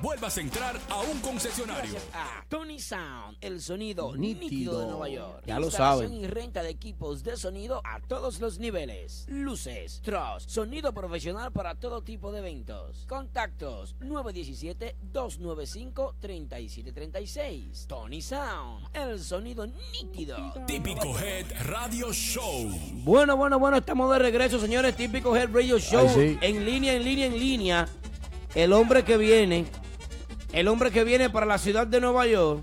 vuelvas a entrar a un concesionario.
a Tony Sound, el sonido nítido de Nueva York.
Ya lo
Instalación
saben.
y renta de equipos de sonido a todos los niveles. Luces, truss, sonido profesional para todo tipo de eventos. Contactos 917-295-3736. Tony Sound, el sonido nítido.
Típico Head Radio Show.
Bueno, bueno, bueno, estamos de regreso, señores. Típico Head Radio Show.
Ay, sí.
En línea, en línea, en línea. El hombre que viene, el hombre que viene para la ciudad de Nueva York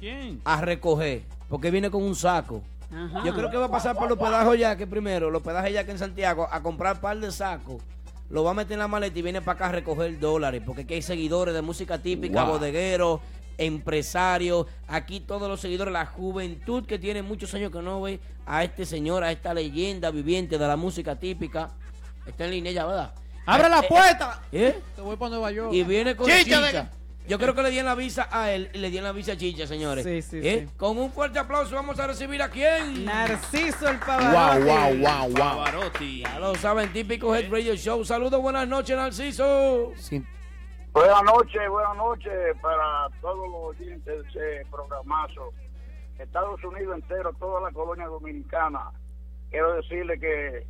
¿Quién?
a recoger, porque viene con un saco.
Ajá.
Yo creo que va a pasar por los pedajos ya que primero, los pedajos ya que en Santiago, a comprar par de sacos. Lo va a meter en la maleta y viene para acá a recoger dólares, porque aquí hay seguidores de música típica,
Wow.
bodegueros, empresarios, aquí todos los seguidores, la juventud que tiene muchos años que no ve a este señor, a esta leyenda viviente de la música típica. Está en línea ya, ¿verdad?
¡Abre la
Eh, eh,
puerta!
¿Eh?
Te voy para Nueva York.
Y viene con
Chicha
chicha.
de-
Yo creo que le dieron la visa a él y le dieron la visa a Chicha, señores.
Sí, sí,
¿Eh? Con un fuerte aplauso vamos a recibir a quién?
Narciso el
Pavarotti.
Guau,
guau, guau.
Pavarotti.
Ya lo saben, típico Head Radio Show. Saludos, buenas noches, Narciso.
Buenas noches, buenas noches para todos los oyentes de ese programazo. Estados Unidos entero, toda la colonia dominicana. Quiero decirle que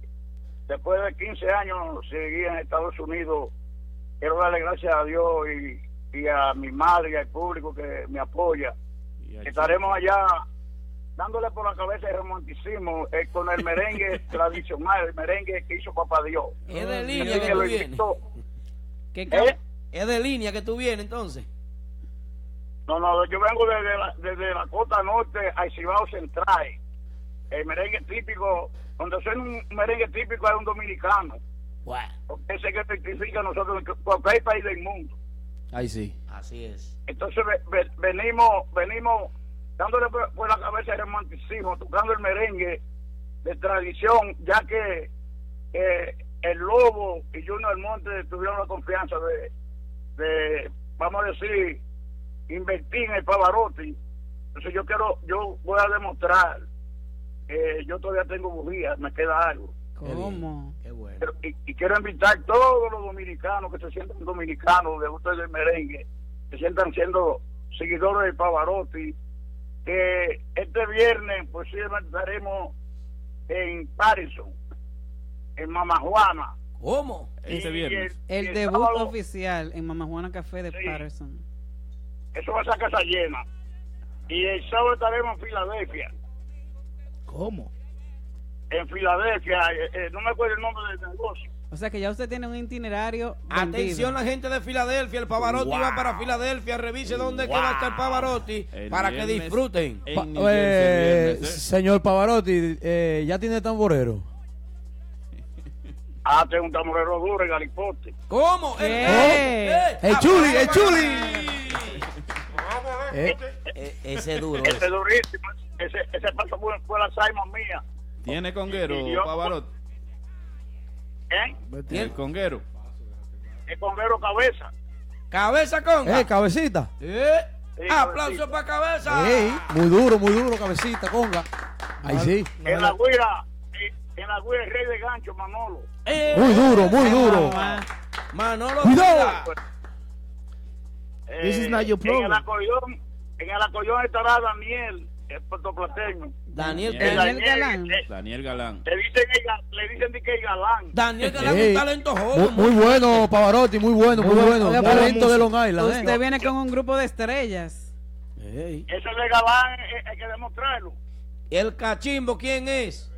después de 15 años seguí en Estados Unidos. Quiero darle gracias a Dios y, y a mi madre y al público que me apoya. Estaremos allá dándole por la cabeza el romanticismo eh, con el merengue tradicional, el merengue que hizo Papá Dios.
Es de línea
Así
que
que
tú
lo
vienes.
invito.
¿Qué
ca-
Es de línea que tú vienes, entonces.
No, no, yo vengo desde la, desde la costa norte al Cibao Central. El merengue típico, cuando suena un merengue típico es un dominicano. Porque ese que testifica a nosotros en cualquier país del mundo.
Ahí sí.
Así es.
Entonces ve- ve- venimos venimos dándole por, por la cabeza el romanticismo, tocando el merengue de tradición, ya que eh, el Lobo y Junior Monte tuvieron la confianza de, de, vamos a decir, invertir en el Pavarotti. Entonces yo quiero, yo voy a demostrar, eh, yo todavía tengo bujía, me queda algo.
¿Cómo?
Pero- y, y quiero invitar a todos los dominicanos que se sientan dominicanos, de ustedes del merengue, que sientan siendo seguidores de Pavarotti, que este viernes posiblemente estaremos en Patterson, en Mamajuana.
¿Cómo? Eh,
Este viernes.
El,
y el
debut
sábado-
oficial en Mama Juana Café de Patterson.
Eso va a ser casa llena. Y el sábado estaremos en Filadelfia.
¿Cómo?
En Filadelfia, eh, eh, no me acuerdo el nombre del negocio.
O sea que ya usted tiene un itinerario.
Atención la gente de Filadelfia, el Pavarotti
Wow.
va para Filadelfia, revise dónde
Wow.
queda el Pavarotti para que
viernes
disfruten.
Pa- eh, señor Pavarotti, eh, ¿ya tiene tamborero?
Ah, tengo un tamorero duro en Galipote.
¿Cómo?
¿Qué? ¿Eh? ¡El chuli, Eh, el chuli!
E, ese duro.
Ese es durísimo. Ese, ese paso fue, fue la Simon mía.
Tiene conguero,
Y yo-
Pavarotti.
¿Eh?
El conguero.
El conguero cabeza.
Cabeza conga.
Eh, cabecita.
Eh,
Sí,
Aplauso para cabeza.
Ey, muy duro, muy duro, cabecita, conga. Ahí sí.
En la güira, eh, en la güira el rey de gancho, Manolo.
Muy duro, muy duro.
Eh, Manolo.
Cuidado.
Eh,
This is not your
En
problem.
el acordeón, en el acordeón estará Daniel, el puertoplateño.
Daniel,
El Daniel Galán.
Daniel Galán.
Le dicen, el ga- le dicen de que el galán.
Daniel
Ey, mu- muy, bueno, Pavarotti, muy bueno, muy, bueno. Talento de Long Island. eh.
Usted viene con un grupo de estrellas.
Eso de galán eh, hay que demostrarlo.
El cachimbo, ¿quién es?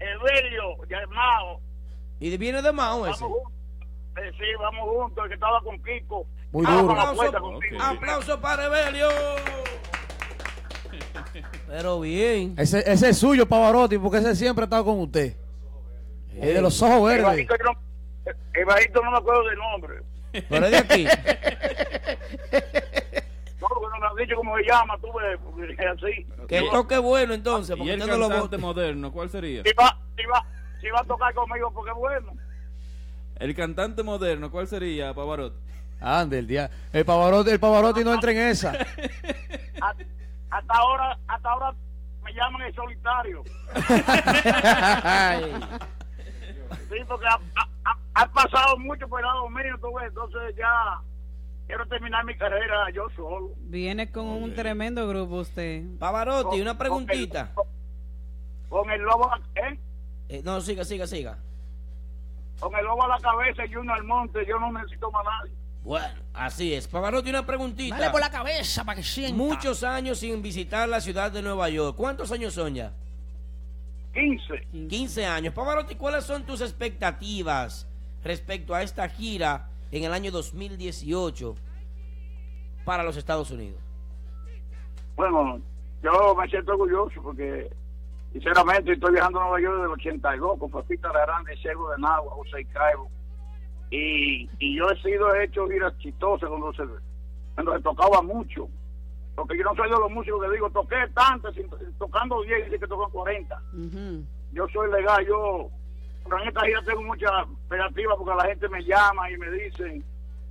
Evelio, llamado.
Y viene de Mao ese.
Eh, sí, vamos juntos, el que estaba con Kiko.
Muy
Estaba
duro.
con la
Aplauso,
puerta con Kiko.
Aplauso para Evelio. Pero bien.
Ese, ese es suyo, Pavarotti, porque ese siempre ha estado con usted. Es de los ojos
El
verdes.
bajito, yo no- el bajito no me acuerdo del nombre.
Pero es de aquí.
No, porque no me han dicho cómo se llama, tú ves, porque es así.
Que toque bueno entonces,
Y
porque
el
usted no lo
cantante
vota.
moderno, ¿cuál sería?
Si va, si va, si va a tocar conmigo, porque es bueno.
El cantante moderno, ¿cuál sería, Pavarotti?
Ande, el día. Ah, El Pavarotti, el Pavarotti no entra en esa.
Hasta ahora, hasta ahora me llaman el solitario. Sí, porque ha, ha- ha- ha pasado mucho por el lado mío, tú ves, entonces ya quiero terminar mi carrera yo solo.
Viene con un tremendo grupo usted.
Pavarotti, una preguntita.
Con el lobo, ¿eh?
Eh, no, siga, siga, siga.
Con el lobo a la cabeza y uno al monte, yo no necesito más nadie.
Bueno, así es. Pavarotti, una preguntita.
Dale por la
cabeza para que sienta. Muchos años sin visitar la ciudad de Nueva York. ¿Cuántos años son ya?
15.
15 años. Pavarotti, ¿cuáles son tus expectativas respecto a esta gira en el año 2018 para los Estados Unidos?
Bueno, yo me siento orgulloso porque, sinceramente, estoy viajando a Nueva York desde el 82 con Pepita la Grande, Ciego de Nagua, José y Caibo. Y, y yo he sido he hecho giras chistosas cuando se, cuando se tocaba mucho. Porque yo no soy de los músicos que digo, toqué tanto, sin- tocando 10 y dice que tocan 40. Yo soy legal, yo pero en esta gira tengo mucha pegativa porque la gente me llama y me dicen,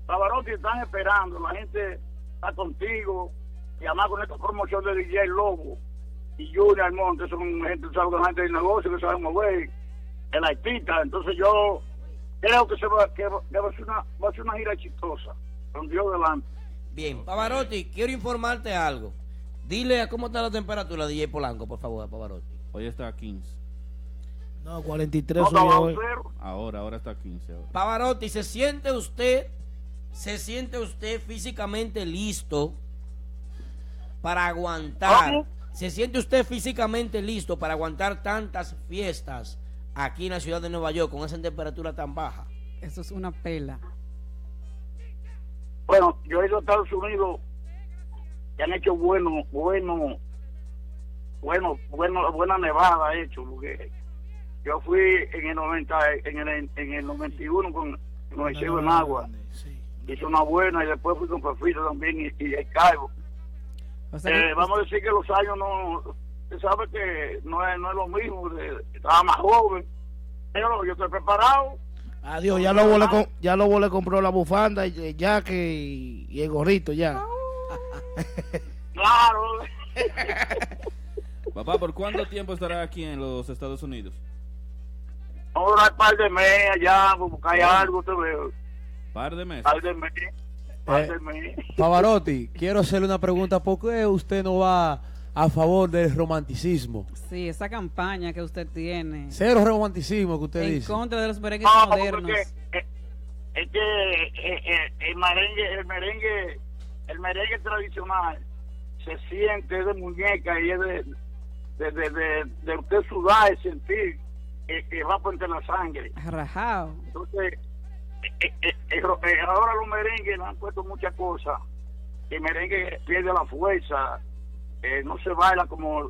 Pavarotti están esperando, la gente está contigo, y además con esta promoción de DJ Lobo y Junior Monte, son gente que sabe que la gente del negocio, que sabe mover, el artista, entonces yo creo que se va, que va- que va a ser una, va a ser una gira chistosa, con Dios delante.
Bien, Pavarotti, quiero informarte algo. Dile a cómo está la temperatura, DJ Polanco, por favor, a Pavarotti.
Hoy está a 15.
No, 43
No,
subió hoy.
Ahora, ahora está a 15. ahora.
Pavarotti, ¿se siente usted, se siente usted físicamente listo para aguantar? ¿Se siente usted físicamente listo para aguantar tantas fiestas aquí en la ciudad de Nueva York con esa temperatura tan baja?
Eso es una pela.
Bueno, yo he ido a Estados Unidos y han hecho bueno, bueno, bueno, bueno, buena nevada hecho, porque yo fui en el 90, en el, en el 91 con, con el Chego en agua, hizo una buena y después fui con Perfito también y, y el Caibo.
O sea
Eh,
que-
vamos a decir que los años no, usted sabe que no es, no es lo mismo, de- estaba más joven, pero yo estoy preparado.
Adiós, ya Lobo le, com- ya Lobo le compró la bufanda, y- el jaque y, y el gorrito ya.
Claro.
Papá, ¿por cuánto tiempo estará aquí en los Estados Unidos?
Vamos a durar un par de meses allá, buscar algo, usted ve.
Par de meses.
Par de meses. Par
Eh,
de meses.
Pavarotti, quiero hacerle una pregunta. ¿Por qué usted no va a favor del romanticismo?
Sí, esa campaña que usted tiene.
Cero romanticismo que usted
en
dice.
contra de los merengues
No,
modernos.
porque eh, es que eh, eh, el merengue, el merengue, el merengue tradicional se siente es de muñeca y es de, de, de, de- de usted sudar y sentir eh, que va por entre la sangre.
Rajao.
Entonces, eh, eh, eh, ro- eh, ahora los merengues le han puesto muchas cosas. El merengue pierde la fuerza, eh, no se baila como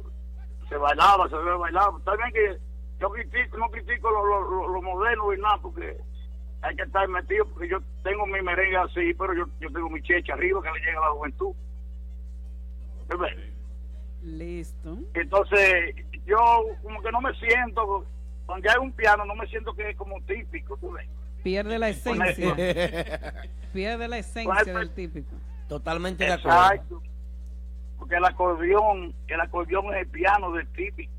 se bailaba, se debe bailar. Está bien que yo critico, no critico lo, lo, lo- lo moderno y nada, porque hay que estar metido, porque yo tengo mi merengue así, pero yo, yo tengo mi checha arriba que le llega a la juventud. ¿Tú ves?
Listo.
Entonces, yo como que no me siento, cuando hay un piano, no me siento que es como típico, tú ves.
Pierde la esencia. Pierde la esencia
Con el-
del típico.
Totalmente de acuerdo.
Exacto. Porque el acordeón, el acordeón es el piano del típico.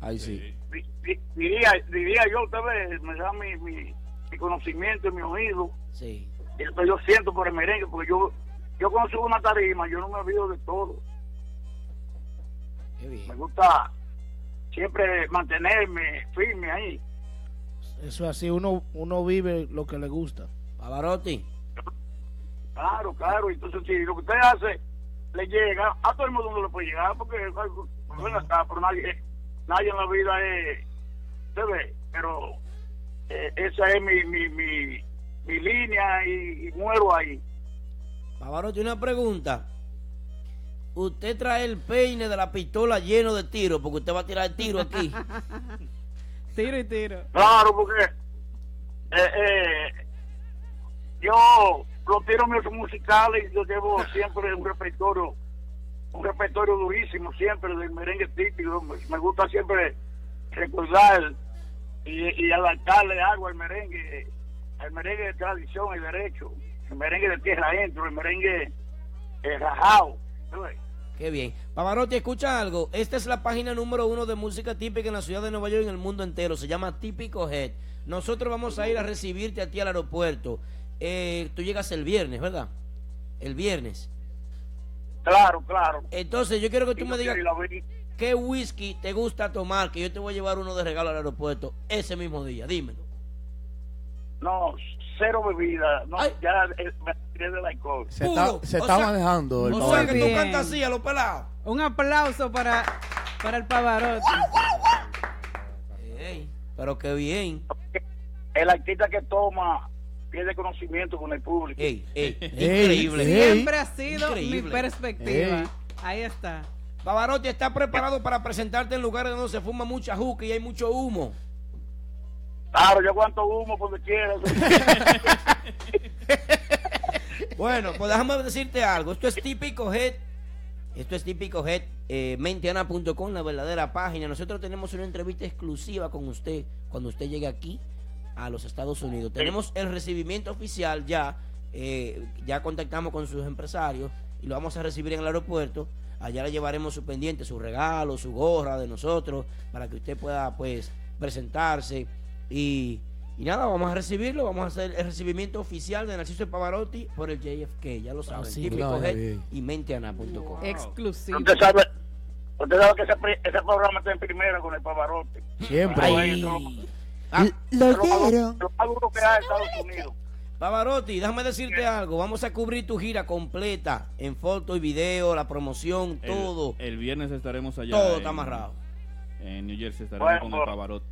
Ahí sí.
Di- di- Diría, diría yo, usted ve, me da mi, mi, mi conocimiento y mi oído.
Sí.
Y esto yo siento por el merengue, porque yo, yo cuando subo una tarima, yo no me olvido de todo. Me gusta siempre mantenerme firme ahí.
Eso es así, uno, uno vive lo que le gusta.
Pavarotti.
Claro, claro. Entonces, si lo que usted hace le llega, a todo el mundo no le puede llegar, porque bueno, acá, pero nadie, nadie en la vida es. Usted ve, pero eh, esa es mi, mi, mi, mi línea y, y muero ahí.
Pavarotti, una pregunta. Usted trae el peine de la pistola lleno de tiros, porque usted va a tirar el tiro aquí.
tiro y tiro.
Claro, porque eh, eh, yo los tiros míos son musicales, yo llevo siempre un repertorio, un repertorio durísimo siempre del merengue típico. Me- Me gusta siempre recordar y, y adaptarle algo al merengue, al merengue de tradición y derecho, el merengue de tierra adentro, el merengue eh, rajao. ¿tú ves?
Qué bien. Pavarotti, escucha algo. Esta es la página número uno de música típica en la ciudad de Nueva York y en el mundo entero. Se llama Típico Head. Nosotros vamos a ir a recibirte a ti al aeropuerto. Eh, tú llegas el viernes, ¿verdad? El viernes.
Claro, claro.
Entonces, yo quiero que
Y
tú
yo
me digas
quiero ir
qué whisky te gusta tomar, que yo te voy a llevar uno de regalo al aeropuerto ese mismo día. Dímelo.
No, cero bebida, no, ya eh, me tiré del alcohol.
Se está, se está manejando el
Muy
Pavarotti.
bien.
los pelados.
Un aplauso para, para el Pavarotti.
Ah,
Pero qué bien.
El artista que toma pierde conocimiento con el público.
increíble.
Siempre ha sido mi
Increíble.
perspectiva.
Ey.
Ahí está.
Pavarotti está preparado para presentarte en lugares donde se fuma mucha juca y hay mucho humo.
Claro, yo aguanto humo cuando quieras.
Bueno, pues déjame decirte algo. Esto es típico Head. Esto es típico Head. Eh, menteana.com, la verdadera página. Nosotros tenemos una entrevista exclusiva con usted cuando usted llegue aquí a los Estados Unidos. Tenemos el recibimiento oficial ya. eh, ya contactamos con sus empresarios y lo vamos a recibir en el aeropuerto. Allá le llevaremos su pendiente, su regalo, su gorra de nosotros, para que usted pueda pues presentarse y y nada, vamos a recibirlo, vamos a hacer el recibimiento oficial de Narciso Pavarotti por el JFK, ya lo saben.
Ah, sí.
típico
Claro,
head
bien.
y menteana.com.
Exclusivo.
Usted sabe, usted sabe que ese, pri- ese programa está en primera con el Pavarotti.
Siempre.
Ay, no.
Lo
quiero. Lo más duro que hay en Estados Unidos.
Pavarotti, déjame decirte algo, vamos a cubrir tu gira completa en foto y video, la promoción,
El-
todo.
El, viernes estaremos allá.
Todo
en-
está amarrado.
En New Jersey estaremos
Bueno,
con el Pavarotti.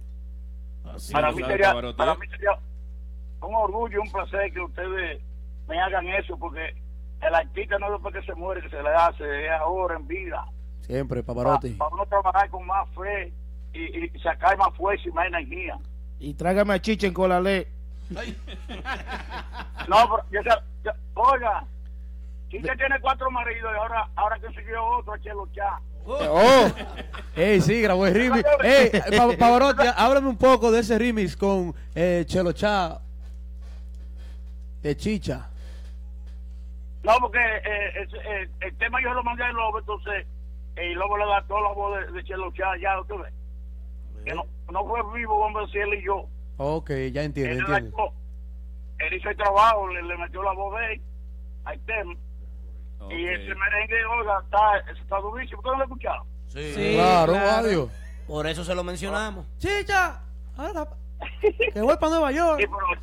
Así
para,
lo
mí
sabe
sería,
Pavarotti,
para
¿eh?
mí sería un orgullo, un placer que ustedes me hagan eso, porque el artista no es después que se muere que se le hace, es ahora en vida.
Siempre, Pavarotti.
Para uno trabajar con más fe y, y sacar más fuerza y más energía.
Y tráigame a Chichen con la ley.
No, pero yo, sé- yo- oiga, Chicha tiene cuatro maridos y ahora, ahora consiguió otro a Chelo Chá.
Oh. Ey, sí, grabó el remix. Ey, Pa- Pavarotti, háblame un poco de ese remix con eh, Chelo Chá de Chicha.
No, porque eh, ese- eh, el tema yo lo mandé a Lobo, entonces, eh, y Lobo le da toda la voz de, de Chelo Chá, ya, usted ve. Que no, no fue vivo, vamos a decir, él y yo.
Ok, ya entiendo,
Él, le
entiendo.
sacó- él hizo el trabajo, le, le metió la voz de él al tema. Y ese merengue, oiga, está, está durísimo. ¿Ustedes lo escucharon?
Sí,
Claro, adiós.
Por eso se lo mencionamos.
Chicha, ahora que voy para Nueva York.
Sí, pero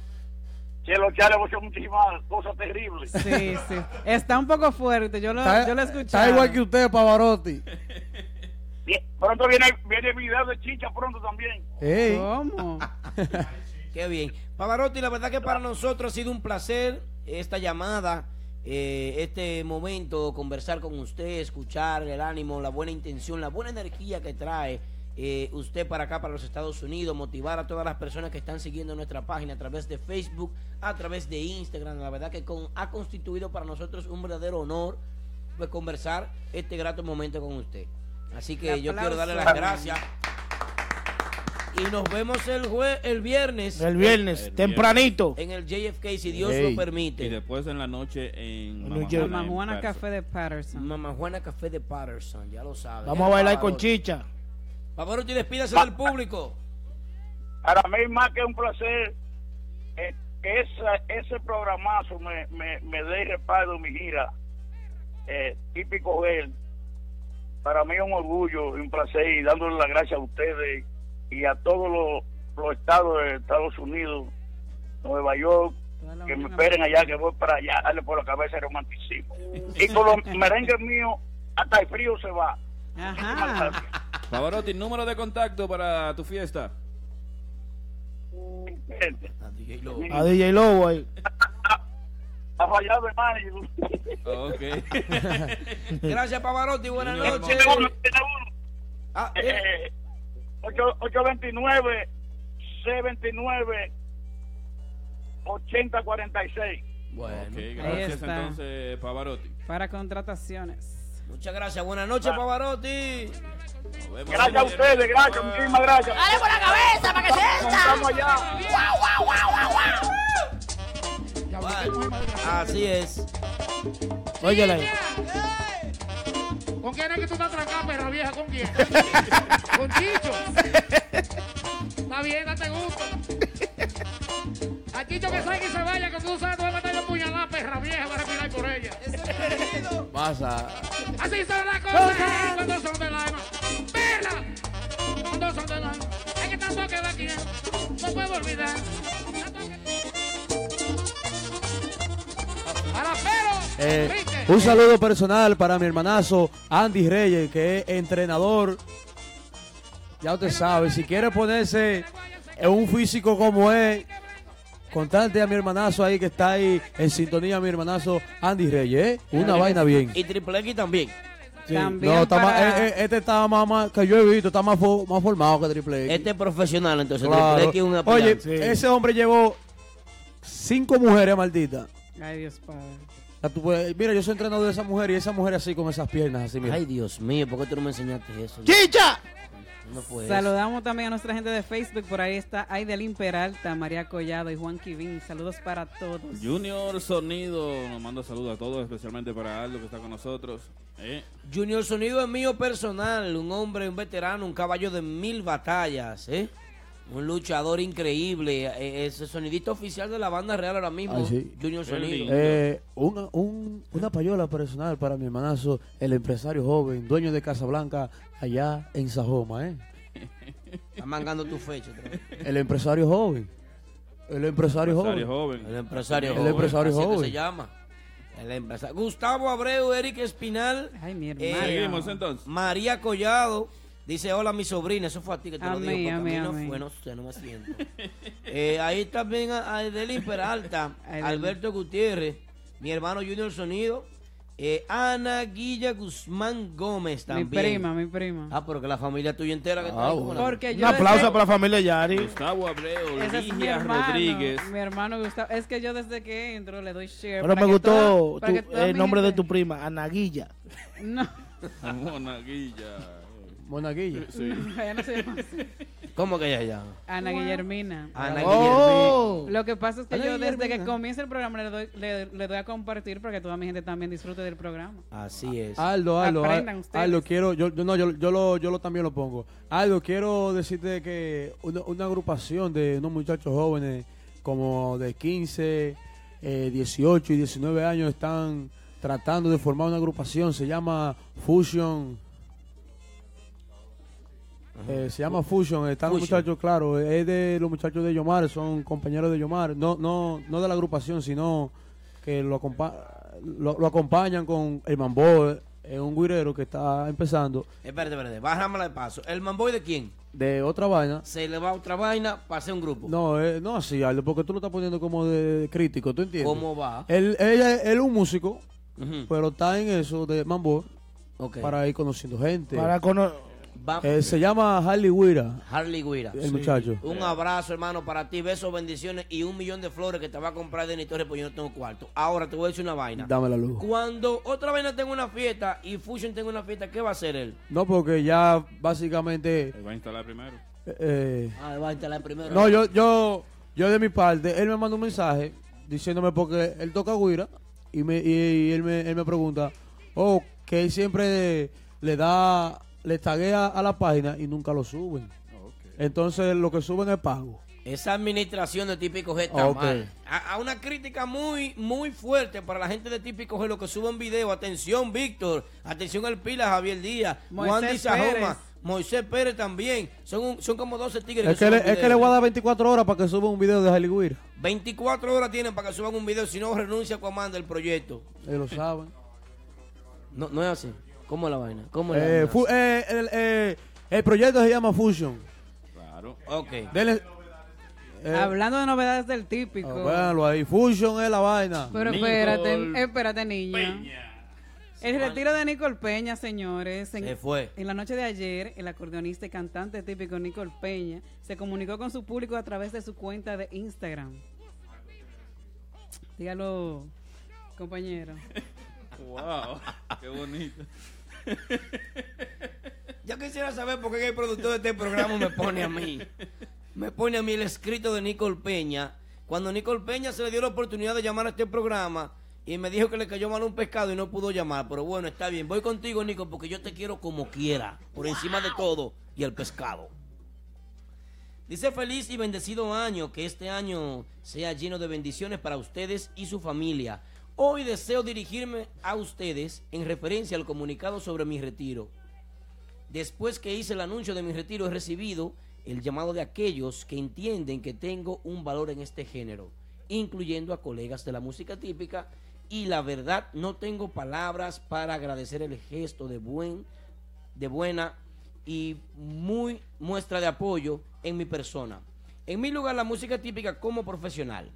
Chelo Chá le puso muchísimas cosas terribles.
Sí, sí. Está un poco fuerte. Yo lo,
Está,
yo lo
está
escuché.
igual que usted, Pavarotti.
Bien, Pronto viene, viene el video de Chicha, pronto también.
Ey.
¿Cómo?
Qué bien. Pavarotti, la verdad que para nosotros ha sido un placer esta llamada, eh, este momento, conversar con usted, escuchar el ánimo, la buena intención, la buena energía que trae eh, usted para acá, para los Estados Unidos, motivar a todas las personas que están siguiendo nuestra página a través de Facebook, a través de Instagram. La verdad que con- ha constituido para nosotros un verdadero honor pues, conversar este grato momento con usted. Así que
Un
yo quiero darle las
aplauso.
gracias. Y nos vemos el jue el viernes.
El viernes,
En-
tempranito.
En el JFK, si Dios
Ey.
lo permite.
Y después en la noche en
New Jersey.
Mamá Juana
en
Café de Patterson.
Mamá Juana Café de Patterson, ya lo sabe.
Vamos a bailar con Chicha.
Pavarotti, despídase del público.
Para mí más que un placer, eh, esa- ese programazo me, me, me dé respaldo en mi gira. Eh, típico él. Para mí es un orgullo y un placer y dándole las gracias a ustedes y a todos los, los estados de Estados Unidos, Nueva York, que me esperen allá, que voy para allá, darle por la cabeza el romanticismo. Y con los merengues míos, hasta el frío se va.
Ajá.
Pavarotti, número de contacto para tu fiesta.
gente.
A DJ Lobo ahí.
Ha fallado el manager.
Gracias, Pavarotti. Buenas
Yo
noches. Ah,
tengo uno, tengo uno. Eh, 8- 829 C29 8046.
Bueno,
Ahí
gracias
está.
entonces, Pavarotti.
Para contrataciones.
Muchas gracias. Buenas noches, Pavarotti.
Gracias a ustedes, gracias, muchísimas gracias.
Dale por la cabeza para que se
Estamos allá.
guau, guau, guau, Así es.
Óyela ahí.
¿Con quién es que tú estás trancado, perra vieja? ¿Con quién? ¿Con Chicho? Está bien, date gusto. A Chicho que salga y se vaya, que tú sabes, tú vas a meterle puñalada, perra vieja, para mirar por ella.
Pasa.
Así son las cosas gente, cuando son del alma. ¡Perra! Cuando son del alma. Es que tanto queda aquí, ¿eh? no puedo olvidar. Ahora, pero,
Eh,
Enrique.
un saludo personal para mi hermanazo Andy Reyes, que es entrenador. Ya usted sabe, si quiere ponerse en un físico como es, contarte a mi hermanazo ahí que está ahí en sintonía, mi hermanazo Andy Reyes. ¿eh? Una vaina bien.
Y Triple X también.
Sí. No, está más- eh, eh, este está más, más- que yo he visto, está más, fo- más formado que Triple X.
Este es profesional, entonces.
Claro.
Triple X es una
Oye,
pirata.
ese hombre llevó cinco mujeres malditas.
Ay, Dios Padre.
O sea, Ah, tú puedes- mira, yo soy entrenador de esa mujer y esa mujer así con esas piernas así, mira.
Ay, Dios mío, ¿por qué tú no me enseñaste eso?
¡Chicha!
No
Pues,
fue eso.
Saludamos también a nuestra gente de Facebook. Por ahí está Aidelín Peralta, María Collado y Juan Quivín. Saludos para todos.
Junior Sonido nos manda saludos a todos, especialmente para Aldo que está con nosotros. Eh,
Junior Sonido es mío personal, un hombre, un veterano, un caballo de mil batallas, ¿eh? Un luchador increíble, eh, es el sonidista oficial de la banda real ahora mismo,
Ay, sí.
Junior Sonido.
Eh, una, un- una payola personal para mi hermanazo, el empresario joven, dueño de Casablanca, allá en Sajoma, ¿eh?
Está mangando tu fecha. otra vez.
El empresario joven. El empresario,
Empresario
joven.
joven.
El empresario
El
joven,
empresario
así es que
joven.
se llama. El empresa- Gustavo Abreu, Eric Espinal. Eh,
Ay, mi
hermano. Seguimos, entonces.
María Collado. Dice, hola, mi sobrina. Eso fue a ti que te
A
lo
mí,
digo. porque
a
a
mí,
mí
a
no
mí.
fue, no sé, no me siento. Eh, ahí también ah, a, a Edelín Peralta,
Edelín.
Alberto Gutiérrez, mi hermano Junior Sonido, eh, Ana Guilla Guzmán Gómez
Mi
también.
prima, mi prima.
Ah, porque la familia tuya entera que
Ah,
está ahí,
bueno.
¿cómo la-
Porque
Un
yo
aplauso
desde-
para la familia Yari.
Gustavo Abreu,
Ese es mi
Ligia
hermano,
Rodríguez.
mi hermano Gustavo. Es que yo desde que entro le doy share.
Pero
para
me
que
gustó
toda- para
tu-
que toda
el
mi
nombre de
gente-
tu prima, Anaguilla.
No,
Monaguilla.
Monaguilla.
ella no se llama así.
¿Cómo que ella llama?
Ana Guillermina.
Ana
Oh.
Lo que pasa es que
Ana
yo desde
Guillermina.
que comienza el programa le doy, le, le doy a compartir para que toda mi gente también disfrute del programa.
Así es.
Aldo, Aldo,
Aprendan
Al-
ustedes.
Aldo, quiero, yo, yo- no, yo, yo lo, yo lo también lo pongo. Aldo, quiero decirte que una, una agrupación de unos muchachos jóvenes como de 15, eh, 18 y 19 años están tratando de formar una agrupación, se llama Fusion. Eh, se llama Fusion, están los
Fusion.
muchachos, claro, es de los muchachos de Yomar, son compañeros de Yomar, no, no, no de la agrupación, sino que lo, acompa- lo, lo acompañan con el Mambo, eh, es un guirero que está empezando
Espérate, espérate, bájamela de paso. ¿El manboy de quién?
de otra vaina.
Se le va otra vaina, pase un grupo.
No, eh, no así, Aldo, porque tú lo estás poniendo como de crítico, ¿tú entiendes?
¿Cómo va?
Él, ella- él es un músico, pero está en eso de Mambo
Ok.
para ir conociendo gente.
Para cono-
Va-
Eh, se llama Harley Guira.
Harley Guira.
El muchacho.
Un abrazo, hermano, para ti. Besos, bendiciones y un millón de flores que te va a comprar Denis Torres porque yo no tengo cuarto. Ahora te voy a decir una vaina.
Dame la luz.
Cuando otra vaina tenga una fiesta y Fusion tenga una fiesta, ¿qué va a hacer él?
No, porque ya básicamente.
Va a instalar primero.
eh,
Ah, va a instalar primero.
no, yo, yo, yo de mi parte, él me manda un mensaje diciéndome porque él toca guira y me, y, y él me, él me pregunta, oh, que él siempre le da, le taguea a la página y nunca lo suben. Entonces lo que suben es pago.
Esa administración de Típico G está
Ok.
mal. A, a una crítica muy, muy fuerte para la gente de Típico G, lo que suben video. Atención, Víctor. Atención, El Pila, Javier Díaz.
Moisés
Juan Sajoma.
Pérez.
Moisés Pérez también. Son, un- son como 12 tigres.
Es que, le,
suben
es que le voy a
video.
dar 24 horas para que suba un video de Harley Guira.
24 horas tienen para que suban un video, si no renuncia Aquaman del proyecto.
Ellos lo saben.
No, no es así. ¿Cómo es la vaina? ¿Cómo es la
Eh,
vaina?
fu- eh, el, eh, el proyecto se llama Fusion.
Claro.
Ok.
Denle- eh.
Hablando de novedades del típico.
Oh,
Véanlo ahí. Fusion es la vaina.
Pero espérate, espérate, niña. El retiro de Nicole Peña, señores. En,
Se fue.
En la noche de ayer, el acordeonista y cantante típico Nicole Peña se comunicó con su público a través de su cuenta de Instagram. Dígalo, compañero.
Wow, qué bonito.
Yo quisiera saber por qué el productor de este programa me pone a mí. Me pone a mí el escrito de Nicole Peña. Cuando Nicole Peña se le dio la oportunidad de llamar a este programa y me dijo que le cayó mal un pescado y no pudo llamar. Pero bueno, está bien. Voy contigo, Nico, porque yo te quiero como quiera. Por encima de todo y el pescado. Dice feliz y bendecido año, que este año sea lleno de bendiciones para ustedes y su familia. Hoy deseo dirigirme a ustedes en referencia al comunicado sobre mi retiro. Después que hice el anuncio de mi retiro he recibido el llamado de aquellos que entienden que tengo un valor en este género, incluyendo a colegas de la música típica, y la verdad no tengo palabras para agradecer el gesto de buen de buena y muy muestra de apoyo en mi persona. En mi lugar, la música típica como profesional.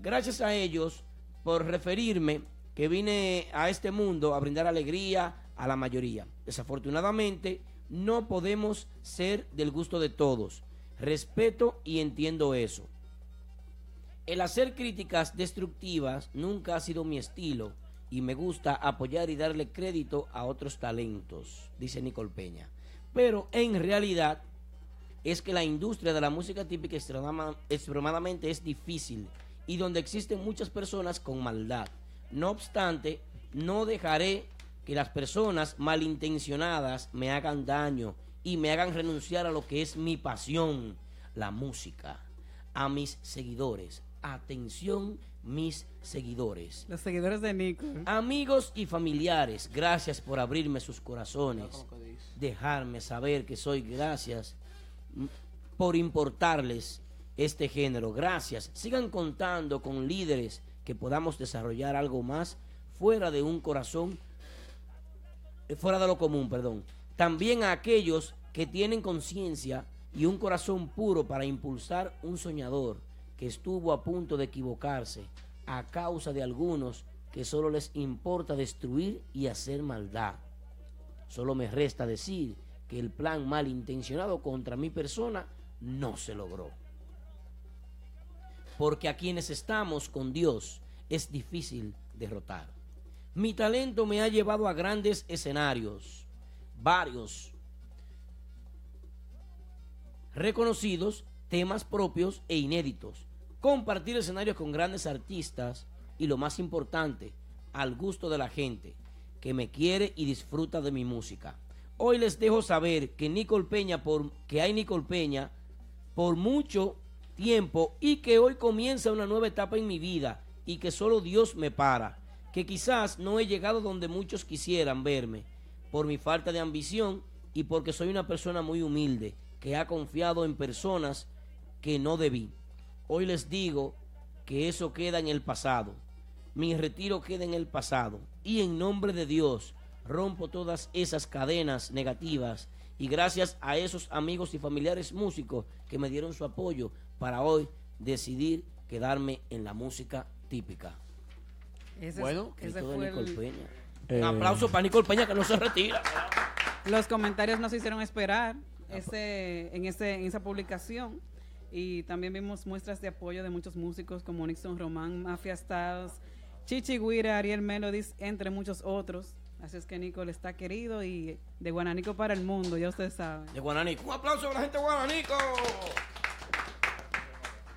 Gracias a ellos por referirme que vine a este mundo a brindar alegría a la mayoría. Desafortunadamente, no podemos ser del gusto de todos. Respeto y entiendo eso. El hacer críticas destructivas nunca ha sido mi estilo y me gusta apoyar y darle crédito a otros talentos, dice Nicole Peña. Pero en realidad es que la industria de la música típica extrema- extremadamente es difícil y donde existen muchas personas con maldad. No obstante, no dejaré que las personas malintencionadas me hagan daño y me hagan renunciar a lo que es mi pasión, la música. A mis seguidores, atención mis seguidores.
Los seguidores de Nico.
Amigos y familiares, gracias por abrirme sus corazones,
¿Cómo que dice?
dejarme saber que soy gracias mm, por importarles este género. Gracias. Sigan contando con líderes que podamos desarrollar algo más fuera de un corazón, eh, fuera de lo común, perdón. También a aquellos que tienen conciencia y un corazón puro para impulsar un soñador que estuvo a punto de equivocarse a causa de algunos que solo les importa destruir y hacer maldad. Solo me resta decir que el plan malintencionado contra mi persona no se logró. Porque a quienes estamos con Dios es difícil derrotar. Mi talento me ha llevado a grandes escenarios, varios reconocidos, temas propios e inéditos, compartir escenarios con grandes artistas y lo más importante, al gusto de la gente que me quiere y disfruta de mi música. Hoy les dejo saber que Nicole Peña por que hay Nicole Peña por mucho tiempo y que hoy comienza una nueva etapa en mi vida y que solo Dios me para, que quizás no he llegado donde muchos quisieran verme por mi falta de ambición y porque soy una persona muy humilde que ha confiado en personas que no debí. Hoy les digo que eso queda en el pasado. Mi retiro queda en el pasado. Y en nombre de Dios rompo todas esas cadenas negativas. Y gracias a esos amigos y familiares músicos que me dieron su apoyo para hoy decidir quedarme en la música típica.
Ese es-
Bueno,
ese
Cristo de
fue el-
Nicole Peña.
Eh.
Un aplauso para Nicole Peña que no se retira.
Los comentarios nos hicieron esperar ese, en, ese, en esa publicación y también vimos muestras de apoyo de muchos músicos como Nixon Román, Mafia Styles, Chichi Guira, Ariel Melodies, entre muchos otros. Así es que Nicole está querido y de Guananico para el mundo, ya ustedes saben.
De Guananico. Un aplauso para la gente de Guananico.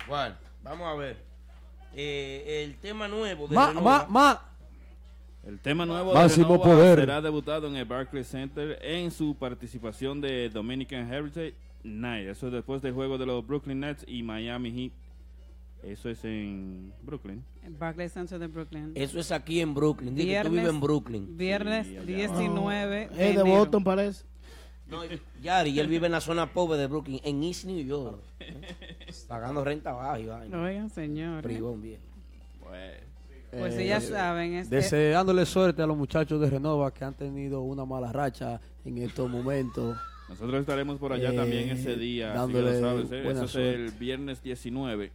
Bueno, vamos a ver. Eh, el tema nuevo de
Ma,
Renova.
ma, ma.
El tema nuevo
Máximo
de Renova
poder.
será debutado en el Barclays Center en su participación de Dominican Heritage Night. Eso es después del juego de los Brooklyn Nets y Miami Heat. Eso es en Brooklyn.
El Barclays Center de Brooklyn.
Eso es aquí en Brooklyn. Dije que tú vives en Brooklyn. Ah.
Viernes
Sí, allá.
19
Es
de
de
enero.
Boston, parece.
No, Yari, él vive en la zona pobre de Brooklyn, en East New York. Pagando renta baja y vaina.
Oigan, señor.
Privón bien.
Pues
Eh,
sí, ya saben, este-
Deseándole suerte a los muchachos de Renova que han tenido una mala racha en estos momentos.
Nosotros estaremos por allá
Eh,
también ese día. así que lo
dándole
sabes, ¿eh?
buena
Eso es
suerte.
el viernes 19.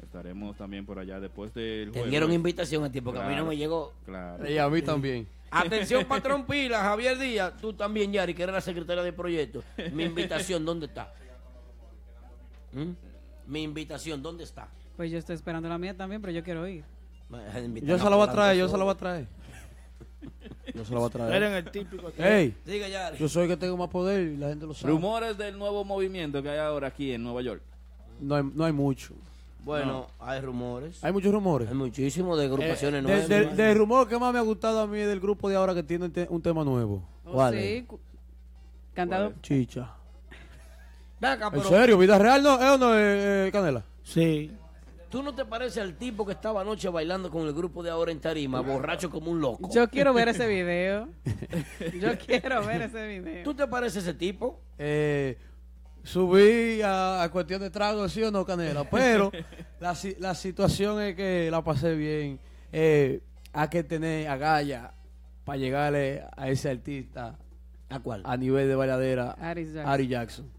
Estaremos también por allá después del
Te
juego.
dieron invitación a ti, porque a mí no me llegó.
Claro.
Y a mí también.
Atención, patrón Pila, Javier Díaz, tú también, Yari, que eres la secretaria de proyecto. Mi invitación, ¿dónde está? ¿Mm? Mi invitación, ¿dónde está?
Pues yo estoy esperando la mía también, pero yo quiero ir.
Yo se la voy a traer, yo se la voy a traer. Yo se la voy a traer.
Eres el típico que-
Ey,
Diga, Yari.
yo soy el que tengo más poder y la gente lo sabe.
Rumores del nuevo movimiento que hay ahora aquí en Nueva York.
No hay, no hay mucho.
Bueno, hay rumores.
Hay muchos rumores. Hay
muchísimo de agrupaciones
del
nuevas.
del- del rumor que más me ha gustado a mí es del grupo de ahora que tiene te- un tema nuevo. ¿Cuál es?
Oh, Sí, cu- cantado.
Chicha.
Ven
Ah,
acá,
¿En
pero-
serio? ¿Vida real no? ¿Es o no, eh, eh, Canela?
Sí.
¿Tú no te pareces al tipo que estaba anoche bailando con el grupo de ahora en Tarima, borracho como un loco?
Yo quiero ver ese video. Yo quiero ver ese video.
¿Tú te pareces a ese tipo?
Eh, subí a, a cuestión de trago, sí o no, Canela. Pero la, si- la situación es que la pasé bien. Eh, hay que tener agallas para llegarle a ese artista.
¿A cuál?
A nivel de bailadera.
Ari Jackson.
Ari Jackson.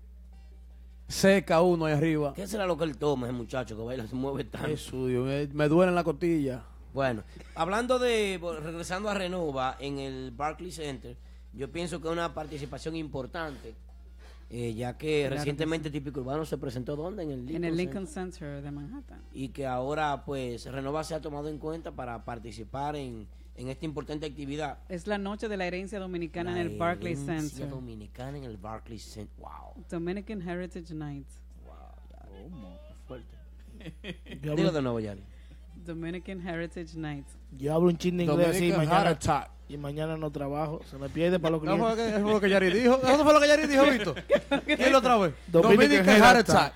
Seca uno ahí arriba.
¿Qué será lo que él toma, ese muchacho que baila, se mueve tanto?
Jesús, Dios, me, me duele en la costilla.
Bueno, hablando de, bo- regresando a Renova en el Barclays Center, yo pienso que es una participación importante, eh, ya que
Claro que
recientemente Típico Urbano se presentó ¿dónde? En el Lincoln,
En el
Center.
Lincoln Center de Manhattan.
Y que ahora, pues, Renova se ha tomado en cuenta para participar en, en esta importante actividad.
Es la noche de la herencia dominicana en el
La
Barclays
herencia
Center.
dominicana en el Barclays Center. Wow.
Dominican Heritage Night.
Fuerte.
Yo
Dilo
hablo-
de nuevo, Yari.
Dominican Heritage Night.
Yo hablo un chin de inglés así y
Dominican
mañana,
heart attack.
y mañana no trabajo. Se me pierde para los
Eso fue lo que- eso
clientes.
fue lo que Yari dijo. Eso fue lo que Yari dijo, Víctor. Dilo otra vez.
Dominican
Dominican heart
heart
attack.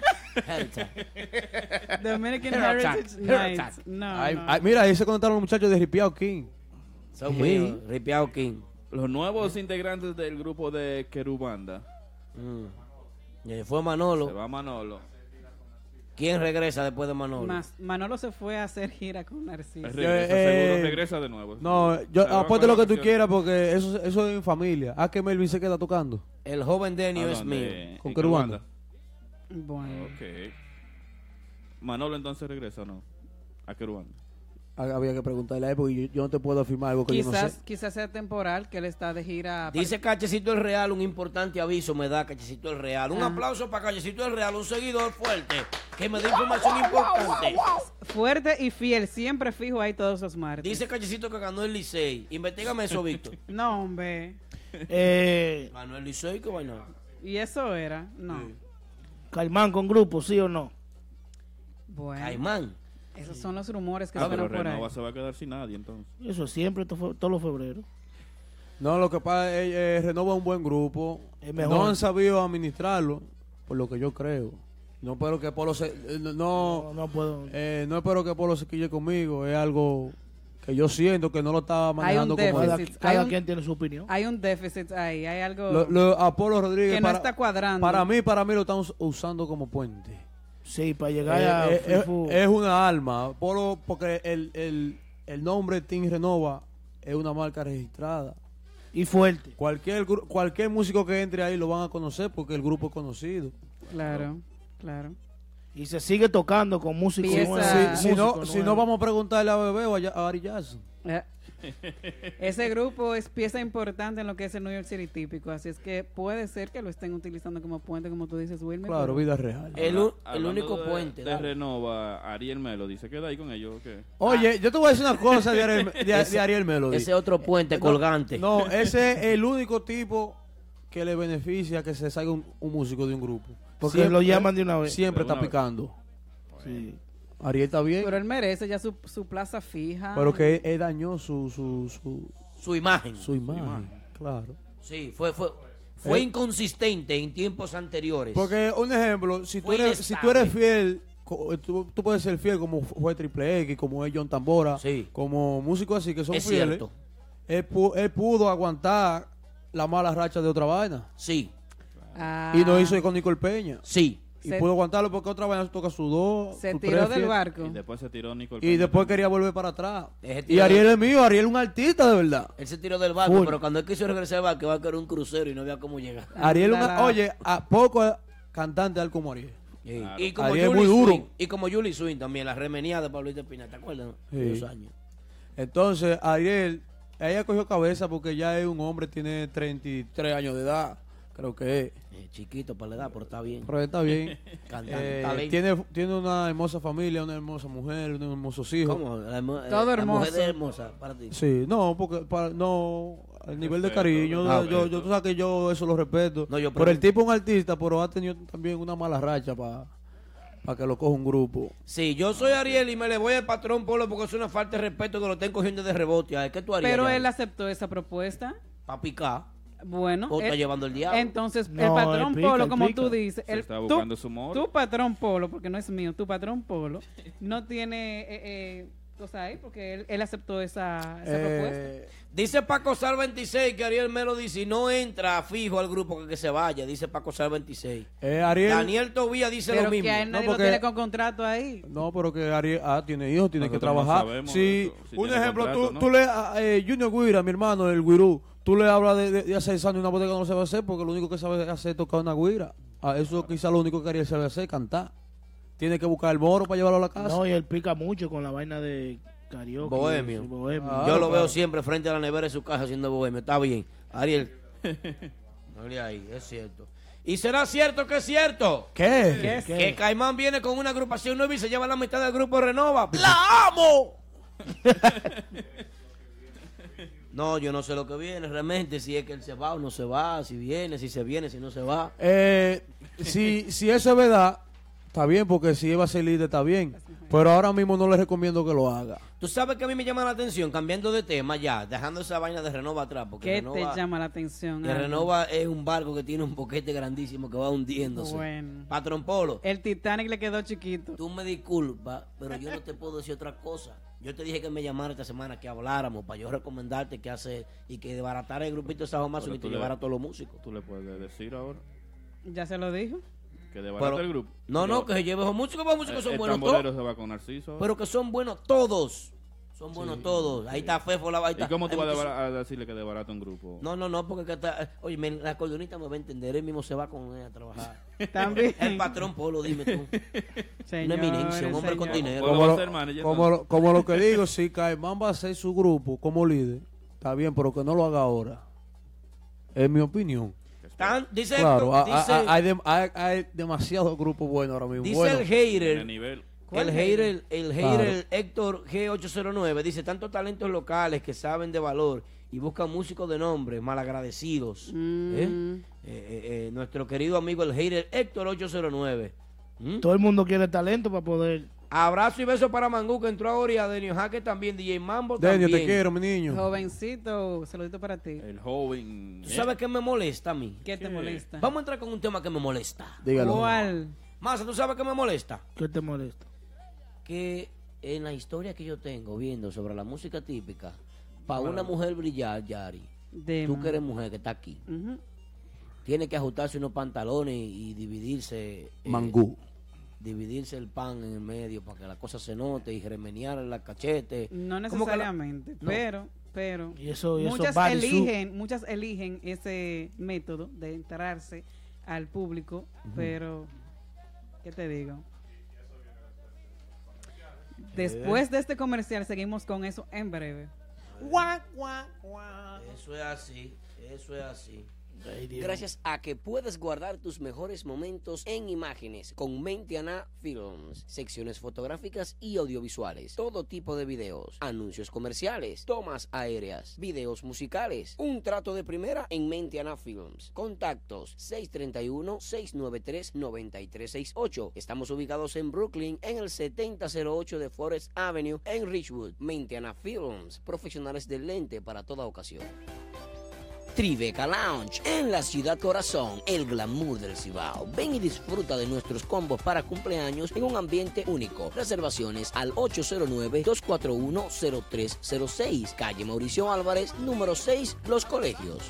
Dominican
Heart attack.
Heritage
Heart
Night.
attack.
No,
Ay,
no.
ay, mira, ahí se conectaron los muchachos de Ripiao King.
Son
Sí.
míos, Ripiao King.
Los nuevos integrantes del grupo de Querubanda.
Mm. Eh, Fue Manolo.
Se va Manolo.
¿Quién regresa después de Manolo?
Mas- Manolo se fue a hacer gira con Narciso.
Regresa, seguro, regresa de nuevo.
No, yo
Eh, Se va
apuesto lo
con la
que tú
canción.
quieras porque eso, eso es en familia. Ah, que Melvin se queda tocando.
El joven Denio
¿A
es
dónde?
mío.
Con Querubanda.
Bueno.
Ok. Manolo entonces regresa o no? A Querubanda.
Ah, Había que preguntarle a él porque yo, yo no te puedo afirmar porque yo no
Quizás,
sé.
quizás sea temporal que él está de gira.
Dice Cachecito el Real, un importante aviso me da Cachecito el Real. Un
Ajá.
aplauso para Cachecito el Real, un seguidor fuerte que me da información importante.
Fuerte y fiel, siempre fijo ahí todos los martes.
Dice Cachecito que ganó el Licey. Investígame eso, Víctor.
No, hombre.
Eh,
Ganó el Licey, qué vaina.
Y eso era. No.
Caimán con grupo, ¿sí o no?
Bueno.
Caimán.
Esos son los rumores que
Ah,
suenan
pero
por ahí.
Renova se va a quedar sin nadie entonces.
Eso siempre, to- todos los febreros.
No, lo que pasa es eh, Renova es un buen grupo.
mejor.
No han sabido administrarlo, por lo que yo creo. No espero que Polo se... eh, no, no,
no puedo.
no espero que Polo se quille conmigo. Es algo que yo siento que no lo estaba manejando como...
Cada,
él.
cada quien tiene su opinión.
Hay un déficit ahí, hay algo
Lo- lo- a Polo Rodríguez
que no
para-
está cuadrando.
Para mí, para mí lo están us- usando como puente.
Sí, para
Eh,
llegar a
eh, eh,
Fifu.
es una alma. Polo, porque el, el, el nombre Team Renova es una marca registrada.
Y fuerte.
Cualquier, gru- cualquier músico que entre ahí lo van a conocer porque el grupo es conocido.
Claro, claro.
y se sigue tocando con músicos nuevos,
Si, si no,
músicos
si no,
nuevos.
vamos a preguntarle a Bebé o a, Ya- a Ari Jackson.
Eh, Ese grupo es pieza importante en lo que es el New York City típico, así es que puede ser que lo estén utilizando como puente, como tú dices, Wilmer. pero-
El, u- el
Hablando
único
de-
puente.
De Renova, Ariel Melo dice, queda ahí con ellos. Ah. ¿qué?
Oye, yo te voy a decir una cosa de Ariel, de- de
Ah. Ese-
Ariel Melody.
ese otro puente
No,
colgante.
No, ese es el único tipo que le beneficia que se salga un, un músico de un grupo.
Porque lo llaman de una vez.
Siempre
De
está
una vez.
picando.
Sí.
Ariel está bien,
Pero él merece ya su, su plaza fija.
pero que él, él dañó su, su, su,
Su imagen.
Su imagen, claro.
Sí, fue, fue, fue
Eh.
inconsistente en tiempos anteriores.
Porque un ejemplo, si tú,
Fue
eres, si tú
inestable.
eres fiel, co- eh, tú, tú puedes ser fiel como fue Triple X, como es John Tambora, como músicos así que son
Es
fieles.
cierto.
Él, pu- él pudo aguantar la mala racha de otra vaina.
Sí.
Ah,
Y no hizo con Nicole Peña.
Sí.
Y
Se-
pudo aguantarlo porque otra vez toca sudó.
Se
sus
tiró
tres
del
fiestas.
barco.
Y después se tiró Nicole
Y después quería volver para atrás.
Ese
Y
tiró-
Ariel es mío, Ariel es un artista de verdad.
Él se tiró del barco,
Full.
pero cuando él quiso regresar al barco, iba a caer un crucero y no había cómo llegar.
Ariel, es un- oye, a poco cantante al como Ariel.
Y como
Ariel es
Julie
muy duro.
Swing, y como Julie Swing también, la remenía de Pablito Espina, ¿te acuerdas?
Sí.
Dos años.
Entonces, Ariel, ella cogió cabeza porque ya es un hombre, tiene 33 años de edad, creo que es.
Eh, chiquito para la edad, pero está bien.
Pero está bien.
Cantando,
Eh,
talento.
tiene, tiene una hermosa familia, una hermosa mujer, unos hermosos hijos.
¿Cómo? La hermo- eh, Todo la hermoso. mujer es hermosa para ti.
Sí, no, porque para, no, el nivel de
Respeto,
cariño,
respeto.
yo, yo, tú sabes que yo eso lo respeto. pero el
pregunto.
tipo es un artista, pero ha tenido también una mala racha para que lo coja un grupo.
Sí, yo soy Ariel y me le voy al patrón Polo porque es una falta de respeto que lo estén cogiendo de rebote. A ver, ¿Qué tú harías?
Pero él aceptó esa propuesta.
Para picar.
Bueno.
O está
él-
llevando el diablo.
Entonces, el
No,
patrón
él pica,
Polo,
él
como
pica.
tú dices,
Se
el,
está
tu-
buscando su moro.
tu patrón Polo, porque no es mío, tu patrón Polo, no tiene eh, eh, cosa ahí porque él, él aceptó esa, esa
Eh,
propuesta.
Dice Paco Sal 26 que Ariel Melody si no entra fijo al grupo que, que se vaya, dice Paco Sal 26.
Eh, Ariel-
Daniel Tobía dice
Pero
lo mismo.
que a él nadie
No,
lo tiene con contrato ahí.
No, pero que Ariel ah, tiene hijos, tiene que
Nosotros no
trabajar.
sabemos
sí,
eso, si
un
tiene
ejemplo,
contrato,
tú,
¿no?
tú le, a- eh, Junior Guira, mi hermano, el Guirú, tú le hablas de, de, de hacer sano y una botella que no se va a hacer porque lo único que sabe hacer es tocar una Guira. Ah, eso quizás lo único que Ariel sabe hacer, cantar. Tiene que buscar el moro para llevarlo a la casa.
No, y él pica mucho con la vaina de karaoke.
bohemio.
Sí, bohemio.
Yo lo veo siempre frente a la nevera de su casa haciendo bohemio. Está bien. Ariel. No le ahí, es cierto. ¿Y será cierto que es cierto?
¿Qué?
Que Caimán viene con una agrupación nueva y se lleva la mitad del grupo Renova. ¡La amo! no, yo no sé lo que viene realmente, si es que él se va o no se va, si viene, si se viene, si no se va.
Eh, si, si eso es verdad, está bien, porque si va a ser líder, está bien. Pero ahora mismo no le recomiendo que lo haga.
Tú sabes que a mí me llama la atención, cambiando de tema ya, dejando esa vaina de Renova atrás. Porque
¿Qué
Renova,
te llama la atención?
que
Aldo?
Renova es un barco que tiene un boquete grandísimo que va hundiéndose.
Bueno.
Patrón Polo.
El Titanic le quedó chiquito.
Tú me disculpas, pero yo no te puedo decir otra cosa. Yo te dije que me llamara esta semana, que habláramos, para yo recomendarte qué hacer y que desbaratara el grupito de Sajomazo
Pero
y te
tú le-
llevara a todos los músicos.
Tú le puedes decir ahora
Ya se lo dijo.
que debarata
Pero-
el grupo.
No, no, que se lleve a esos músicos, porque los músicos
Eh,
son
el
buenos
tamborero
todos.
se va con Narciso.
Pero que son buenos todos. Son buenos todos. Ahí está Fefo, la ahí
¿Y
está-
cómo tú
hay
vas a,
muchos-
debara- a decirle que debarata un grupo?
No, no, no, porque que está- oye, men, la acordeonista me va a entender, él mismo se va con él a trabajar.
También.
El patrón Polo, dime tú. Una
Señores,
eminencia, un hombre con
señores.
dinero.
Como lo, como lo- como lo que digo, si Caimán va a ser su grupo como líder, está bien, pero que no lo haga ahora. Es mi opinión.
Tan- Ah, dice
Claro, a-
dice-
a- a- hay, dem- hay, hay demasiados grupos buenos ahora mismo.
Dice
Bueno,
el hater,
¿Cuál
el
hater?
hater, el hater
Claro.
Héctor G809, dice, tantos talentos locales que saben de valor y buscan músicos de nombre, malagradecidos. ¿Eh?
Mm.
Eh, eh, eh, nuestro querido amigo el hater Héctor 809.
Todo el mundo quiere talento para poder.
Abrazo y beso para Mangú que entró ahora y a Denio Jaque también, DJ Mambo
Denio,
también.
te quiero, mi niño.
Jovencito, saludito para ti.
El joven.
¿Tú sabes qué me molesta a mí?
¿Qué te molesta?
Vamos a entrar con un tema que me molesta.
Dígalo.
¿Cuál?
Masa, ¿tú sabes qué me molesta?
¿Qué te molesta?
que en la historia que yo tengo viendo sobre la música típica, para una mujer brillar, Yari,
De
tú
más.
que eres mujer que está aquí,
Ujú.
tiene que ajustarse unos pantalones y dividirse. eh,
Mangú.
Dividirse el pan en el medio para que la cosa se note y remenear la cachete.
No
Como que la-
necesariamente,
No.
pero, pero
Y eso- y eso
muchas
bodysuit.
eligen, muchas eligen ese método de entrarse al público,
Ujú.
pero ¿qué te digo? Después de este comercial seguimos con eso en breve.
Eso es así, eso es así.
Ay, Dios.
Gracias a que puedes guardar tus mejores momentos en imágenes con Mentiana Films, secciones fotográficas y audiovisuales, todo tipo de videos, anuncios comerciales, tomas aéreas, videos musicales, un trato de primera en Mentiana Films. Contactos 631-693-9368. Estamos ubicados en Brooklyn en el 7008 de Forest Avenue en Richwood. Mentiana Films, profesionales del lente para toda ocasión. Tribeca Lounge en la ciudad corazón, el glamour del Cibao. Ven y disfruta de nuestros combos para cumpleaños en un ambiente único. Reservaciones al 809-241-0306, calle Mauricio Álvarez, número 6, Los Colegios.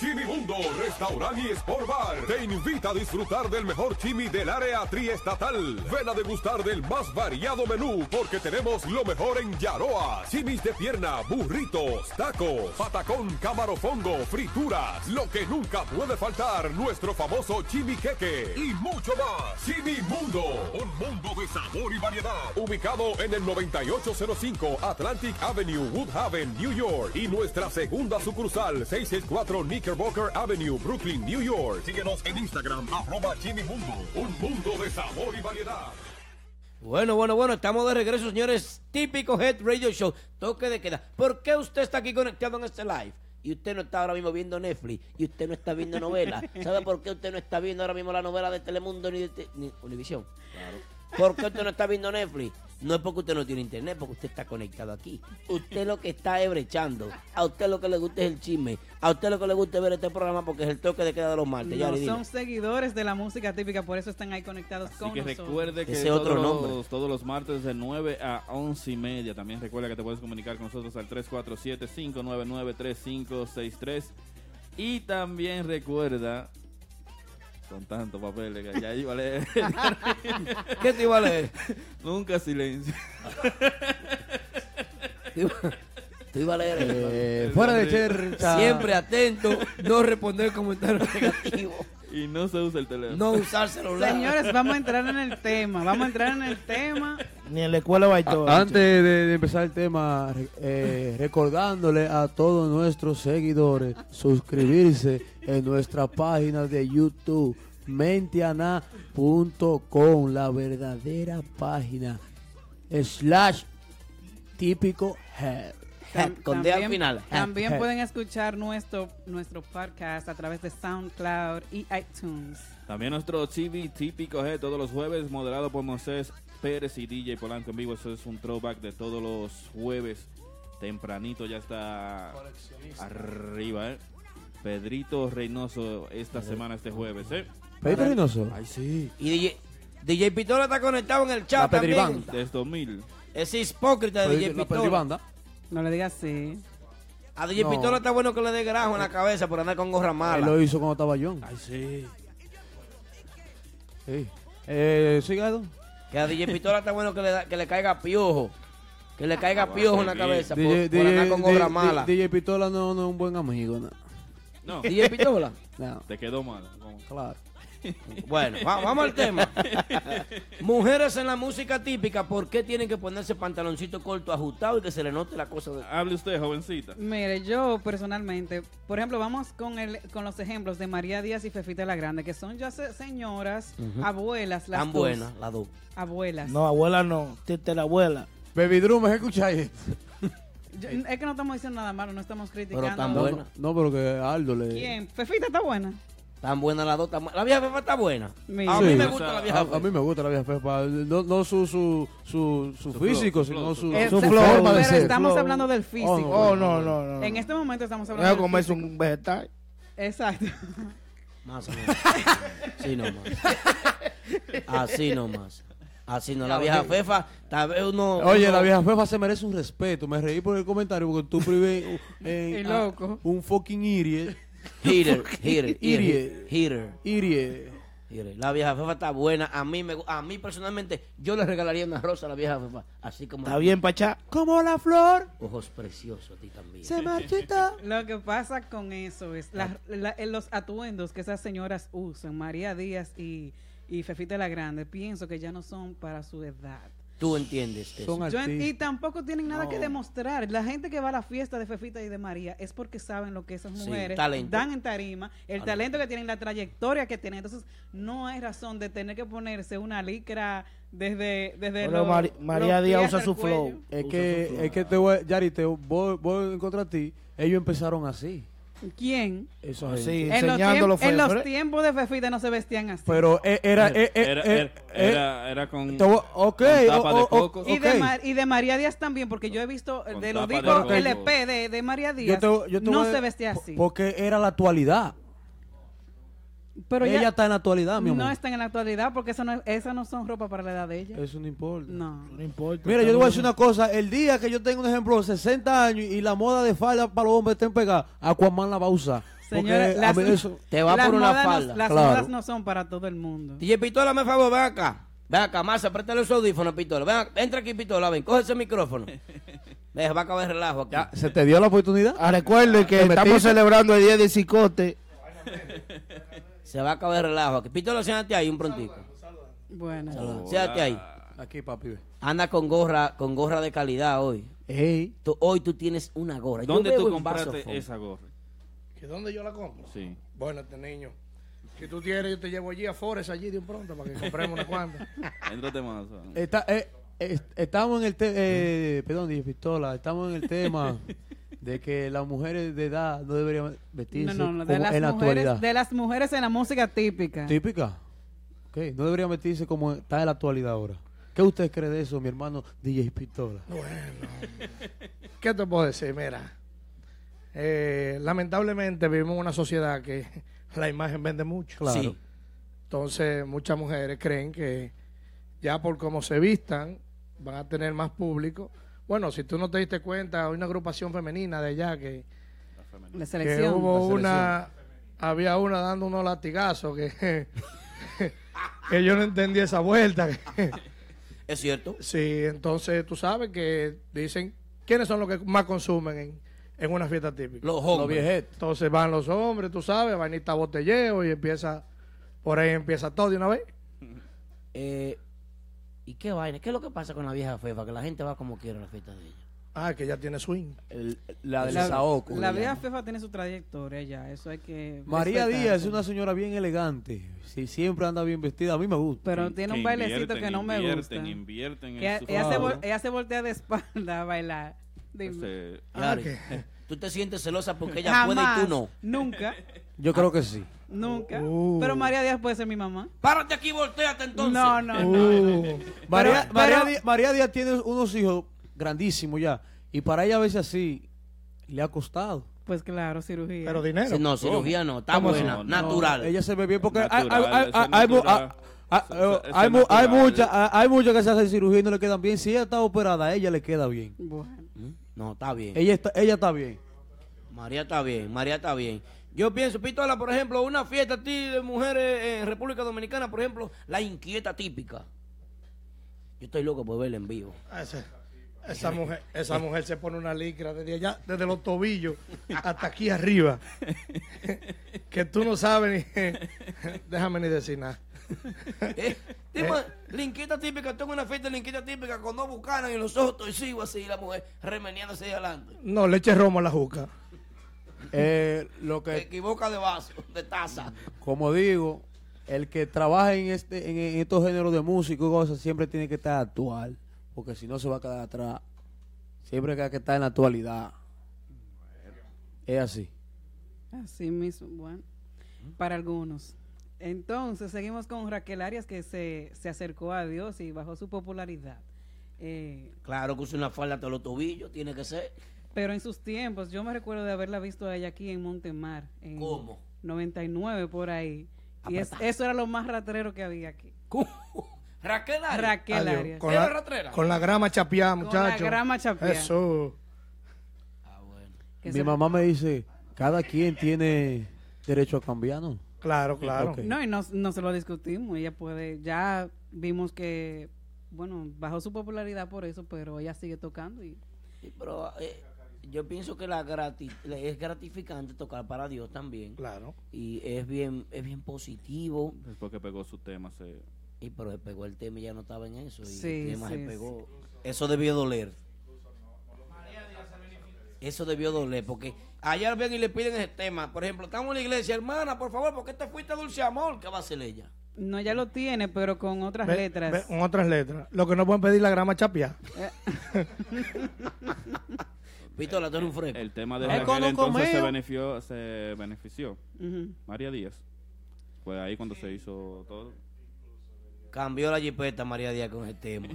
Chimimundo Restaurant y Sport Bar te invita a disfrutar del mejor chimi del área triestatal. Ven a degustar del más variado menú porque tenemos lo mejor en Yaroa. Chimis de pierna, burritos, tacos, patacón, camarofongo, frituras, lo que nunca puede faltar, nuestro famoso chimi queque y mucho más. Chimimundo, un mundo de sabor y variedad. Ubicado en el 9805 Atlantic Avenue, Woodhaven, New York y nuestra segunda sucursal 664 Knickerbocker Avenue, Brooklyn, New York. Síguenos en Instagram, arroba Chimimundo, un mundo de sabor y variedad.
Bueno, bueno, bueno, estamos de regreso, señores. Típico Head Radio Show. Toque de queda. ¿Por qué usted está aquí conectado en este live? Y usted no está ahora mismo viendo Netflix. Y usted no está viendo novelas. ¿Sabe por qué usted no está viendo ahora mismo la novela de Telemundo ni de Te- ni Univisión? ¿Por qué usted no está viendo Netflix? No es porque usted no tiene internet, porque usted está conectado aquí. Usted lo que está ebrechando. A usted lo que le gusta es el chisme. A usted lo que le gusta es ver este programa porque es el toque de queda de los martes.
No,
Yari, dime.
son seguidores de la música típica, por eso están ahí conectados
Así
con
que
nosotros.
recuerde que
Ese
todos,
otro nombre.
Los, todos los martes de 9 a 11 y media. También recuerda que te puedes comunicar con nosotros al 347-599-3563. Y también recuerda, con tantos papeles que ya iba a leer.
¿Qué te iba a leer?
Nunca silencio.
Te iba a leer.
Eh, fuera de chercha.
Siempre atento, no responder comentarios negativos.
Y no se usa el teléfono.
No usar celular.
Señores, vamos a entrar en el tema. Vamos a entrar en el tema.
Ni en la escuela bailó.
A- Antes de, de empezar el tema, re- eh, recordándole a todos nuestros seguidores suscribirse en nuestra página de YouTube, mentiana.com, la verdadera página, slash típico head.
Head, con D al final.
También pueden escuchar nuestro, nuestro podcast a través de SoundCloud y iTunes.
También nuestro TV típico G todos los jueves, moderado por Moisés Pérez y DJ Polanco en vivo. Eso es un throwback de todos los jueves. Tempranito ya está
Coleccionista.
arriba, ¿eh? Pedrito Reynoso esta semana, este jueves, ¿eh?
Pedro Reynoso.
Ay, sí.
Y DJ, DJ Pistola está conectado en el
La
chat también.
Pedribanda. Desde 2000.
Es hipócrita de
Pedri-
DJ
la
Pistola.
Pedribanda.
No le digas así.
A DJ
No.
Pistola está bueno que le dé grajo en la cabeza por andar con gorra
Él
mala.
lo hizo cuando estaba John.
Ay, sí.
Sí. Eh, ¿sí, Gado?
Que a DJ Pistola está bueno que le, da- que le caiga piojo. Que le
Ah,
caiga piojo en la cabeza por,
DJ,
por andar con gorra
DJ,
mala.
DJ Pistola no, no es un buen amigo. No.
No.
DJ Pistola.
No.
Te quedó mal. ¿Cómo?
Claro.
Bueno, va- vamos al tema. Mujeres en la música típica, ¿por qué tienen que ponerse pantaloncito corto ajustado y que se le note la cosa? De...
Hable usted, jovencita.
Mire, yo personalmente, por ejemplo, vamos con el, con los ejemplos de María Díaz y Fefita la Grande, que son ya se- señoras,
Ujú.
abuelas, las
Tan
dos.
buenas,
las dos.
Abuelas.
No, abuela no. Tete la abuela.
Baby Drew, ¿me escucháis?
Yo- es que no estamos diciendo nada malo, no estamos criticando.
No, pero que Aldo le.
¿Quién? Fefita está buena.
Tan buena las dos. tan bu- La vieja fefa está buena.
Mira.
A
Sí.
mí me gusta la
A,
vieja
a mí me gusta la vieja Pepa. No, no su, su, su, su físico, sino su,
Eh,
su
pero
forma de ser.
estamos hablando del físico.
Oh, no, no, no.
En este momento estamos hablando
Voy a
del
comerse un vegetal.
Exacto.
Más o menos. Así nomás. Así nomás. Así no. La vieja fefa, tal vez uno.
Oye,
uno-
la vieja Pepa se merece un respeto. Me reí por el comentario porque tú privé
Y
eh, a-
loco.
un fucking idiot.
Hitter, hitter,
Idiot.
hitter, hitter.
Irie.
Hitter. Eh, La vieja fefa está buena. A mí, me, gu- a mí personalmente, yo le regalaría una rosa a la vieja fefa. Así como.
Está bien, Pachá.
Como la flor.
Ojos preciosos a ti también.
Lo que pasa con eso es la- la- eh, los atuendos que esas señoras usan, María Díaz y, y Fefita la Grande, pienso que ya no son para su edad.
Tú entiendes eso.
Yo en- y tampoco tienen nada que
No.
demostrar. La gente que va a la fiesta de Fefita y de María es porque saben lo que esas
Sí,
mujeres
talento. Ah,
dan en tarima, el
Talento.
talento que tienen, la trayectoria que tienen. Entonces, no hay razón de tener que ponerse una licra desde, desde
Pero
los-
Mari- María
los
Díaz
pies
usa
al
su
cuello.
flow.
Es
Usa su
que,
flow.
es que te voy, Yari, te voy, voy en contra de ti. Ellos empezaron así.
¿Quién?
Eso
Sí,
Ah, en, los
enseñando los
tiemp- en los
fefres.
tiempos de Fefita no se vestían así.
Pero eh, era, eh, eh,
Era-
eh,
era-
eh,
era- era con-
te voy- ok,
con tapa
o-
de
o-
coco.
Y,
ok.
de Mar- y de María Díaz también, porque yo he visto eh, de los
tapa de
discos
coco.
LP de, de María
Yo
Díaz,
te- yo te
no
voy a-
se vestía así.
Porque era la actualidad.
Pero
ella
ya-
está en la actualidad, mi amor.
No están en la actualidad, porque esas no, es- esas no son ropa para la edad de ella.
Eso no importa.
No.
importa.
Mira, yo te voy a decir una cosa. El día que yo tengo un ejemplo de 60 años y la moda de falda para los hombres estén pegadas, Aquaman la va a usar.
Señora, las,
Te va
las
por una
modas no-
falda.
las
Claro.
modas no son para todo el mundo.
DJ Pistola, me favor, ven acá. Ven acá, Masa, préstale su audífono, Pistola. Ven acá, entra aquí, Pistola, ven, coge ese micrófono. Deja, va a acabar el relajo aquí.
¿Se te dio la oportunidad?
Ah,
Ah,
recuerden que
¿Te
estamos
metiste?
celebrando el día de Cicote.
Se va a acabar el relajo aquí. Pistola, siéntate ahí un prontico.
Bueno.
Saluda. Siéntate ahí.
Aquí, papi. ve.
Anda con gorra, con gorra de calidad hoy. Tú- hoy tú tienes una gorra. Yo
¿Dónde
veo
tú
en
compraste
Vasofón.
esa gorra?
¿Que dónde yo la compro?
Sí.
Bueno, este niño. Si tú quieres, yo te llevo allí a Forest, allí de un pronto, para que compremos una cuanta.
Entrate más. o sea.
Está- eh, es- estamos en el tema, eh, perdón, dije pistola, estamos en el tema de que las mujeres de edad no deberían
No,
vestirse
no, no, de
como
las,
en la actualidad.
mujeres, de las mujeres en la música típica.
Típica. Ok, no deberían vestirse como está en la actualidad ahora. ¿Qué usted cree de eso, mi hermano DJ Pistola?
Bueno, ¿qué te puedo decir? Mira, eh, lamentablemente vivimos en una sociedad que la imagen vende mucho.
Claro. Sí.
Entonces, muchas mujeres creen que ya por cómo se vistan van a tener más público. Bueno, si tú no te diste cuenta, hay una agrupación femenina de allá que,
La
que
selección.
hubo una, había una dando unos latigazos que, que yo no entendí esa vuelta.
¿Es cierto?
Sí, entonces tú sabes que dicen, ¿quiénes son los que más consumen en, en una fiesta típica?
Los hombres. Los viejetes.
Entonces van los hombres, tú sabes, vainita botelleo y empieza, por ahí empieza todo de una vez.
Eh, ¿Y qué vaina? ¿Qué es lo que pasa con la vieja fefa? Que la gente va como quiere a la fiesta de ella.
Ah, que ya tiene swing.
la
la, la vieja fefa tiene su trayectoria ya, eso hay que.
María
respetar.
Díaz es una señora bien elegante. Sí, siempre anda bien vestida. A mí me gusta.
Pero tiene un bailecito que no me gusta.
invierten, invierten en
Que
su
ella, se
figura.
vol- ella se voltea de espalda a bailar. Dime.
Ese-
Ah,
Yari, eh, Tú te sientes celosa porque ella
Jamás,
puede y tú no.
Nunca,
Yo creo que sí.
nunca.
Uh.
Pero María Díaz puede ser mi mamá.
Párate aquí y volteate entonces.
No,
Eh,
no, no.
Uh, María,
Pero-
María,
pero-
Díaz, María Díaz tiene unos hijos grandísimos ya. Y para ella a veces así le ha costado.
Pues claro, cirugía.
Pero dinero.
Sí, no, cirugía no, está
¿Cómo
buena, natural.
ella se ve bien porque hay- hay-
Natural,
hay-
eso
hay-
es
hay mu-
natural.
ah, ah,
Eso- eso
eh,
es
hay mu- hay
natural.
muchas- ah, hay muchas que se hacen cirugía y no le quedan bien. Si ella está operada, a ella le queda bien.
¿Mm? No, está bien.
Ella está, ella está bien.
María está bien, María está bien. Yo pienso, Pistola, por ejemplo, una fiesta a ti de mujeres en República Dominicana, por ejemplo, la inquieta típica. Yo estoy loco por verla en vivo.
Esa, esa mujer, esa mujer se pone una licra desde allá, desde los tobillos hasta aquí arriba. que tú no sabes ni... déjame ni decir nada.
Tipo, la inquieta típica, tengo una fiesta de la inquieta típica con dos bucanas y los ojos torcidos así, la mujer remeniándose ahí adelante.
No, le eche romo a la juca.
lo
Se equivoca de vaso, de taza.
como digo, el que trabaja en este, en, en estos géneros de música y cosas siempre tiene que estar actual, porque si no se va a quedar atrás. Siempre hay que estar en la actualidad. Es así.
Así mismo, bueno, para algunos. Entonces, seguimos con Raquel Arias, que se, se acercó a Dios y bajó su popularidad. Eh,
Claro que usa una falda hasta los tobillos, tiene que ser.
pero en sus tiempos, yo me recuerdo de haberla visto a ella aquí en Montemar. En
¿Cómo?
99, por ahí. Y es-
Apretá.
eso era lo más ratrero que había aquí.
Raquel Arias.
Raquel
Adiós.
Arias.
Con, la, con la grama chapeada,
Con la
muchachos.
grama chapeada.
Ah, Eso.
Ah,
Que
Mi
se-
mamá me dice, cada quien tiene derecho a cambiar, ¿no?
Claro,
claro.
No, y no, no se lo discutimos. Ella puede, ya vimos que, bueno, bajó su popularidad por eso, pero ella sigue tocando y
Sí, Pero eh, yo pienso que la grati- la- es gratificante tocar para Dios también.
Claro.
Y es bien, es bien positivo.
Después que pegó su tema, se...
Y pero él pegó el tema y ya no estaba en eso. Y
Sí,
el tema
sí,
se
sí.
pegó. Eso debió doler. Eso debió doler, porque allá ven y le piden ese tema. Por ejemplo, estamos en la iglesia, hermana, por favor, ¿por qué te fuiste a Dulce Amor? ¿Qué va a hacer ella?
No, ya lo tiene, pero con otras
Ve-
letras.
ve- con otras letras. Lo que no pueden pedir la grama chapeada.
Pistola, tú eres un fresco.
El tema de
Es
Raquel
como
entonces se
comeo.
benefició, se benefició.
Ujú.
María Díaz. Pues ahí cuando se hizo todo.
Cambió la jipeta María Díaz con ese tema.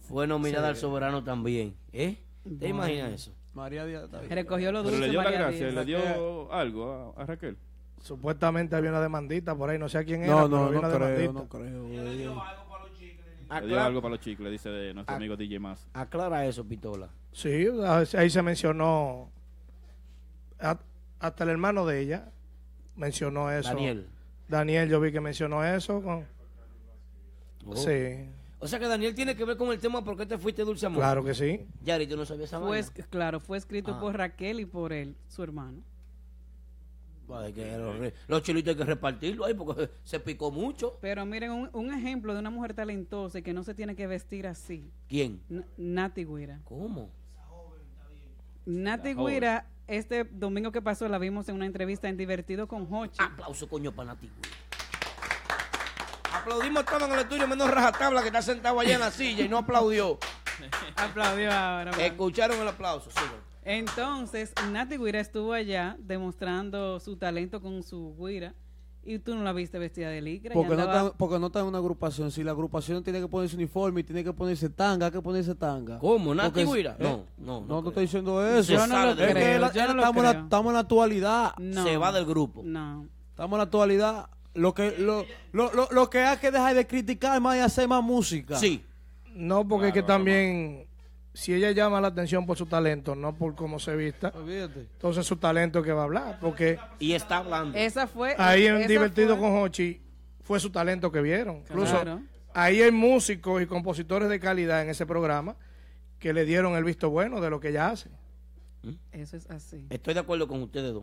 Fue nominada al soberano también. ¿Eh? ¿Te
Bueno.
imaginas eso?
María Díaz está bien.
Recogió lo
Pero
dulce
le dio la
María
gracia,
Díaz.
le dio algo a, a Raquel.
Supuestamente había una demandita por ahí, no sé a quién era.
No,
pero
no,
había
no
una
creo,
demandita.
no creo.
Le dio algo para los chicles, dice de nuestro amigo DJ Más.
Aclara eso, Pistola.
Sí, ahí se mencionó a- hasta el hermano de ella mencionó eso.
Daniel.
Daniel, yo vi que mencionó eso. con-
Oh.
Sí,
O sea que Daniel tiene que ver con el tema por qué te fuiste dulce amor.
claro que sí.
Yari, tú no sabías esa
Fue,
vaina.
es- claro, fue escrito
Ah.
por Raquel y por él, su hermano.
Ay, que los, re- los chilitos hay que repartirlo ahí porque se picó mucho.
Pero miren, un, un ejemplo de una mujer talentosa y que no se tiene que vestir así.
¿Quién?
N- Nati Guira.
¿Cómo?
Nati
La joven.
Guira, este domingo que pasó, la vimos en una entrevista en Divertido con Hochi.
Aplauso, coño, para Nati Guira. Aplaudimos todos en el estudio, menos rajatabla que está sentado allá en la silla y no aplaudió.
Aplaudió ahora. man.
Escucharon el aplauso, sigo.
Entonces, Nati Guira estuvo allá demostrando su talento con su guira y tú no la viste vestida de licra. y
Porque no,
andaba-
está, porque no está en una agrupación. Si la agrupación tiene que ponerse uniforme y tiene que ponerse tanga, hay que ponerse tanga.
¿Cómo? ¿Nati
Porque es-
Guira?
¿eh?
No, no,
No, no estoy diciendo eso.
Se Yo no sale lo de-
Es que
creo,
la-
yo no lo
estamos, en la-
creo.
estamos en la actualidad.
Se va del grupo.
No.
Estamos en la actualidad. Lo que, lo, lo, lo, lo que hay que dejar de criticar más y hacer más música.
Sí.
No, porque es que también, si ella llama la atención por su talento, no por cómo se vista, entonces su talento es que va a hablar. Porque
Y está hablando.
Esa fue.
ahí en
esa
Divertido
fue-
con Hochi fue su talento que vieron. Incluso
Claro.
ahí hay músicos y compositores de calidad en ese programa que le dieron el visto bueno de lo que ella hace.
Eso es así.
Estoy de acuerdo con ustedes dos.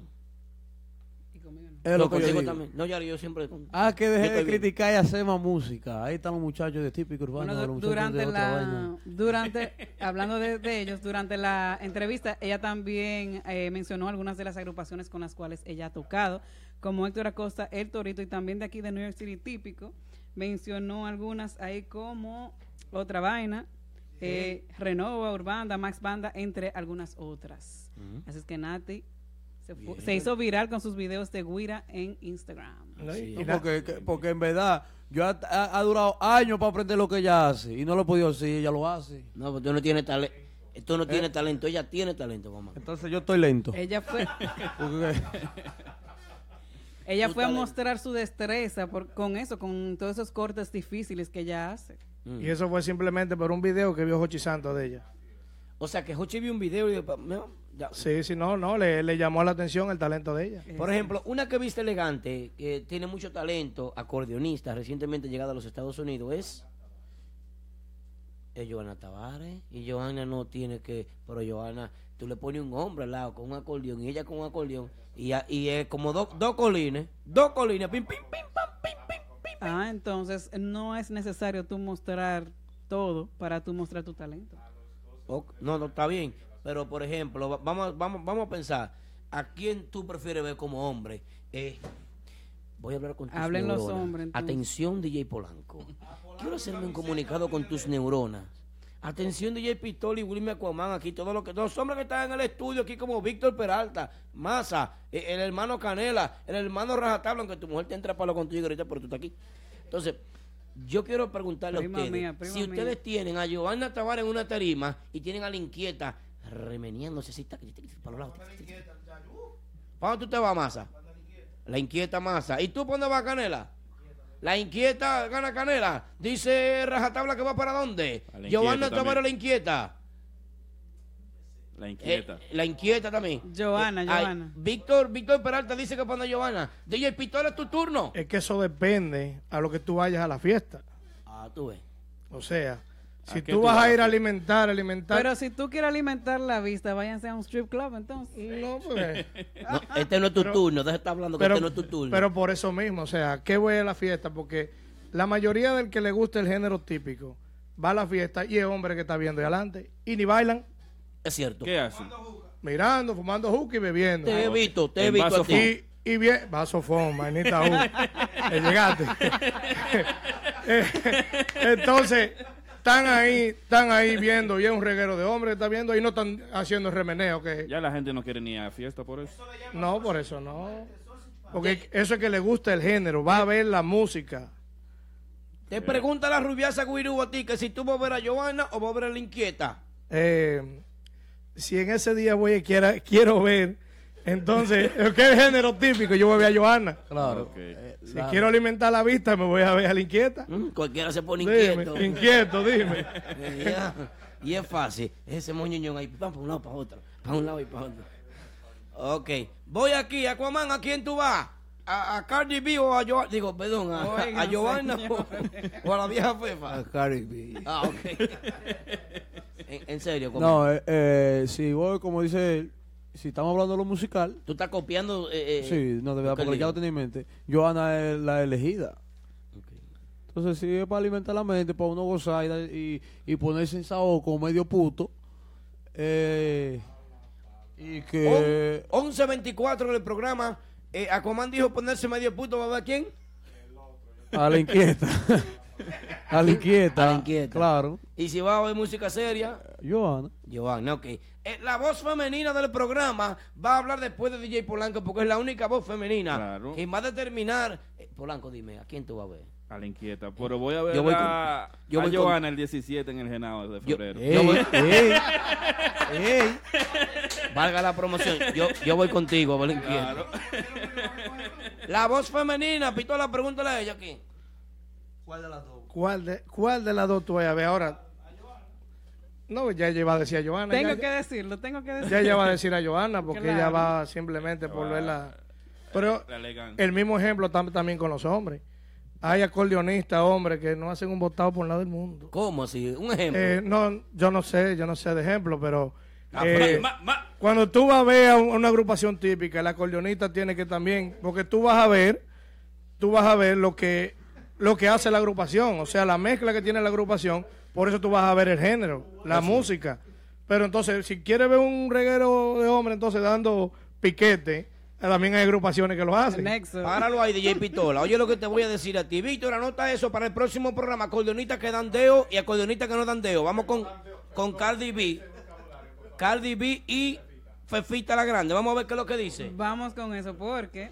Es lo
No,
que yo
contigo
digo.
también. No, Yari, yo siempre. con-
Hay que
yo
dejar
estoy
de
bien.
criticar y hacer más música. Ahí están los muchachos de típico
Bueno,
urbano. los
du-
muchachos de
durante
otra vaina.
la, durante, hablando de, de ellos, durante la entrevista, ella también eh, mencionó algunas de las agrupaciones con las cuales ella ha tocado, como Héctor Acosta, El Torito y también de aquí de New York City típico. Mencionó algunas ahí como Otra Vaina, eh, Renova, Urbanda, Max Banda, entre algunas otras.
Ujú.
Así es que Nati se, fu-
Bien.
se hizo viral con sus videos de Guira en Instagram.
No, porque, que- porque en verdad, yo ha, ha- ha durado años para aprender lo que ella hace y no lo he podido hacer, ella lo hace.
No, pues tú no tienes talento. Tú no tienes talento, ella tiene talento, mamá.
Eh. Entonces yo estoy lento.
Ella fue.
Porque-
Ella
Su
fue a
talento.
mostrar su destreza por- con eso, con todos esos cortes difíciles que ella hace.
Y eso fue simplemente por un video que vio Hochi Santos de ella.
O sea, que Hochi vio un video y. dijo, "Me- ya".
Sí, sí, no, no, le, le llamó la atención el talento de ella.
Por ejemplo, una que viste elegante, que tiene mucho talento, acordeonista, recientemente llegada a los Estados Unidos, es. Es Joana Tavares. Y Joana no tiene que. Pero Joana, tú le pones un hombre al lado con un acordeón y ella con un acordeón. Y, a- y es como dos dos colines. Dos colines, pim, pim, pim.
Ah, entonces no es necesario tú mostrar todo para tú mostrar tu talento.
Ok, No, no, está bien. Pero, por ejemplo, va- vamos, a- vamos, vamos a pensar. ¿A quién tú prefieres ver como hombre? Eh, voy a hablar con tus
Hablen los
neuronas.
hombres, entonces.
Atención, DJ Polanco. Quiero hacerme un comunicado con tus neuronas. Atención, DJ Pistol y William Aquaman aquí. Todos los, que, todos los hombres que están en el estudio aquí, como Víctor Peralta, Massa, eh, el hermano Canela, el hermano Rajatabla, aunque tu mujer te entra a palo contigo ahorita, pero tú estás aquí. Entonces, yo quiero preguntarle
Prima
a ustedes,
mía, prima
si
mía.
ustedes tienen a Giovanna Tavares en una tarima y tienen a la inquieta remeniándose así, tac, tac, tac, para los lados, tac, tac, tac. ¿Para dónde tú te vas, Masa? La inquieta Masa. ¿Y tú para dónde vas, Canela? La inquieta gana Canela. Dice Rajatabla que va para dónde.
la inquieta
Giovanna
también.
Tavares la inquieta.
La inquieta.
Eh, la inquieta también.
Giovanna,
Eh, ay,
Giovanna.
Víctor, Víctor Peralta dice que para Giovanna. DJ Pistola es tu turno.
Es que eso depende a lo que tú vayas a la fiesta.
Ah, tú ves.
O sea, si
qué
tú
tú
vas
vas
a ir
a
a alimentar, alimentar.
Pero si tú quieres alimentar la vista, váyanse a un strip club entonces.
No, pues.
No, este no es tu
Pero-
turno. Deja de estar hablando que
pero,
este no es tu turno.
pero por eso mismo, o sea, ¿qué voy a la fiesta? Porque la mayoría del que le gusta el género típico va a la fiesta y es hombre que está viendo y adelante y ni bailan.
es cierto.
¿Qué hace?
Mirando, fumando hook y bebiendo.
Te he visto, te he En visto a vasofón. ti.
Y, y bien, vasofón, manita hook. Eh, llegaste. Eh, Entonces, están ahí, están ahí viendo y es un reguero de hombres que está viendo y no están haciendo el remeneo que
Ya la gente no quiere ni ir a fiesta por eso.
No, por eso no. Porque eso es que le gusta el género, va a ver la música.
Te pregunta la rubiaza Guirú a ti que si tú vas a ver a Giovanna o vas a ver a la inquieta.
Eh, si en ese día voy a quiera, quiero ver, entonces, ¿qué género típico? Yo voy a ver a Johanna.
Claro.
Si
claro. Mm,
quiero alimentar la vista, me voy a ver a la inquieta.
Cualquiera se pone
Dime,
inquieto.
inquieto, dime.
Ya, Y es fácil. Ese moñoñón ahí, pam, para un lado, para otro. Para un lado y para otro. Ok. Voy aquí, Aquaman, ¿a quién tú vas? ¿A, a Cardi B o a Giovanna? Digo, perdón, a,
Oiga,
a Giovanna o,
señor.
o a la vieja Fefa.
A Cardi B.
Ah, ok. en, en serio, ¿cómo?
No, eh, eh, si voy, como dice él, si estamos hablando de lo musical,
Tú estás copiando. eh, eh,
sí, no, de
lo
verdad,
que él
porque
dijo.
ya lo tenía en mente. Joana es la elegida. Entonces, si es para alimentar la mente, para uno gozar y, dar- y, y ponerse en saoco medio puto, eh, y que.
11.24 en el programa. Eh, Aquaman dijo ponerse medio puto, ¿va a ver quién?
A la inquieta. a la inquieta. Claro.
Y si va a haber música seria.
Joana.
Joana, ok. Eh, la voz femenina del programa va a hablar después de DJ Polanco porque es la única voz femenina.
Claro.
Y va a determinar. eh, Polanco, dime, ¿a quién tú vas a ver?
A la inquieta. Pero voy a ver
Yo voy
a,
con- yo
a
voy con-
Johanna el 17 en el Genao de febrero.
yo voy- Valga la promoción. Yo, yo voy contigo, Valentín.
Claro.
La voz femenina, Pitola, pregúntale a ella aquí.
¿Cuál de las dos?
¿Cuál de, cuál de las dos tú vas a ver ahora? No, ya ella va a decir a Joana.
Tengo
ya,
que decirlo, tengo que decirlo.
ya ella va a decir a Joana porque ella
Claro.
va simplemente por verla. Pero
La elegancia.
el mismo ejemplo tam- también con los hombres. Hay acordeonistas, hombres, que no hacen un votado por nada del mundo.
¿Cómo así? Un ejemplo.
Eh, no, yo no sé, yo no sé de ejemplo, pero...
Ah,
eh,
pero- ma- ma-
Cuando tú vas a ver a un- una agrupación típica, el acordeonista tiene que también, porque tú vas a ver, tú vas a ver lo que, lo que hace la agrupación, o sea, la mezcla que tiene la agrupación, por eso tú vas a ver el género, la música. Pero entonces, si quieres ver un reguero de hombre, entonces dando piquete, eh, también hay agrupaciones que lo hacen.
Páralo ahí, DJ Pitola. Oye lo que te voy a decir a ti. Víctor, anota eso para el próximo programa. Acordeonistas que dan deo y acordeonistas que no dan deo. Vamos con, con Cardi B. Cardi B y Fefita la Grande. Vamos a ver qué es lo que dice.
Vamos con eso porque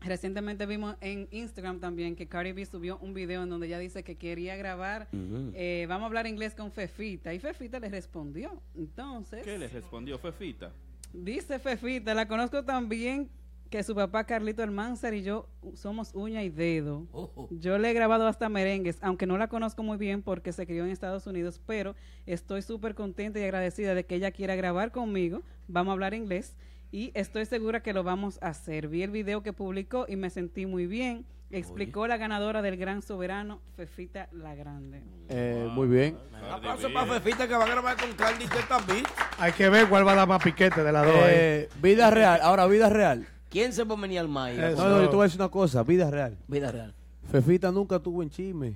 recientemente vimos en Instagram también que Cardi B subió un video en donde ella dice que quería grabar
Ujú.
eh, Vamos a hablar inglés con Fefita y Fefita le respondió. Entonces,
¿Qué le respondió Fefita?
dice Fefita, la conozco también que su papá Carlito Almanzar y yo somos uña y dedo. Yo le he grabado hasta merengues, aunque no la conozco muy bien porque se crió en Estados Unidos, pero estoy súper contenta y agradecida de que ella quiera grabar conmigo. Vamos a hablar inglés y estoy segura que lo vamos a hacer. Vi el video que publicó y me sentí muy bien. Explicó la ganadora del Gran Soberano, Fefita la Grande.
Eh, Muy bien.
Aplauso para Fefita que va a grabar con Cardi y también.
Hay que ver cuál va a dar más piquete de las dos. ahí.
Eh, vida real, ahora vida real.
¿Quién se va a venir al maíz?
No, no, yo te voy a decir una cosa, vida real.
Vida real.
Fefita nunca tuvo en chisme.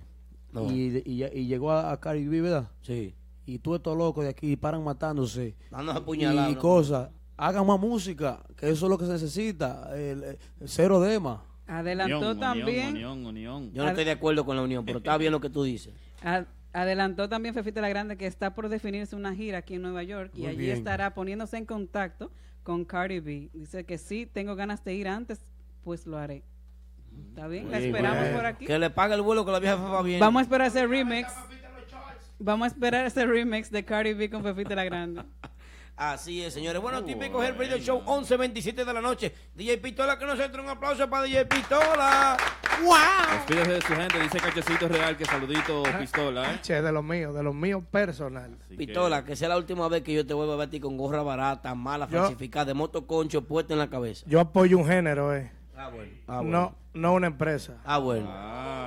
No.
Y, y- y llegó a, a Caribe, ¿verdad?
Sí.
Y tú estos locos de aquí paran matándose.
Dándose apuñaladas,
Y
¿no?
cosas. Hagan más música, que eso es lo que se necesita. El, el cero dema.
Adelantó también.
Unión, unión.
Yo no estoy de acuerdo con la unión, pero está bien lo que tú dices.
Ad- Adelantó también Fefita la Grande que está por definirse una gira aquí en Nueva York y
Muy
allí
bien.
estará poniéndose en contacto con Cardi B. Dice que sí, tengo ganas de ir antes, pues lo haré. ¿Está bien? La
Muy
esperamos
bueno.
por aquí.
Que le pague el vuelo que la vieja Fefa viene.
Vamos a esperar ese remix. Vamos a esperar ese remix de Cardi B con Fefita la Grande.
Así es, señores. Bueno, típico el Radio Show, 11.27 de la noche. DJ Pistola, que nosotros un aplauso para DJ Pistola. ¡Wow!
Despídese de su gente, dice Cachecito Real que saludito pistola, ¿eh?
Che, de los míos, de los míos personal.
Pistola, que sea la última vez que yo te vuelva a ver a ti con gorra barata, mala,
Yo-
falsificada, de motoconcho puesta en la cabeza.
Yo apoyo un género, eh.
Ah, bueno. Ah, bueno.
No, no una empresa.
Ah, bueno.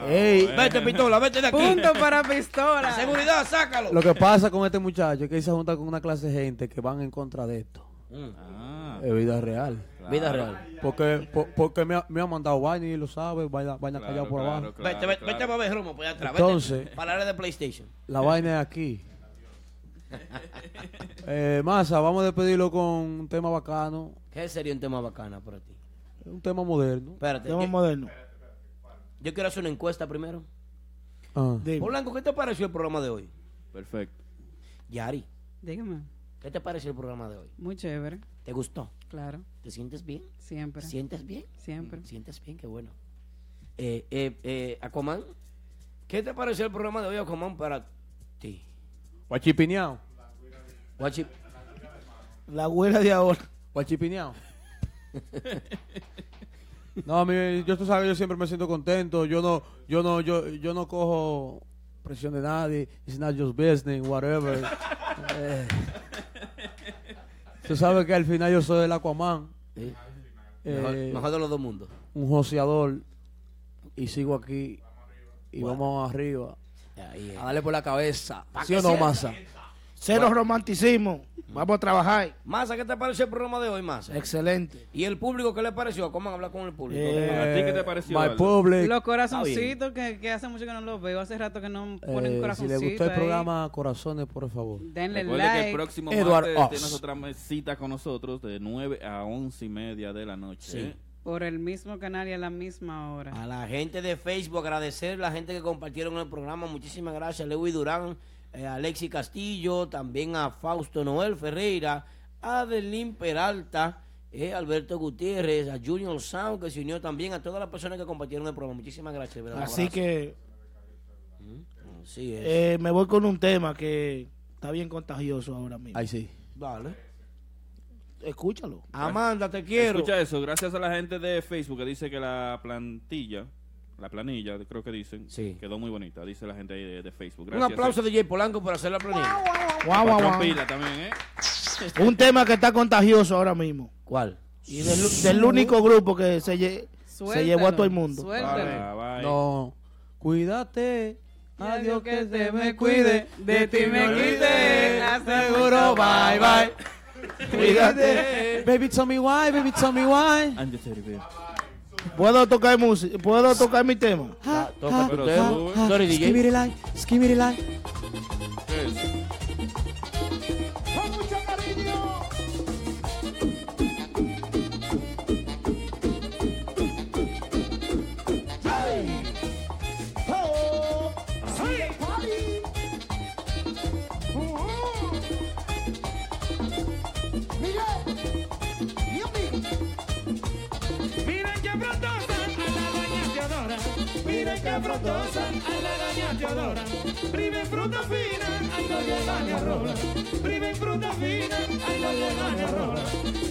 Ey.
Vete, Pistola, vete de aquí.
Punto
para Pistola.
seguridad, sácalo.
Lo que pasa con este muchacho es que él se junta con una clase de gente que van en contra de esto.
Ah.
Ah.
Es vida real.
Vida real.
Porque, po- porque me, ha, me ha mandado vaina y lo sabe, vaina, vaina
Claro,
callada por
claro,
abajo.
claro, Vete, vete, vete a beber romo por allá atrás.
Entonces-
vete, para la área de PlayStation.
La vaina es aquí. Eh, Masa, vamos a despedirlo con un tema bacano,
¿Qué sería un tema bacana para ti?
un tema moderno.
Espérate.
Tema
yo-
moderno.
Yo quiero hacer una encuesta primero.
Ah.
Polanco, ¿qué te pareció el programa de hoy?
Perfecto.
Yari,
Dígame.
¿qué te pareció el programa de hoy?
Muy chévere.
¿Te gustó?
Claro.
¿Te sientes bien?
Siempre.
¿Sientes bien?
Siempre.
¿Sientes bien? Qué bueno. Eh, eh, eh, Aquaman, ¿qué te pareció el programa de hoy, Aquaman, para ti?
Guachipineado.
Guachi...
La güera de ahora. Guachipineado. no, a mí, yo tú sabes, yo siempre me siento contento. Yo no, yo no, yo, yo no cojo presión de nadie. It's not just business, whatever. Eh, tú sabes que al final yo soy el Aquaman.
Sí. Mejor-
eh,
mejor de los dos mundos.
Un joseador y sigo aquí y vamos arriba. A darle por la cabeza.
eh? Pa'
¿Sí
que
o no,
sienta.
masa?
Cero romanticismo. Vamos a trabajar.
Masa, ¿qué te pareció el programa de hoy, Masa?
Excelente.
¿Y el público qué le pareció? ¿Cómo hablar con el público?
Eh, ¿A ti qué te pareció, my Aldo? public.
Los
Está bien.
corazoncitos que, que hace mucho que no los veo. Hace rato que no ponen
Eh, si
corazoncitos.
le gustó el
ahí.
programa, corazones, por favor. oh.
Denle
Recuerde que el
like.
próximo
Edward
martes
Oz.
tienes otra mes- cita con nosotros de 9 a 11 y media de la noche. ¿eh?
Sí.
Por el mismo canal y a la misma hora.
A la gente de Facebook, agradecer a la gente que compartieron el programa. Muchísimas gracias, Lewis Durán, eh, a Alexi Castillo, también a Fausto Noel Ferreira, a Adelín Peralta, eh, Alberto Gutiérrez, a Junior Sound, que se unió también, a todas las personas que compartieron el programa. Muchísimas gracias, de verdad, un
Así
abrazo.
que
Así es.
eh, me voy con un tema que está bien contagioso ahora mismo.
Ahí sí.
Vale.
Escúchalo.
Amanda, te quiero.
Escucha eso, gracias a la gente de Facebook que dice que la plantilla, la planilla, creo que dicen, quedó muy bonita, dice la gente ahí de, de Facebook. Gracias. eh.
Un aplauso de Jay Polanco por hacer la planilla.
Guau, guau, Este
Patrón
guau.
Pila también, ¿eh?
Un tema que está contagioso ahora mismo.
¿Cuál?
Y del, del único grupo que se, lle- se llevó a todo el mundo.
No. Cuídate.
Adiós que te me
cuide, de ti me quite, aseguro, Eh, bye, bye. Cuídate. Baby, tell me why, baby, tell me why.
I'm just sorry,
¿Puedo tocar, música? ¿Puedo tocar mi tema?
Ah, Toca
pero
tema.
sube.
Ah,
Sorry, DJ.
skibidi like, skibidi like.
Miren que frondosa, a la doña Teodora. Miren que frondosa, a la doña Teodora. Prive fruta fina, ay no llega ni a rola. Prive fruta fina, ay no llega ni a rola.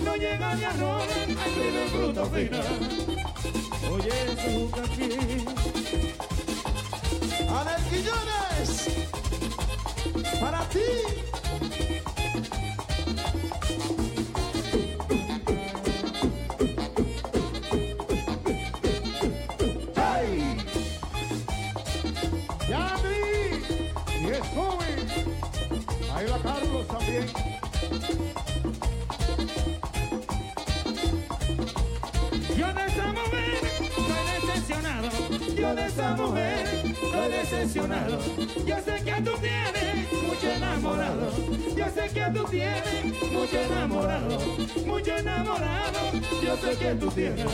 No llega ni a rola, ay prive fruta fina. Oye, su café.
Alex Quillones, para ti. ¡Hey! Yandy, y es joven. Ahí va Carlos también.
Yo de
é
esa mujer estoy decepcionado. Yo de esa mujer estoy decepcionado. Yo sé que tú tienes mucho enamorado. Yo sé que tú tienes mucho enamorado. Mucho enamorado. Yo sé que tú tienes.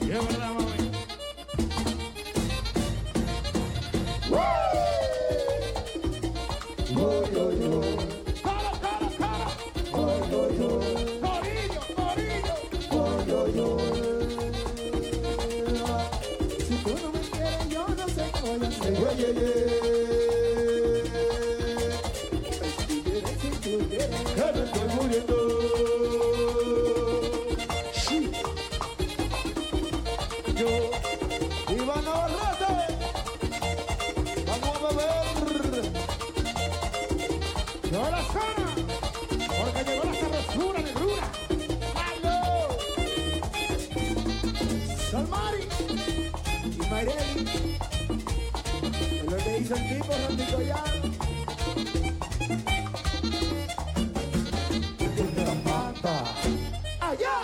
Y es verdad, mami.
Si tú no me quieres, yo no sé qué voy a hacer. Oye, ye. Si tuviera, si tuviera, que me estoy muriendo. Sí. Yo, Iván Navarrete, vamos a beber. Llegó la zona, porque llegó la sabrosura, negrura. ¡Malo! Salmari y Mayreli. Es lo que hizo el tipo Randy Collado. Desde la mata. ¡Allá!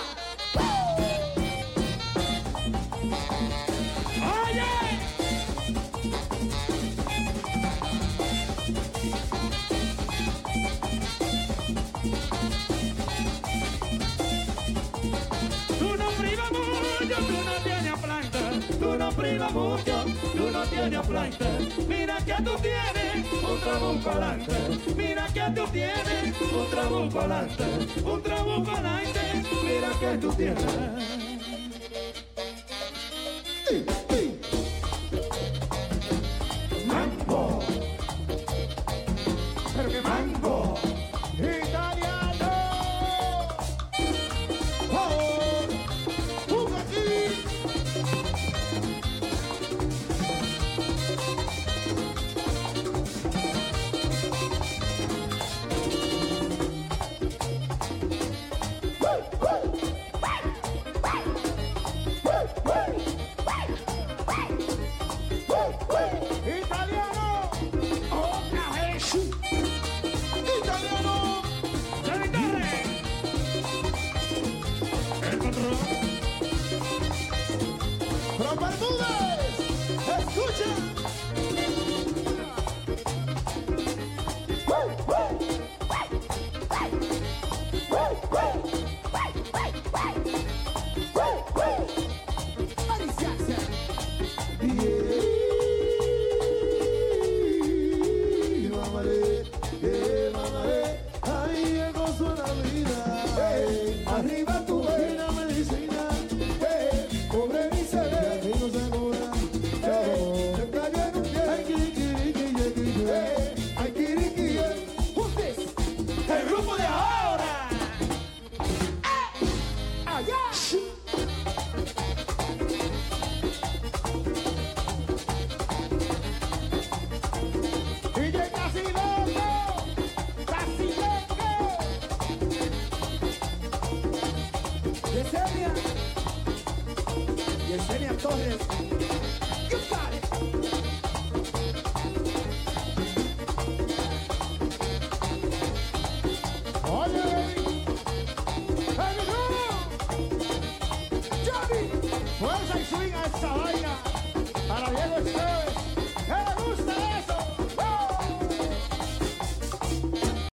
Tú no privas mucho, tú no tienes planta. Tú no privas mucho, tú no tienes planta. Mira que tú tienes un trabón pa'lante. Mira que tú tienes un trabón pa'lante. Un trabón pa'lante. Mira que tú tienes.
¡Mango! ¡Pero qué mango! ¡Italiano! ¡Oh! ¡Fuga aquí! ¡Woo!
Italiano. El patrón. Fran Bermúdez. Escucha. Ahí llegó su la vida. arriba tu buena medicina. Eh, cobre mi se ve. Y no se cura. Eh, se cayó en un pie. Ay, kiriquiriquille, kiriquille. Eh, ay, kiriquille. Juntes. El grupo de ahora. Ah. Allá. Y llega casi loco, casi loco. Yesenia, Yesenia Torres. You got it. Oye, Johnny, fuerza y swing a esa vaina para Diego Esteves.